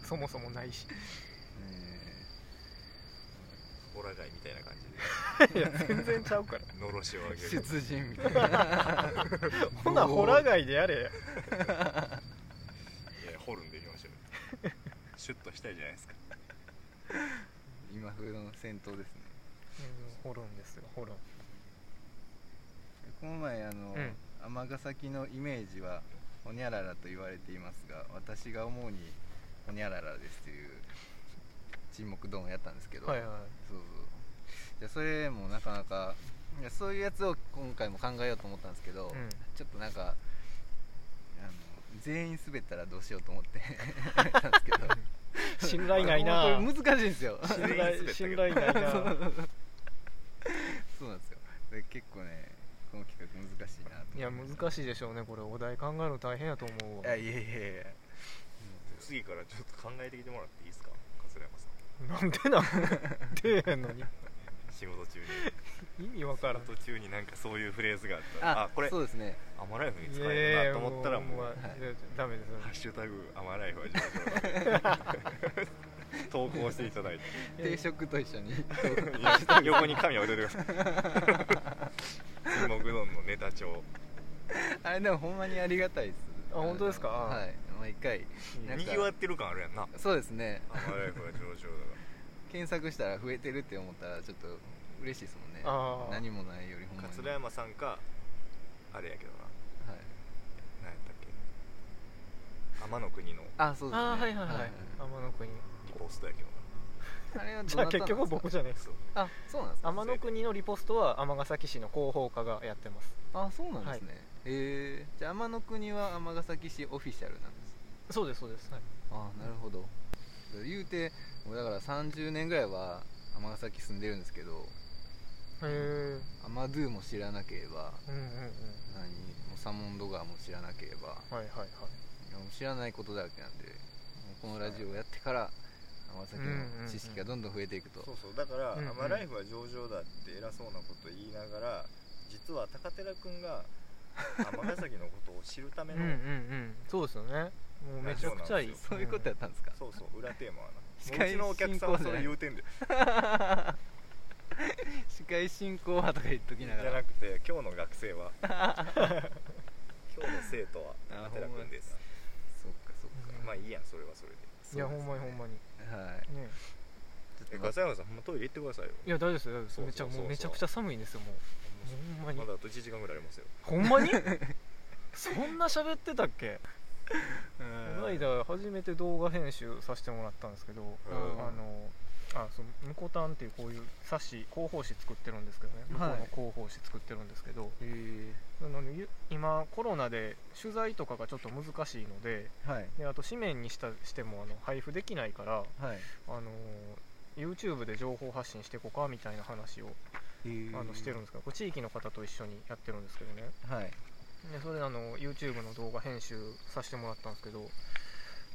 Speaker 3: そもそもないし
Speaker 2: オラガイみたいな感じで
Speaker 3: いや全然ちゃう から
Speaker 2: のろしを上げる
Speaker 1: 出陣みたいな
Speaker 3: ほなホラガイでやれや
Speaker 2: いやホルンでいきましょうよシュッとしたいじゃないですか
Speaker 1: 今風の戦闘ですね
Speaker 3: ホルンですよホルン
Speaker 1: この前あの
Speaker 3: うん
Speaker 1: 尼、崎のイメージはホニャララと言われていますが私が思うにホニャララですという沈黙ドンをやったんですけど、
Speaker 3: はいはい
Speaker 1: そうそうじゃあそれもなかなかいやそういうやつを今回も考えようと思ったんですけど、
Speaker 3: うん
Speaker 1: ちょっとなんかあの全員滑ったらどうしようと思って やったんですけど
Speaker 3: 信頼ないな
Speaker 1: これ難しいんですよ
Speaker 2: 信
Speaker 3: 信頼信頼ない な
Speaker 1: そうそうなんですよで結構ねこの企画難しいなと思って
Speaker 3: いや難しいでしょうねこれお題考えるの大変やと思うわ
Speaker 1: いやいやいやいや
Speaker 2: 次からちょっと考えてきてもらっていいですか桂山さん
Speaker 3: なんでなん出えへんのに
Speaker 2: 仕事中に
Speaker 3: 意味わからん
Speaker 2: 仕事中になんかそういうフレーズがあったらあこれ
Speaker 1: そうですね
Speaker 2: アマライフに使
Speaker 3: い
Speaker 2: え
Speaker 3: やい
Speaker 2: る
Speaker 3: や
Speaker 2: なと思ったらもう
Speaker 3: ほんまいやダメです
Speaker 2: 「ハッシュタグアマライフは上々」投稿していただいて
Speaker 1: 定食と一緒に
Speaker 2: 横に紙を置いといてください沈黙丼のネタ帳
Speaker 1: あれでもほんまにありがたいです
Speaker 3: あ本当ですか
Speaker 1: あのはい毎回なんか
Speaker 2: にぎわってる感あるやんな
Speaker 1: そうですね
Speaker 2: アマライフは上々だ
Speaker 1: 検索したら増えてるって思ったらちょっと嬉しいですもんね
Speaker 3: ああ
Speaker 1: 何もないよりほんま
Speaker 2: から
Speaker 1: に
Speaker 2: 桂山さんかあれやけどな
Speaker 1: はい
Speaker 2: 何やったっけ天の国の
Speaker 1: あそうですね
Speaker 3: あーはいはいはい天の国
Speaker 2: リポストやけど
Speaker 1: あれはどなたなんです
Speaker 3: じ
Speaker 1: か
Speaker 3: ゃあ結局僕じゃない
Speaker 2: な
Speaker 3: です
Speaker 2: そう
Speaker 1: あそうなんですか
Speaker 3: 天の国のリポストは尼崎市の広報課がやってます
Speaker 1: あそうなんですねえーじゃあ天の国は尼崎市オフィシャルなんです
Speaker 3: そうですそうです、はい、
Speaker 1: ああなるほど言うてもうだから30年ぐらいは尼崎住んでるんですけど
Speaker 3: へえ
Speaker 1: アマドゥも知らなければ
Speaker 3: うんうんうん
Speaker 1: 何もうサモンド川も知らなければ
Speaker 3: はいはいはい
Speaker 1: いやもう知らないことだらけなんでもうこのラジオをやってから尼崎の知識がどんどん増えていくと、
Speaker 2: そうそうだから「
Speaker 3: うんうん
Speaker 2: アマライフは上々だ」って偉そうなこと言いながら実は高寺君が尼崎のことを知るため
Speaker 3: うん
Speaker 2: の、
Speaker 3: うんうんそうですよねもうめちゃくちゃいい
Speaker 2: ラジオなんです
Speaker 1: そういうことやったんですか、
Speaker 2: そうそう裏テーマは
Speaker 1: 司
Speaker 2: な
Speaker 1: 会
Speaker 2: うちのお客さんはそれ言うてんで
Speaker 1: 司会進行はとか言っとき
Speaker 2: じ
Speaker 1: ながら
Speaker 2: ゃなくて今日の学生 は今日の生徒は
Speaker 1: あ
Speaker 2: 高寺君です
Speaker 1: そっかそっか
Speaker 3: うん
Speaker 2: まあいいやんそれはそれで
Speaker 3: いやほんまにほんまに
Speaker 1: はい
Speaker 3: ね
Speaker 1: ちょっと
Speaker 2: え
Speaker 1: ま
Speaker 2: 笠山さんほんまトイレ行ってくださいよ
Speaker 3: いや大丈夫ですよ大丈夫です
Speaker 2: そう
Speaker 3: めちゃ
Speaker 2: そうそう
Speaker 3: も
Speaker 2: そう
Speaker 3: うめちゃくちゃ寒いんですよもうほんまに
Speaker 2: まだあと1時間ぐらいありますよ
Speaker 3: ほんま にそんな喋ってたっけこの
Speaker 1: うん
Speaker 3: 間初めて動画編集させてもらったんですけど、
Speaker 2: ん
Speaker 3: あのあそう向こうたんっていうこういう冊子広報誌作ってるんですけどね向こ
Speaker 1: はいう
Speaker 3: の広報誌作ってるんですけど、
Speaker 1: へえ
Speaker 3: あのゆ今コロナで取材とかがちょっと難しいので
Speaker 1: はい
Speaker 3: であと紙面にしたしてもあの配布できないから、
Speaker 1: はい
Speaker 3: あの YouTube で情報発信していこうかみたいな話をあのしてるんですけどこれ地域の方と一緒にやってるんですけどね
Speaker 1: はい
Speaker 3: でそれであの YouTube の動画編集させてもらったんですけど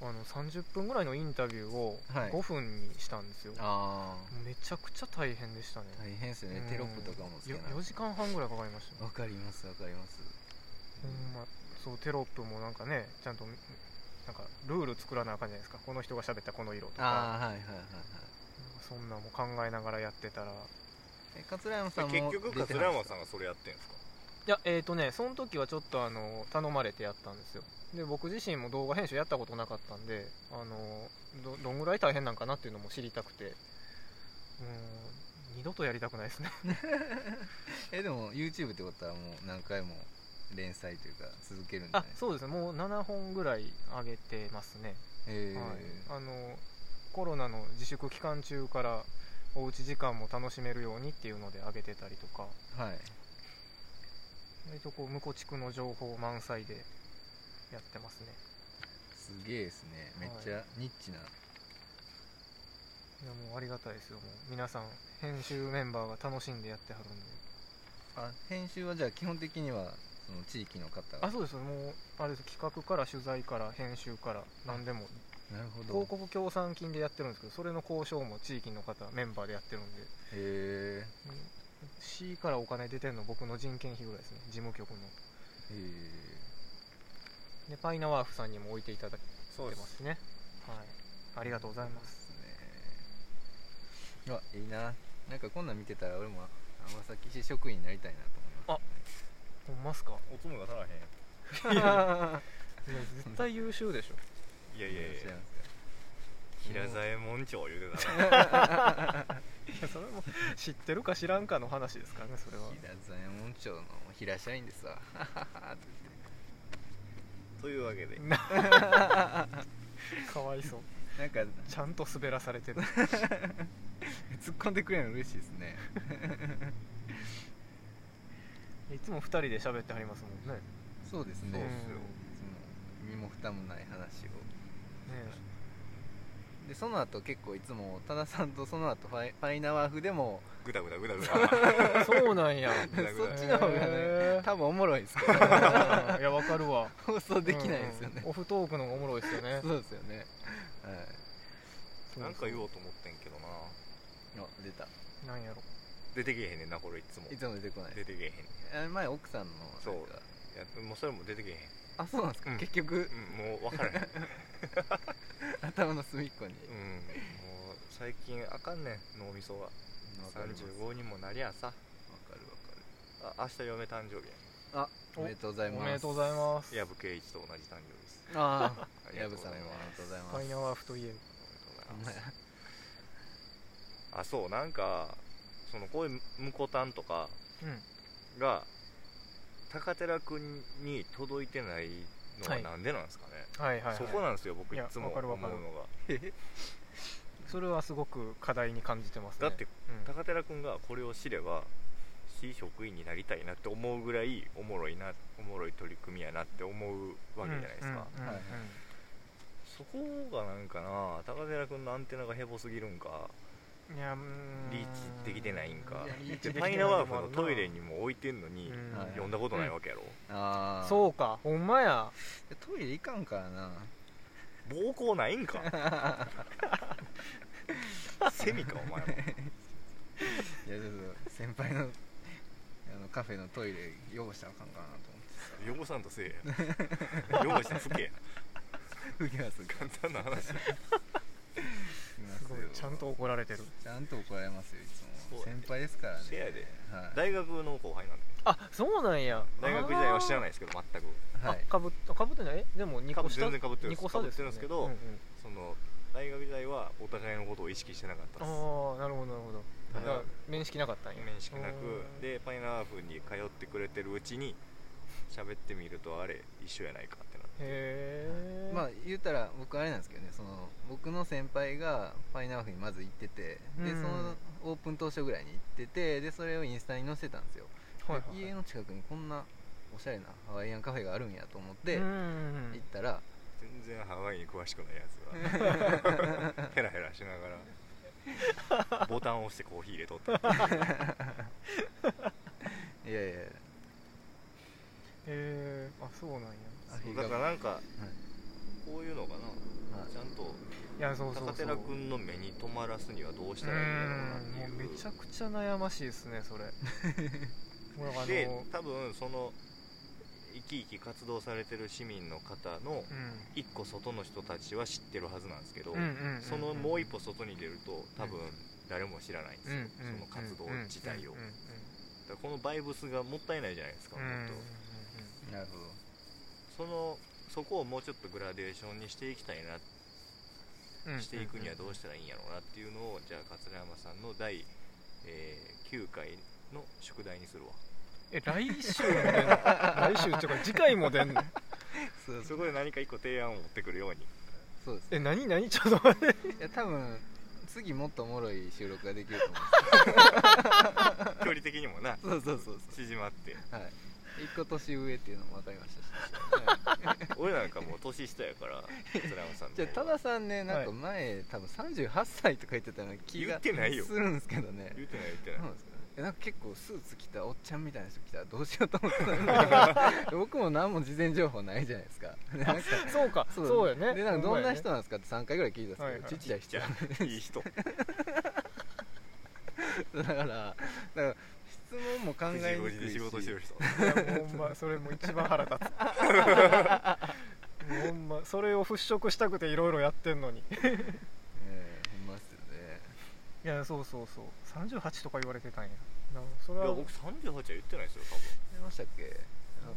Speaker 3: あの30分ぐらいのインタビューを
Speaker 1: はい
Speaker 3: 5分にしたんですよ、
Speaker 1: ああ
Speaker 3: めちゃくちゃ大変でしたね、
Speaker 1: 大変ですよね
Speaker 3: うん
Speaker 1: テロップとかもつけ
Speaker 3: よ
Speaker 1: ない
Speaker 3: 4時間半ぐらいかかりましたよ
Speaker 1: わかりますわかります
Speaker 3: ほんまそうテロップもなんかねちゃんとなんかルール作らなあかんじゃないですかこの人が喋ったこの色とか
Speaker 1: ああはいはいはいはい
Speaker 3: そんなんも考えながらやってたら
Speaker 1: え桂山さんも
Speaker 2: 結局
Speaker 1: 出て
Speaker 2: 桂
Speaker 1: はる
Speaker 2: 山さんがそれやってんですか
Speaker 3: いやえー、とねその時はちょっとあの頼まれてやったんですよで僕自身も動画編集やったことなかったんであのどどんぐらい大変なんかなっていうのも知りたくてうーん二度とやりたくないですね
Speaker 1: えでも YouTube ってことはもう何回も連載というか続けるんじゃ
Speaker 3: あ
Speaker 1: ない
Speaker 3: そうですねもう7本ぐらい上げてますね、
Speaker 1: へえ
Speaker 3: はい、あのコロナの自粛期間中からおうち時間も楽しめるようにっていうので上げてたりとか
Speaker 1: はい
Speaker 3: 割とこう向こう地区の情報満載でやってますね
Speaker 1: すげえですねめっちゃニッチない
Speaker 3: やもうありがたいですよもう皆さん編集メンバーが楽しんでやってはるんで
Speaker 1: あ編集はじゃあ基本的にはその地域の方が
Speaker 3: あそうですもうあれです企画から取材から編集から何でも
Speaker 1: なるほど
Speaker 3: 広告協賛金でやってるんですけどそれの交渉も地域の方メンバーでやってるんで
Speaker 1: へえ
Speaker 3: うん C からお金出てるの僕の人件費ぐらいですね事務局の
Speaker 1: へえ
Speaker 3: でパイナワーフさんにも置いていただいて
Speaker 2: そ
Speaker 3: ますねはいありがとうございます
Speaker 1: ねあいいななんかこんなん見てたら俺も尼崎市職員になりたいなと思い
Speaker 3: ほんますか
Speaker 2: おつむが足らへん
Speaker 3: いや絶対優秀でしょ
Speaker 2: いやいやい
Speaker 1: ます
Speaker 2: や
Speaker 1: ね
Speaker 2: 平左衛門町言うてたな
Speaker 3: いやそれも知ってるか知らんかの話ですからねそれは
Speaker 1: 平左衛門町の平社員ですわ
Speaker 2: というわけで
Speaker 3: かわいそう
Speaker 1: なんか
Speaker 3: ちゃんと滑らされてる
Speaker 1: 突っ込んでくれるの嬉しいですね
Speaker 3: いつも2人で喋ってはりますもんねね
Speaker 1: そうですね
Speaker 2: そうっ
Speaker 3: ん
Speaker 2: すよ
Speaker 1: その身も蓋もない話を
Speaker 3: え
Speaker 1: でその後結構いつも多田さんとその後ファイファイナワーフでも
Speaker 2: グダグダグダ グダ
Speaker 3: そうな んや
Speaker 2: ぐだぐだ
Speaker 1: そっちの方が
Speaker 3: へ
Speaker 1: ね
Speaker 3: ー
Speaker 1: 多分おもろいですけど
Speaker 3: いやわかる わ
Speaker 1: 放送できないですよね
Speaker 3: うん、うんオフトークの方がおもろいですよね
Speaker 1: そうですよねはい
Speaker 2: なんか言おうと思ってんけどな
Speaker 1: あ出た
Speaker 3: なんやろ
Speaker 2: 出てけえへんねんなこれいつも
Speaker 1: いつも出てこない
Speaker 2: 出てけえへん
Speaker 1: あ前奥さんの
Speaker 2: そう
Speaker 1: なんか
Speaker 2: いやもうそれも出てけえ
Speaker 1: あそうなんですか、
Speaker 2: うん
Speaker 1: 結局
Speaker 2: へん、うん、もう分 からへん、うん、も
Speaker 1: 頭の隅っこに
Speaker 2: う最近あかんねん脳みそが
Speaker 1: わかりますわ
Speaker 2: 35にもなりゃさ
Speaker 1: かる
Speaker 2: あ明日嫁誕生日や
Speaker 1: わかるあ
Speaker 3: お
Speaker 1: おめでとうござい
Speaker 3: お
Speaker 1: ます
Speaker 3: めでとうございます
Speaker 2: 矢部圭一と同じ誕生日です
Speaker 1: ああ
Speaker 2: ありが
Speaker 1: 矢
Speaker 2: と
Speaker 1: 部
Speaker 2: う
Speaker 1: さ
Speaker 2: ご
Speaker 1: ん
Speaker 2: ざい
Speaker 1: もおめで
Speaker 2: ます
Speaker 1: とうござい
Speaker 3: フ
Speaker 1: ま
Speaker 3: ァイ
Speaker 1: す
Speaker 3: ナーワーフといえば
Speaker 2: おめでとうございますあそうなんかそのこういうむこたんとか
Speaker 3: うん
Speaker 2: が高寺君に届いてないのはなんでなんですかね、
Speaker 3: はいはい、はい、
Speaker 2: そこなんですよ僕
Speaker 3: い
Speaker 2: い
Speaker 3: や
Speaker 2: つも
Speaker 3: わかる
Speaker 2: 思
Speaker 3: わ
Speaker 2: う
Speaker 3: か
Speaker 2: の
Speaker 3: る
Speaker 2: が
Speaker 3: それはすごく課題に感じてますね
Speaker 2: だって
Speaker 3: うん
Speaker 2: 高寺君がこれを知れば市職員になりたいなって思うぐらいおもろいなおもろい取り組みやなって思うわけじゃないですか、
Speaker 3: うんうんうん
Speaker 1: はい
Speaker 2: そこがなんかな高寺君のアンテナがヘボすぎるんか
Speaker 3: うんいやうーん
Speaker 2: リーチできてないんか
Speaker 1: いやリーチ
Speaker 2: で
Speaker 1: できて
Speaker 2: パ
Speaker 1: ない
Speaker 2: イナワーフのトイレにも置いてんの
Speaker 3: う
Speaker 2: に、
Speaker 3: ん
Speaker 1: はい
Speaker 2: 呼んだことないわけやろ、
Speaker 1: ああ
Speaker 3: そうかほんまや
Speaker 1: トイレ行かんからな
Speaker 2: 暴行ない んかセミかお前も
Speaker 1: いやちょっと先輩のあのカフェのトイレ汚したらあかんかなと思って
Speaker 2: 汚さんとせえや汚したら拭けや
Speaker 1: すぎます
Speaker 2: 簡単な話
Speaker 3: すごいちゃんと怒られてる
Speaker 1: ちゃんと怒られますよいつも
Speaker 2: そうやで
Speaker 1: 先輩ですからね
Speaker 2: せやで
Speaker 1: はい
Speaker 2: 大学の後輩なんで
Speaker 3: あそうなんや
Speaker 2: 大学時代は知ら
Speaker 3: い
Speaker 2: ないですけど全く
Speaker 1: はい
Speaker 3: あかぶっかぶってないえでも2
Speaker 2: かぶ
Speaker 3: 個
Speaker 2: 全
Speaker 3: 下
Speaker 2: 然かぶってる
Speaker 3: 2個差ですよ
Speaker 2: かぶってるん
Speaker 3: ね
Speaker 2: ですけど
Speaker 3: うんうん
Speaker 2: その大学時代はお互いのことを意識してなかった
Speaker 3: ああ
Speaker 2: です
Speaker 3: なるほどなるほどだから面識なかったんや
Speaker 2: 面識なく
Speaker 3: うん
Speaker 2: でパイナーフに通ってくれてるうちに喋ってみるとあれ一緒やないかってなって
Speaker 3: へえ
Speaker 1: まあ言ったら僕あれなんですけどねその僕の先輩がファイナーフにまず行ってて、で
Speaker 3: うん
Speaker 1: そのオープン当初ぐらいに行っててでそれをインスタに載せたんですよ、
Speaker 3: はい
Speaker 1: で家の近くにこんなおしゃれなハワイアンカフェがあるんやと思って
Speaker 3: で
Speaker 1: 行ったら、
Speaker 2: 全然ハワイに詳しくないや つがヘラヘラしながらボタンを押してコーヒー入れとった
Speaker 1: いやいや
Speaker 3: へえあそうなんや
Speaker 1: アフィ
Speaker 2: だ
Speaker 1: ガ
Speaker 2: からなんか
Speaker 1: はい
Speaker 2: こういうのかな
Speaker 1: はい
Speaker 2: ちゃんと
Speaker 3: いやそうそう
Speaker 2: 高
Speaker 3: そう
Speaker 2: 寺君の目に留まらすにはどうしたらいいんだろうなっ
Speaker 3: う
Speaker 2: て
Speaker 3: んも
Speaker 2: いう
Speaker 3: うめちゃくちゃ悩ましいですね それもうあの
Speaker 2: で多分その生き生き活動されてる市民の方の一個外の人たちは知ってるはずなんですけど、
Speaker 3: うんうんうんうん
Speaker 2: そのもう一歩外に出ると多分誰も知らないんです
Speaker 3: うん
Speaker 2: よ、
Speaker 3: うん
Speaker 2: その活動自体を、
Speaker 3: うんうんうん
Speaker 2: だからこのバイブスがもったいないじゃないですか、
Speaker 3: うん
Speaker 2: もっと
Speaker 1: なるほ
Speaker 2: そのそこをもうちょっとグラデーションにしていきたいな、
Speaker 3: うんうん
Speaker 2: していくにはどうしたらいいんやろうなっていうのをじゃあ桂山さんの第、え9回の宿題にするわ
Speaker 3: え来週も出んの来週っていうか次回も 出んの
Speaker 1: どそ
Speaker 2: そうこで何か一個提案を持ってくる ように
Speaker 1: そうです
Speaker 3: え何何ちょっと待って
Speaker 1: いや多分次もっとおもろい収録ができると思
Speaker 2: 距離的にもな
Speaker 1: うんですそうそうそうそ
Speaker 2: 縮まって
Speaker 1: うはい一個年上っていうのも分かりましたし、 はい
Speaker 2: 俺なんかもう年下やから桂山さんの
Speaker 1: じゃあ多田さんねなんか
Speaker 3: は
Speaker 1: 前、多分38歳とか言ってたような気が
Speaker 2: 言ってないよ
Speaker 1: するんですけどね
Speaker 2: 言うてない言うて
Speaker 1: そう
Speaker 2: ない
Speaker 1: なんですかねえなんか結構スーツ着たおっちゃんみたいな人来たらどうしようと思ってたんです けど僕も何も事前情報ないじゃないですかなんか
Speaker 3: そうかそうやね
Speaker 1: でなんかどんな
Speaker 3: そ
Speaker 1: 人なんですかって3回ぐらい聞いたんですけど、
Speaker 3: はいはい
Speaker 1: ちっちゃい
Speaker 2: じ
Speaker 1: 人
Speaker 2: ゃあいい人
Speaker 1: だからだから質問も考
Speaker 2: 考
Speaker 1: え
Speaker 2: え
Speaker 1: に
Speaker 2: に
Speaker 1: く
Speaker 2: く
Speaker 1: い
Speaker 2: い
Speaker 1: し
Speaker 2: 仕事してる人
Speaker 3: うやねいやもうほんまそれもう一番腹立 つもうほんまそれを払拭したくていろいろやってんのに
Speaker 1: ええほんまっすよね
Speaker 3: いやそうそうそう38とか言われてたんやなそれ
Speaker 2: い
Speaker 3: は
Speaker 2: や僕38は言ってないですよ
Speaker 1: 出ましたっけなんか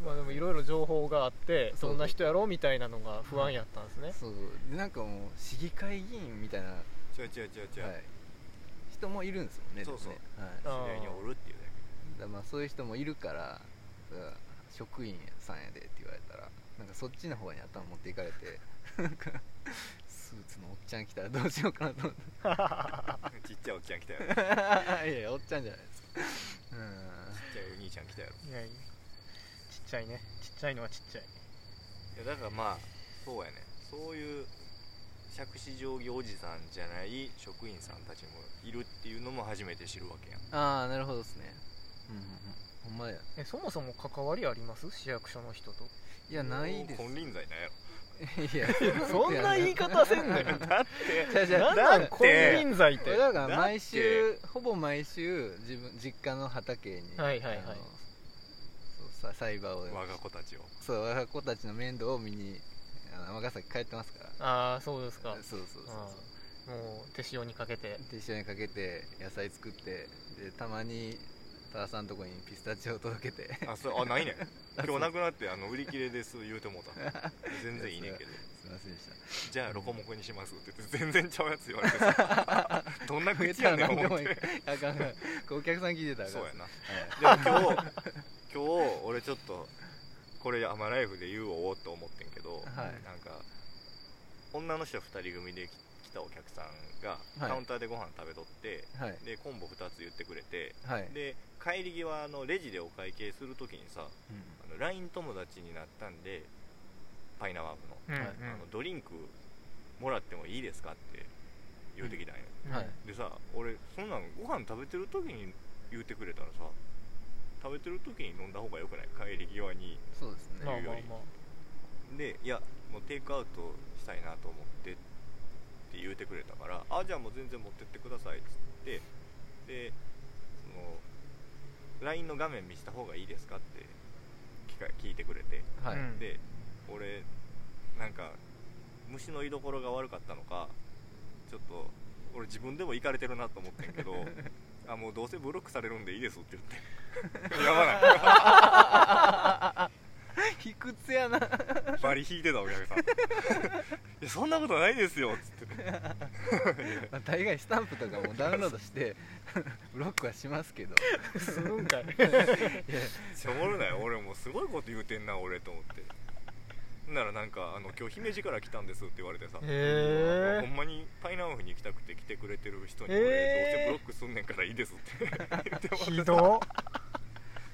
Speaker 3: まあでもいろいろ情報があって
Speaker 1: そうそう
Speaker 3: そんな人やろみたいなのが不安やったんですね
Speaker 1: そうそうでなんかもう市議会議員みたいな、は
Speaker 2: 多分違う違う違う違う、
Speaker 1: い、人もいるんですもんね
Speaker 2: そうそう
Speaker 1: でもねはい、
Speaker 3: あ
Speaker 2: 知り合いにおるっていうだ
Speaker 1: だまあそういう人もいるからうん職員さんやでって言われたらなんかそっちの方に頭持っていかれてなんかスーツのおっちゃん来たらどうしようかなと思
Speaker 2: けちっちゃいおっちゃん来たやろちっ
Speaker 1: って いやいやおっちゃんじゃないですか
Speaker 2: ちゃいお兄ちゃん来たやろ
Speaker 3: いやいやちっちゃいねちっちゃいのはちっちゃい
Speaker 2: いやだからまあそうやねそういう杓子定規おじさんじゃない職員さんたちもいるっていうのも初めて知るわけやん
Speaker 1: うんああなるほどですねうんうんうんほんまや
Speaker 3: えそもそも関わりあります市役所の人と
Speaker 1: いやないです
Speaker 2: 金輪際ないやろ
Speaker 1: いや
Speaker 3: そんな言い方せんねん
Speaker 2: だって
Speaker 1: じゃじゃ
Speaker 3: なんなん
Speaker 2: だっ
Speaker 3: 金
Speaker 2: て
Speaker 3: 輪際って
Speaker 1: これだから
Speaker 2: だって
Speaker 1: 毎週ほぼ毎週自分実家の畑に
Speaker 3: はいはいはい
Speaker 1: あのそうさ栽培を
Speaker 2: 我が子たちを
Speaker 1: そう我が子たちの面倒を見にあの尼崎帰ってますから
Speaker 3: ああそうですか
Speaker 1: そうそうそうそ
Speaker 3: あーもう手塩にかけて
Speaker 1: うで一緒にかけて野菜作ってでたまに多田さんのとこにピスタチオを届けて
Speaker 2: あそれあないねん今日なくなってあの売り切れです言うてもうた全然いいねんけど
Speaker 1: すいませんでした
Speaker 2: じゃあロコモコにしますって言って全然ちゃうやつ言われてさ どんな口やねん
Speaker 1: 何で
Speaker 2: 思
Speaker 1: も
Speaker 2: っ
Speaker 1: いい
Speaker 2: て
Speaker 1: あかんあかんこれお客さん聞いてたらあかん
Speaker 2: そう
Speaker 1: はい
Speaker 2: やなでも今日今日 俺ちょっとこれ「アマライフ」で言おうと思ってんけ
Speaker 1: は
Speaker 2: ど、
Speaker 1: い
Speaker 2: なんか女の人2人組で来来たお客さんが
Speaker 1: はい
Speaker 2: カウンターでご飯食べとって、
Speaker 1: はい
Speaker 2: でコンボ2つ言ってくれて
Speaker 1: はい、
Speaker 2: で帰り際のレジでお会計するときに
Speaker 1: う
Speaker 2: さ
Speaker 1: ん
Speaker 2: あの LINE 友達になったんでパイナワーブの,、
Speaker 3: うん
Speaker 2: あのドリンクもらってもいいですかって言うてきたんよ、
Speaker 3: うん
Speaker 1: はい
Speaker 2: でさ俺そんなんご飯食べてる時に言うてくれたらさ食べてる時に飲んだ方がよくない帰り際に
Speaker 1: そうです
Speaker 3: まあ
Speaker 1: ね
Speaker 3: まあま
Speaker 2: でいやもうテイクアウトしたいなと思ってって言うてくれたからあじゃあもう全然持ってってくださいっつってでその LINE の画面見せた方がいいですかって聞か聞いてくれて
Speaker 1: はい、
Speaker 3: うん
Speaker 2: で俺なんか虫の居所が悪かったのかちょっと俺自分でも行かれてるなと思ってんけ どあもうどうせブ ロックされるんでいいですって言ってやばない
Speaker 1: ひ卑屈やな
Speaker 2: バリ引いてたお客さん いやそんなことないですよっつって
Speaker 1: まあ大概スタンプとかもダウンロードして ブロックはしますけど
Speaker 3: するんかい
Speaker 2: しょぼるなよ俺もうすごいこと言うてんな俺と思ってほんならなんかあの今日姫路から来たんですって言われてさ、
Speaker 3: へー
Speaker 2: ほんまにパイナオフに行きたくて来てくれてる人に俺どうせ
Speaker 3: へー
Speaker 2: ブロックすんねんからいいですって言ってもらって
Speaker 3: ひど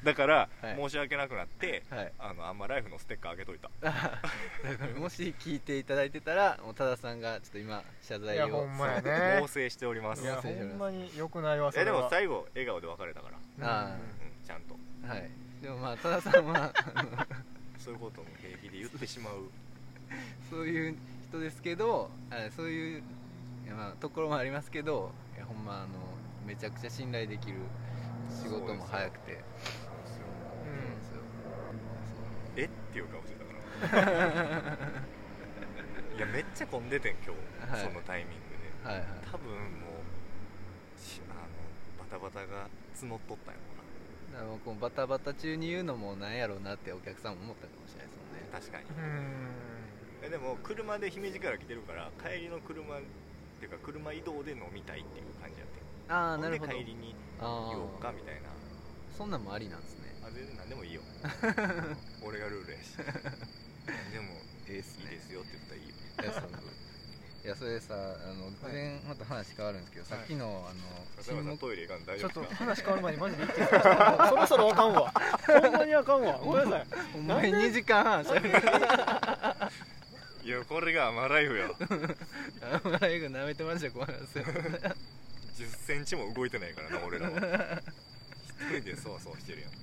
Speaker 2: だから、
Speaker 1: はい
Speaker 2: 申し訳なくなって
Speaker 1: はい
Speaker 2: あのあんまライフのステッカーあげといた
Speaker 1: だからもし聞いていただいてたらもう多田さんがちょっと今謝
Speaker 3: い
Speaker 1: 罪
Speaker 3: や
Speaker 1: を
Speaker 3: ほんまやね
Speaker 2: 猛省しております
Speaker 3: い
Speaker 2: い
Speaker 3: や
Speaker 2: や
Speaker 3: ほんまに良くないわそれ
Speaker 2: で
Speaker 3: は
Speaker 2: も最後笑顔で別れたから、う
Speaker 1: あ
Speaker 2: ん、ちゃんと
Speaker 1: はいでもまあ多田さんは あの
Speaker 2: そういうことも平気で言ってしまう
Speaker 1: そういう人ですけどあそういう、いやまあ、ところもありますけどいやほんまあのめちゃくちゃ信頼できる仕事も早くて
Speaker 3: う
Speaker 1: そうんですよ
Speaker 2: えっていう顔してたから いやめっちゃ混んでてん今日、
Speaker 1: はい
Speaker 2: そのタイミングで
Speaker 1: そうはいはい
Speaker 2: 多分もうしあのバタバタが募っとったん
Speaker 1: だか
Speaker 2: やろう
Speaker 1: らもうこのバタバタ中に言うのもなんやろうなってお客さんも思ったかもしれないですもんね
Speaker 2: な確かに、
Speaker 3: うん
Speaker 2: えでも車で姫路から来てるから帰りの車っていうか車移動で飲みたいっていう感じやって
Speaker 1: ああ
Speaker 2: ほん
Speaker 1: な
Speaker 2: で
Speaker 1: るほど
Speaker 2: 帰りに
Speaker 1: あ
Speaker 2: 行おう
Speaker 1: あ
Speaker 2: かみたいな
Speaker 1: そんなんもありなんですね
Speaker 2: あ全然何でもいい よ俺がルールやしでも
Speaker 1: ええっす
Speaker 2: いい
Speaker 1: ね
Speaker 2: ですよって言ったらいいよ
Speaker 1: いやそのいやそれでさあの全然また話変わるんですけど、さっきのあの
Speaker 2: 笹山さん
Speaker 1: 沈黙
Speaker 2: トイレ行かんの大
Speaker 3: ち
Speaker 2: 丈
Speaker 3: ょっと
Speaker 2: 夫ですか
Speaker 3: 話変わる前にマジで言っていいですかそろそろあかんわほんまにあかんわごめんなさい
Speaker 1: お前2時間半しゃべる
Speaker 2: いやこれがアマライフや
Speaker 1: あんまライグ舐めてました困るんですよ
Speaker 2: 1 0ンチも動いてないからな俺らは一人でそうそうしてるやん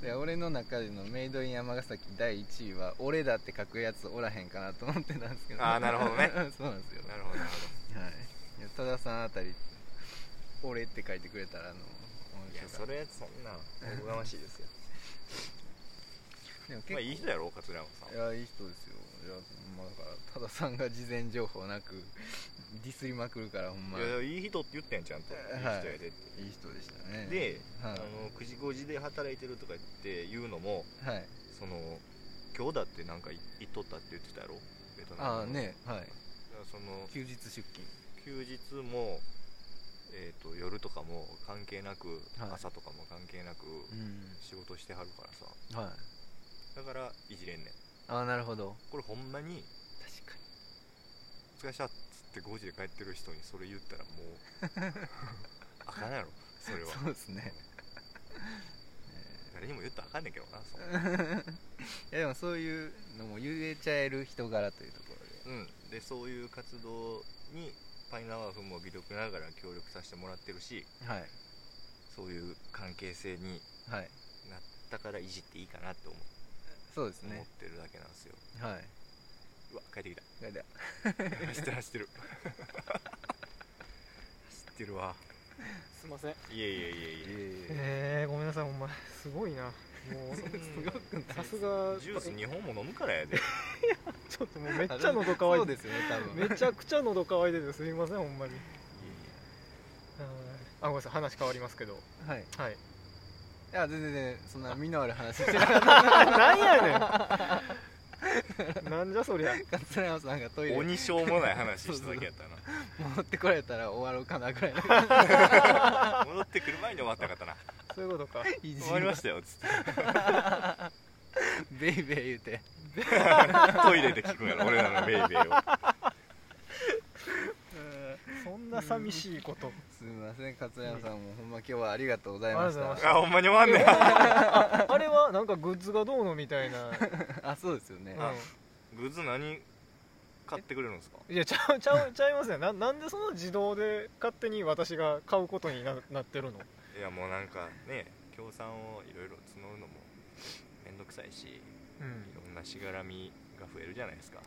Speaker 1: で俺の中でのメイドイン山崎第1位は俺だって書くやつおらへんかなと思ってたんですけど
Speaker 2: あーなるほどね
Speaker 1: そうなんですよ
Speaker 2: なるほどなるほ
Speaker 1: はいいや多田さんあたり俺って書いてくれたらあの
Speaker 2: どいやそれそんなおこがましいですよ
Speaker 1: でも結構、
Speaker 2: まあいい人やろ桂山さん
Speaker 1: いやいい人ですよいやまあだから多田さんが事前情報なくディスりまくるからほんまい
Speaker 2: いやいい人って言ってんちゃんといい
Speaker 1: はい
Speaker 2: 人やでって、
Speaker 1: い人でしたね
Speaker 2: で、
Speaker 1: はい
Speaker 2: あの9時5時で働いてるとか言って言うのも
Speaker 1: はい
Speaker 2: その今日だってなんかい行っとったって言ってたやろベトナムの
Speaker 1: ああねはい
Speaker 2: だからその
Speaker 1: 休日出勤
Speaker 2: 休日も、えー、と夜とかも関係なく、
Speaker 1: はい
Speaker 2: 朝とかも関係なく
Speaker 1: う
Speaker 2: 仕事してはるからさ
Speaker 1: んはい
Speaker 2: だからいじれんねん
Speaker 1: ああなるほど
Speaker 2: これほんまに
Speaker 1: 確か
Speaker 2: 「お疲れっした」っつって5時で帰ってる人にそれ言ったらもう あかんやろそれは
Speaker 1: そうですね
Speaker 2: 誰にも言ったらあかんねんけどなそんな
Speaker 1: いやでもそういうのも言えちゃえる人柄というとこ
Speaker 2: うんでそういう活動にパイナワーフも魅力ながら協力させてもらってるし
Speaker 1: ろではい
Speaker 2: そういう関係性に
Speaker 1: はい
Speaker 2: なったからいじっていいかなって思,、
Speaker 1: そうです
Speaker 2: 思っ
Speaker 1: ね
Speaker 2: てるだけなんですよ
Speaker 1: は
Speaker 2: うわ帰ってきた
Speaker 1: いで
Speaker 2: 走ってる 走ってる走ってるわ
Speaker 3: すいません
Speaker 2: いえいえいえいえ
Speaker 3: えー、ごめんなさいほんますごいなも うさすが
Speaker 2: ジュース2本も飲むからやで
Speaker 3: ちょっともうめっちゃ喉乾い
Speaker 1: そう
Speaker 3: て
Speaker 1: ですよね多分
Speaker 3: めちゃくちゃ喉乾いててすみませんほんまにはいあごめんなさい話変わりますけど
Speaker 1: はい
Speaker 3: はい
Speaker 1: いや全然全然そんな身のある話してなかっ
Speaker 3: なんやねんなんじゃそりゃ
Speaker 1: た桂山さんがトイレ
Speaker 2: 鬼しょうもない話しただけやったな
Speaker 1: 戻ってこられたら終わろうかなぐらいの
Speaker 2: 戻ってくる前に終わったかったな
Speaker 3: そういうことか
Speaker 1: いじ
Speaker 2: 終わりましたよつって
Speaker 1: ベイベイ言うて
Speaker 2: トイレで聞くんやろ俺らのベイベーを
Speaker 3: そんな寂しいこと
Speaker 1: すみません桂山さんもほんま今日はありがとうございまし
Speaker 3: ありがとうございました
Speaker 2: あほんまに終わんねん
Speaker 3: あれはなんかグッズがどうのみたい な、
Speaker 1: あそうですよね
Speaker 2: あグッズ何買ってくれるんですか
Speaker 3: うん、いやちゃうちゃうちゃいますねななんでその自動で勝手に私が買うことにななってるの
Speaker 2: いやもうなんかね協賛をいろいろ募るのもめんどくさいし
Speaker 3: う
Speaker 2: い
Speaker 3: ん
Speaker 2: ろんなしがらみが増えるじゃないですか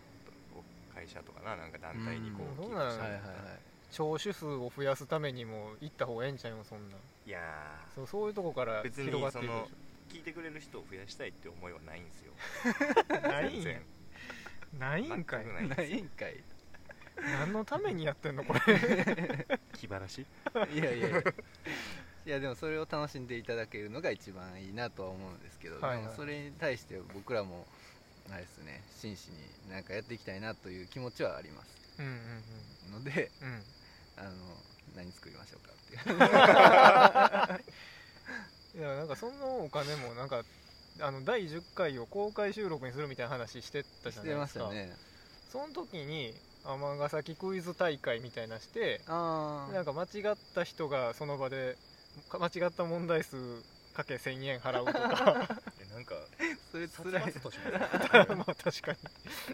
Speaker 2: こう会社とかななんか団体にこう
Speaker 3: う
Speaker 2: 寄
Speaker 3: ん
Speaker 2: 付し
Speaker 3: そ
Speaker 2: た
Speaker 3: う
Speaker 1: はい
Speaker 2: り
Speaker 1: はい
Speaker 2: とか
Speaker 3: 聴取数を増やすためにも行った方がええんちゃいますそんない
Speaker 2: や
Speaker 3: そうそういうとこから
Speaker 2: ー別に
Speaker 3: 広がって
Speaker 2: そ
Speaker 3: いく
Speaker 2: の聞いてくれる人を増やしたいって思いはないんですよ
Speaker 3: ない
Speaker 2: 全
Speaker 3: ん
Speaker 2: 然
Speaker 3: ないんかい
Speaker 2: 全くない
Speaker 1: はいな
Speaker 2: です
Speaker 1: いんかい
Speaker 3: 何のためにやってんのこれ
Speaker 2: 気晴らし
Speaker 1: いやいやいやいやでもそれを楽しんでいただけるのが一番いいなとは思うんですけど、
Speaker 3: はいはい
Speaker 1: でもそれに対して僕らもあれですね真摯になんかやっていきたいなという気持ちはあります
Speaker 3: うんうん
Speaker 1: ので
Speaker 3: うんうん
Speaker 1: あの何作りましょうかっていう
Speaker 3: いやなんかそのお金もなんかあの第10回を公開収録にするみたいな話してたじ
Speaker 1: し
Speaker 3: ゃな
Speaker 1: て
Speaker 3: いで
Speaker 1: ますし
Speaker 3: か
Speaker 1: たね
Speaker 3: その時に尼崎クイズ大会みたいなして
Speaker 1: あ
Speaker 3: なんか間違った人がその場でか間違った問題数かけ1000円払う とか
Speaker 2: えなんか
Speaker 1: あそれつ
Speaker 2: 殺
Speaker 1: らい
Speaker 2: 伐とし ますね
Speaker 3: まあ確かに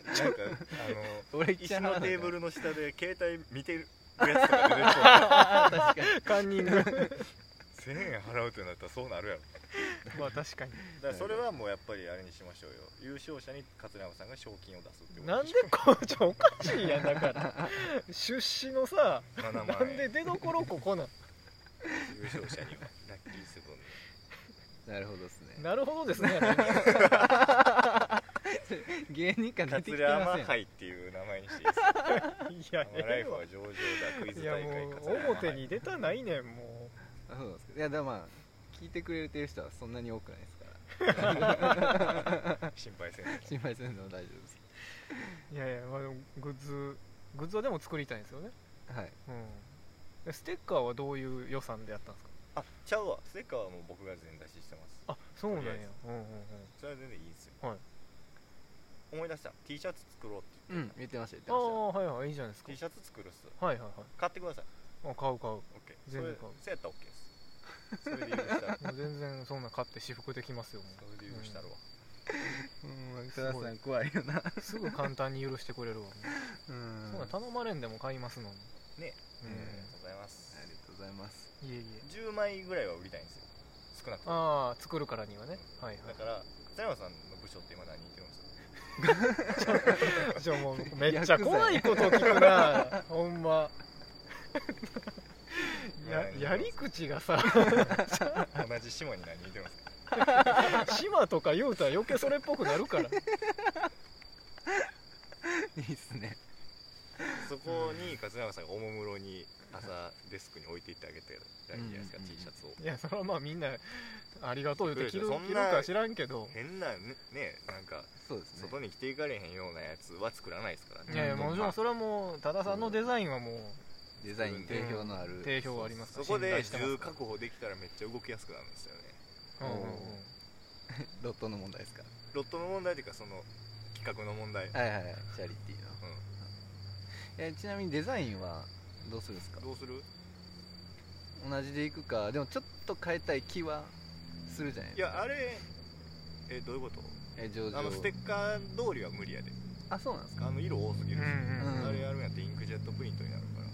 Speaker 2: なんかあの
Speaker 1: 俺一
Speaker 2: 石
Speaker 1: 番
Speaker 2: の
Speaker 1: 腹立つ
Speaker 2: テーブルの下で携帯見てるやつとか出てきた
Speaker 1: 確かに
Speaker 3: カンニング
Speaker 2: 1000円払うってなったらそうなるやろ
Speaker 3: まあ確かに
Speaker 2: だからそれはもうやっぱりあれにしましょうよ優勝者に桂山さんが賞金を出すってこと
Speaker 3: なんでこうちょおかしいやんだから出資のさ
Speaker 2: 7万
Speaker 3: なん
Speaker 2: 円
Speaker 3: で出どころここなん
Speaker 2: 優勝者にはラッキーセブン
Speaker 1: なるほどですね
Speaker 3: なるほどですね
Speaker 1: 芸人感出てきて
Speaker 2: 桂
Speaker 1: ま
Speaker 2: 山
Speaker 1: せん
Speaker 2: 杯っていう名前にしていいです
Speaker 3: いや
Speaker 2: か ライフは上々だクイ
Speaker 3: い
Speaker 2: ズ
Speaker 3: や
Speaker 2: 大
Speaker 3: も
Speaker 2: 会
Speaker 3: う表に出たないねんも
Speaker 1: あそうなんですかいやでもまあ聞いてくれてる人はそんなに多くないですから
Speaker 2: 心配せんで
Speaker 1: 心配するのも大丈夫です
Speaker 3: ういやいや、まあ、でもグッズグッズはでも作りたいんですよね
Speaker 1: はい
Speaker 3: うんでステッカーはどういう予算でやったんですか
Speaker 2: あちゃうわステッカーはもう僕が全出ししてます
Speaker 3: あそうなんや
Speaker 2: とりあえ
Speaker 3: うんうんうん
Speaker 2: それは全然いいんですよ
Speaker 3: はい
Speaker 2: 思い出した T シャツ作ろうって
Speaker 1: う
Speaker 2: 言っ
Speaker 1: ん
Speaker 2: て
Speaker 1: 言ってました言って
Speaker 3: あ
Speaker 1: ました
Speaker 3: あはいはいいいじゃないです
Speaker 2: た、
Speaker 3: か
Speaker 2: T シャツ作るっす
Speaker 3: はいはいはい
Speaker 2: 買ってください
Speaker 3: あ買う買うも
Speaker 2: OK
Speaker 3: 全部買う
Speaker 2: それそうやったら OK ですそれで許した ら
Speaker 3: う全然そんな買って私服できますよも
Speaker 2: それで許したるわ、
Speaker 1: うん草田さん怖いよな
Speaker 3: うすぐ簡単に許してくれ るわもう
Speaker 1: うん
Speaker 3: そんな頼まれんでも買いますのに
Speaker 2: ね
Speaker 3: う
Speaker 2: あ
Speaker 3: ん
Speaker 2: りがとうございます
Speaker 1: ありがとうございます。
Speaker 3: いえいえ
Speaker 2: 10枚ぐらいは売りたいんですよ少なくとも
Speaker 3: ああ作るからにはねはい
Speaker 2: だから桂山さんの部署って今何人いてるんですか
Speaker 3: はいじゃあもうめっちゃ怖いこと聞くなほんまややり口がさ
Speaker 2: 同じ島に何人いてるんですか
Speaker 3: 島とか言うたら余計それっぽくなるから
Speaker 1: いいっすね。
Speaker 2: そこに桂山さんがおもむろに朝デスクに置いていってあげて大事じゃないですか、
Speaker 1: うん
Speaker 2: T シャツを
Speaker 3: いやそれはまあみんなありがとう言うて着る
Speaker 2: そんな
Speaker 3: 着るか知らんけど
Speaker 2: 変なねねなんか
Speaker 1: そうですね。
Speaker 2: 外に着ていかれへんようなやつは作らないですから
Speaker 1: うん
Speaker 3: いやいや
Speaker 2: ちゃと
Speaker 3: もちろんそれはもう多田さんのデザインはもう
Speaker 1: デザイン定評のある。
Speaker 3: 定評ありますか
Speaker 2: そ
Speaker 3: ら
Speaker 2: こで
Speaker 3: 信頼
Speaker 2: 銃
Speaker 3: してます
Speaker 2: 確保できたらめっちゃ動きやすくなるんですよね
Speaker 3: うんうんうん
Speaker 1: ロットの問題ですか。
Speaker 2: ロットの問題というかその企画の問
Speaker 1: は
Speaker 2: 題、
Speaker 1: いはいはい。チャリティーの。えちなみにデザインはどうするんですか
Speaker 2: うん、どうする
Speaker 1: 同じでいくか、でもちょっと変えたい気はするじゃない
Speaker 2: い
Speaker 1: ですか。
Speaker 2: やあれえどういうこと
Speaker 1: え上々。
Speaker 2: あのステッカー通りは無理やで
Speaker 1: あ、そうなんですか。
Speaker 2: あの色多すぎるし、
Speaker 3: うんうん
Speaker 1: うん
Speaker 2: あれやるんやってインクジェットプリントになるから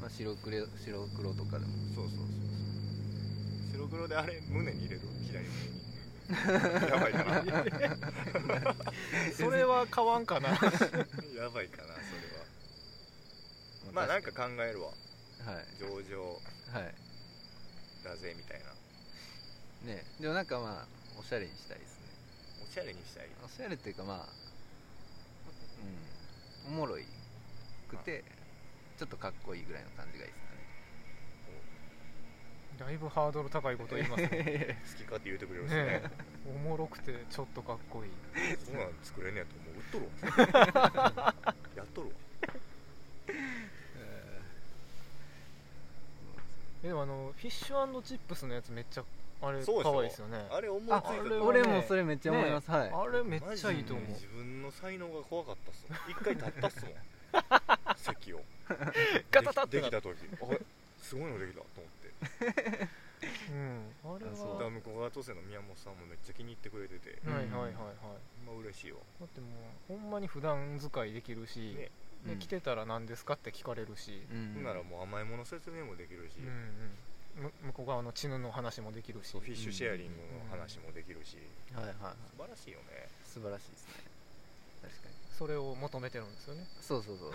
Speaker 1: まあ白黒白黒とかでも。
Speaker 2: そうそうそうそう白黒であれ胸に入 れる左胸にやばいかな
Speaker 3: それは買わんかな
Speaker 2: やばいかなそれはまあなんか
Speaker 1: 確
Speaker 2: 考えるわ
Speaker 1: かに。
Speaker 2: 上々
Speaker 1: はいはい。
Speaker 2: だぜみたいな
Speaker 1: ねでもなんかまあおしゃれにしたいですね。
Speaker 2: おしゃれにしたい
Speaker 1: おしゃれっていうかまあ、うん、おもろいくてちょっとかっこいいぐらいの感じがいい
Speaker 3: だいぶハードル高いこと言いますね
Speaker 1: ですか ね
Speaker 2: 好き勝手言うてくれるしね
Speaker 3: ねおもろくてちょっとかっこいい
Speaker 2: そんなん作れんねやともう売っとるわやっとるわ
Speaker 3: えでもあのフィッシュチップスのやつめっちゃあれ
Speaker 2: そうでしょ
Speaker 3: 可愛いですよね
Speaker 2: あれ思いつい
Speaker 1: あ
Speaker 2: た時
Speaker 3: あれは
Speaker 1: 俺もそれめっちゃ思います、はい
Speaker 3: あれめっちゃいいと思う
Speaker 2: マジで自分の才能が怖かったっすもん一回立ったっすもん 席を
Speaker 3: ガタタって
Speaker 2: でき
Speaker 3: なった
Speaker 2: た時あれすごいのできたと思って
Speaker 3: うんあれ
Speaker 1: あ
Speaker 3: は
Speaker 1: そう
Speaker 2: ダム小川当選の宮本さんもめっちゃ気に入ってくれてて
Speaker 1: うん
Speaker 3: はいはいはいはい
Speaker 2: まあ嬉しいわ
Speaker 3: だってもうほんまに普段使いできるし、
Speaker 2: ね
Speaker 3: で来てたら何ですかって聞かれるし、
Speaker 1: うん、
Speaker 2: ほんならもう甘いもの説明もできるし、
Speaker 3: うんうんむ向こう側のチヌの話もできるし
Speaker 2: そうフィッシュシェアリングの話もできるし、
Speaker 1: はいはいはい
Speaker 2: 素晴らしいよね
Speaker 1: 素晴らしいですね確かに
Speaker 3: それを求めてるんですよね
Speaker 1: そうそうそう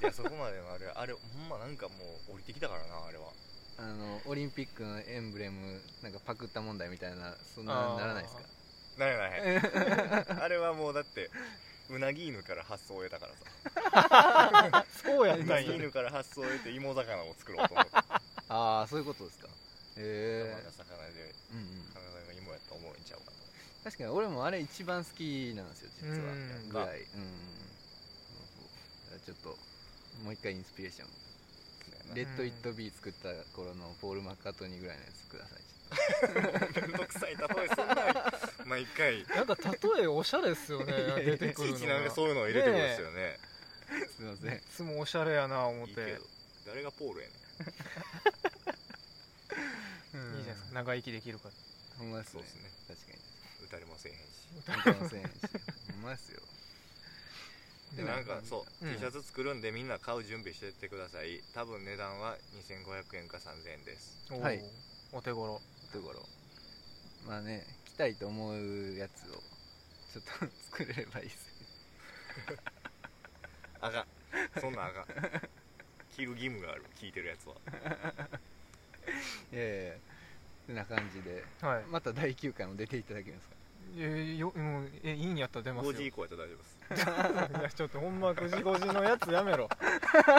Speaker 2: いやそこまでのあれあれほんまなんかもう降りてきたからなあれは
Speaker 1: あのオリンピックのエンブレムなんかパクった問題みたいなそんな
Speaker 3: あー
Speaker 1: ならないですか
Speaker 2: なれない あれはもうだってうなぎ犬から発想を得たからさ
Speaker 3: そうやっ
Speaker 2: う
Speaker 3: た
Speaker 2: なんぎ
Speaker 3: や
Speaker 2: 犬から発想を得て芋魚を作ろうと思って
Speaker 1: ああそういうことですかえ
Speaker 2: 生の魚で
Speaker 1: えうんうん
Speaker 2: 体が芋やったらおもろいんちゃうかと
Speaker 1: 確かに俺もあれ一番好きなんですよ実は
Speaker 3: うん
Speaker 1: ぐらいうんそうそうちょっともう一回インスピレーション
Speaker 2: そうやな
Speaker 1: レッド・イット・ビー作った頃のポール・マッカートニーぐらいのやつください
Speaker 2: めんどくさい例えそんなん毎回い
Speaker 3: なんか例えおしゃれですよね出て
Speaker 2: ち
Speaker 3: くる
Speaker 2: い
Speaker 3: の
Speaker 2: ちなん
Speaker 3: が
Speaker 2: か
Speaker 3: い
Speaker 2: そういうのを入れてくるんですよね
Speaker 1: すいま せん
Speaker 3: つもおしゃれやな思っ
Speaker 2: いい
Speaker 3: て
Speaker 2: けど誰がポールやねん
Speaker 3: いいじゃないですか長生きできるから
Speaker 1: ほんまっす
Speaker 2: そう
Speaker 1: ね
Speaker 2: ですね
Speaker 1: 確かに
Speaker 2: 打たれませんへんし
Speaker 1: 本当のせいにしてほんまっすよ
Speaker 2: でなんかそう、
Speaker 3: うん
Speaker 2: T シャツ作るんでみんな買う準備してってください多分値段は2500円か3000円です
Speaker 3: おー
Speaker 1: はい
Speaker 3: お手頃
Speaker 1: ところまあね着たいと思うやつをちょっと 作れればいいっすね
Speaker 2: あかんそんなんあ かん着る義務がある聞いてるやつはい
Speaker 1: やいやてな感じで
Speaker 3: はい
Speaker 1: また第9回も出ていただけますか
Speaker 3: えーよもうえいいんやったら出ますよ
Speaker 2: 5時以降やったら大丈夫です
Speaker 3: いやちょっとほんま9時5時のやつやめろ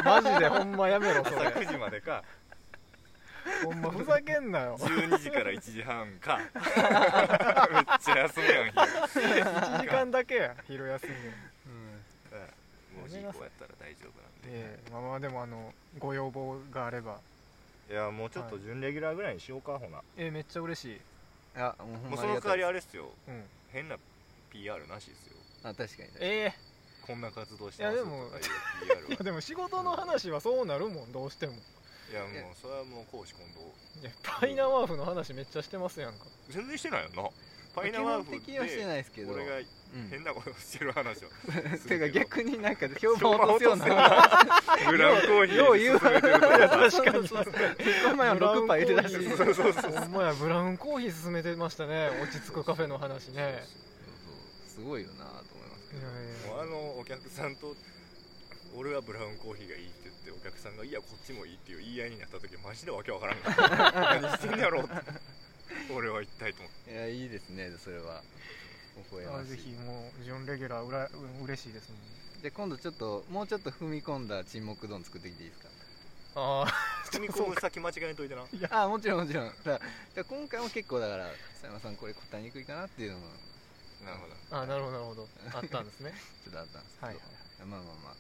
Speaker 3: マジでほんまやめろそ
Speaker 2: 朝
Speaker 3: れ
Speaker 2: 9時までか
Speaker 3: ほんまふざけん なよ
Speaker 2: 12時から1時半かめっちゃ休むやん昼
Speaker 3: 1時間だけや昼休み
Speaker 2: 5時以降やったら大丈夫なんで、
Speaker 3: でまあまあでもあのご要望があれば
Speaker 2: いやもうちょっと準レギュラーぐらいにしようかほな、
Speaker 3: えーめっちゃ嬉しい
Speaker 1: あもうほん
Speaker 2: もう
Speaker 1: ま
Speaker 2: その代わりあれっすよ
Speaker 3: うん
Speaker 2: 変な PR なしですよ
Speaker 1: あ確かに確かに
Speaker 3: え
Speaker 2: こんな活動してますとかいう PR
Speaker 3: えい や
Speaker 2: は
Speaker 3: でも仕事の話はそうなるもんどうしても
Speaker 2: いやもうそれはもう講師今度
Speaker 3: いやパイナワーフの話めっちゃしてますやんか
Speaker 2: 全然してないよな
Speaker 1: まあ
Speaker 2: パイ
Speaker 1: 基
Speaker 2: ナワー
Speaker 1: 本
Speaker 2: フっ
Speaker 1: 的にはして
Speaker 2: て
Speaker 1: ないですけど
Speaker 2: 俺が
Speaker 1: うん
Speaker 2: 変なことしてる話を す
Speaker 1: て
Speaker 2: る
Speaker 1: か
Speaker 2: けど
Speaker 1: 逆になんか評判落とすよう な
Speaker 2: グラムコーヒ
Speaker 1: よ
Speaker 2: ー
Speaker 1: う言う
Speaker 2: に勧めてるとかさ
Speaker 3: 確かに
Speaker 1: この前は6杯 入れ出して
Speaker 3: ブ
Speaker 2: そ
Speaker 3: ラウンコーヒー
Speaker 2: うそうそう
Speaker 3: ほんまやブラウンコーヒー勧めてましたね落ち着くカフェの話ね
Speaker 1: すごいよなと思いますけ
Speaker 3: いやい
Speaker 1: ど
Speaker 2: もうあのお客さんと俺はブラウンコーヒーがいいって言ってお客さんがいやこっちもいいっていう言い合いになった時マジでわけわからんかった 何してんやろうって俺は一体と思って
Speaker 1: いやいいですねそれは微
Speaker 3: やい
Speaker 1: 笑
Speaker 3: やあ
Speaker 1: まし
Speaker 3: ぜひ
Speaker 1: い
Speaker 3: もう準レギュラーうらうん嬉しいですもん
Speaker 1: で今度ちょっともうちょっと踏み込んだ沈黙丼作ってきていいですか
Speaker 3: ああ
Speaker 2: 組み込む先間違えんといてな
Speaker 1: あもちろんもちろんだからだから今回も結構だから佐山さんこれ答えにくいかなっていうのも
Speaker 2: なるほど
Speaker 3: あなるほどなるほどあったんです ね
Speaker 1: ちょっとあったんですけど、
Speaker 3: はいはい
Speaker 1: まあまあまあ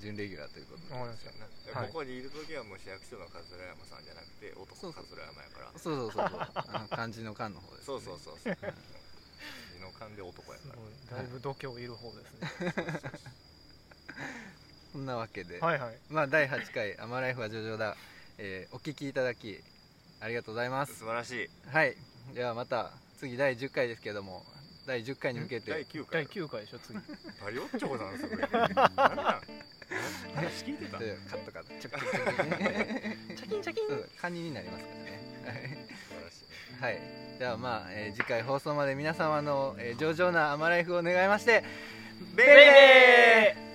Speaker 1: 準レギュラーということで
Speaker 3: わかりまし
Speaker 2: そうやな
Speaker 3: はい
Speaker 2: ここにいる時はもう市役所の桂山さんじゃなくて男
Speaker 1: そうそう
Speaker 2: 桂山やから
Speaker 1: そうそうそうそうあの漢字の間の方です、ね、
Speaker 2: そうそうそうそう字の勘で男や
Speaker 3: たす
Speaker 2: か
Speaker 3: ごいだいぶ度胸いる方ですね
Speaker 2: らそうそう
Speaker 1: そんなわけで、
Speaker 3: はいはい
Speaker 1: まあ第8回「アマライフは上々だ」えーお聞きいただきありがとうございま
Speaker 2: そう
Speaker 1: す
Speaker 2: 素晴らしい
Speaker 1: はいではまた次第10回ですけども第10回に向け
Speaker 2: 第
Speaker 1: て
Speaker 2: 9回
Speaker 3: 第9回でしょ次
Speaker 2: パリオッチョコさんすごい何 なん話聞いてた
Speaker 1: でカットカットチョキチョキチョキね
Speaker 3: チャキンチャキ ン
Speaker 1: そうカニになりますからね
Speaker 2: 素晴らしい
Speaker 1: はいはいではまあ、えー次回放送まで皆様の、えー上々なアマライフを願いましてベイベー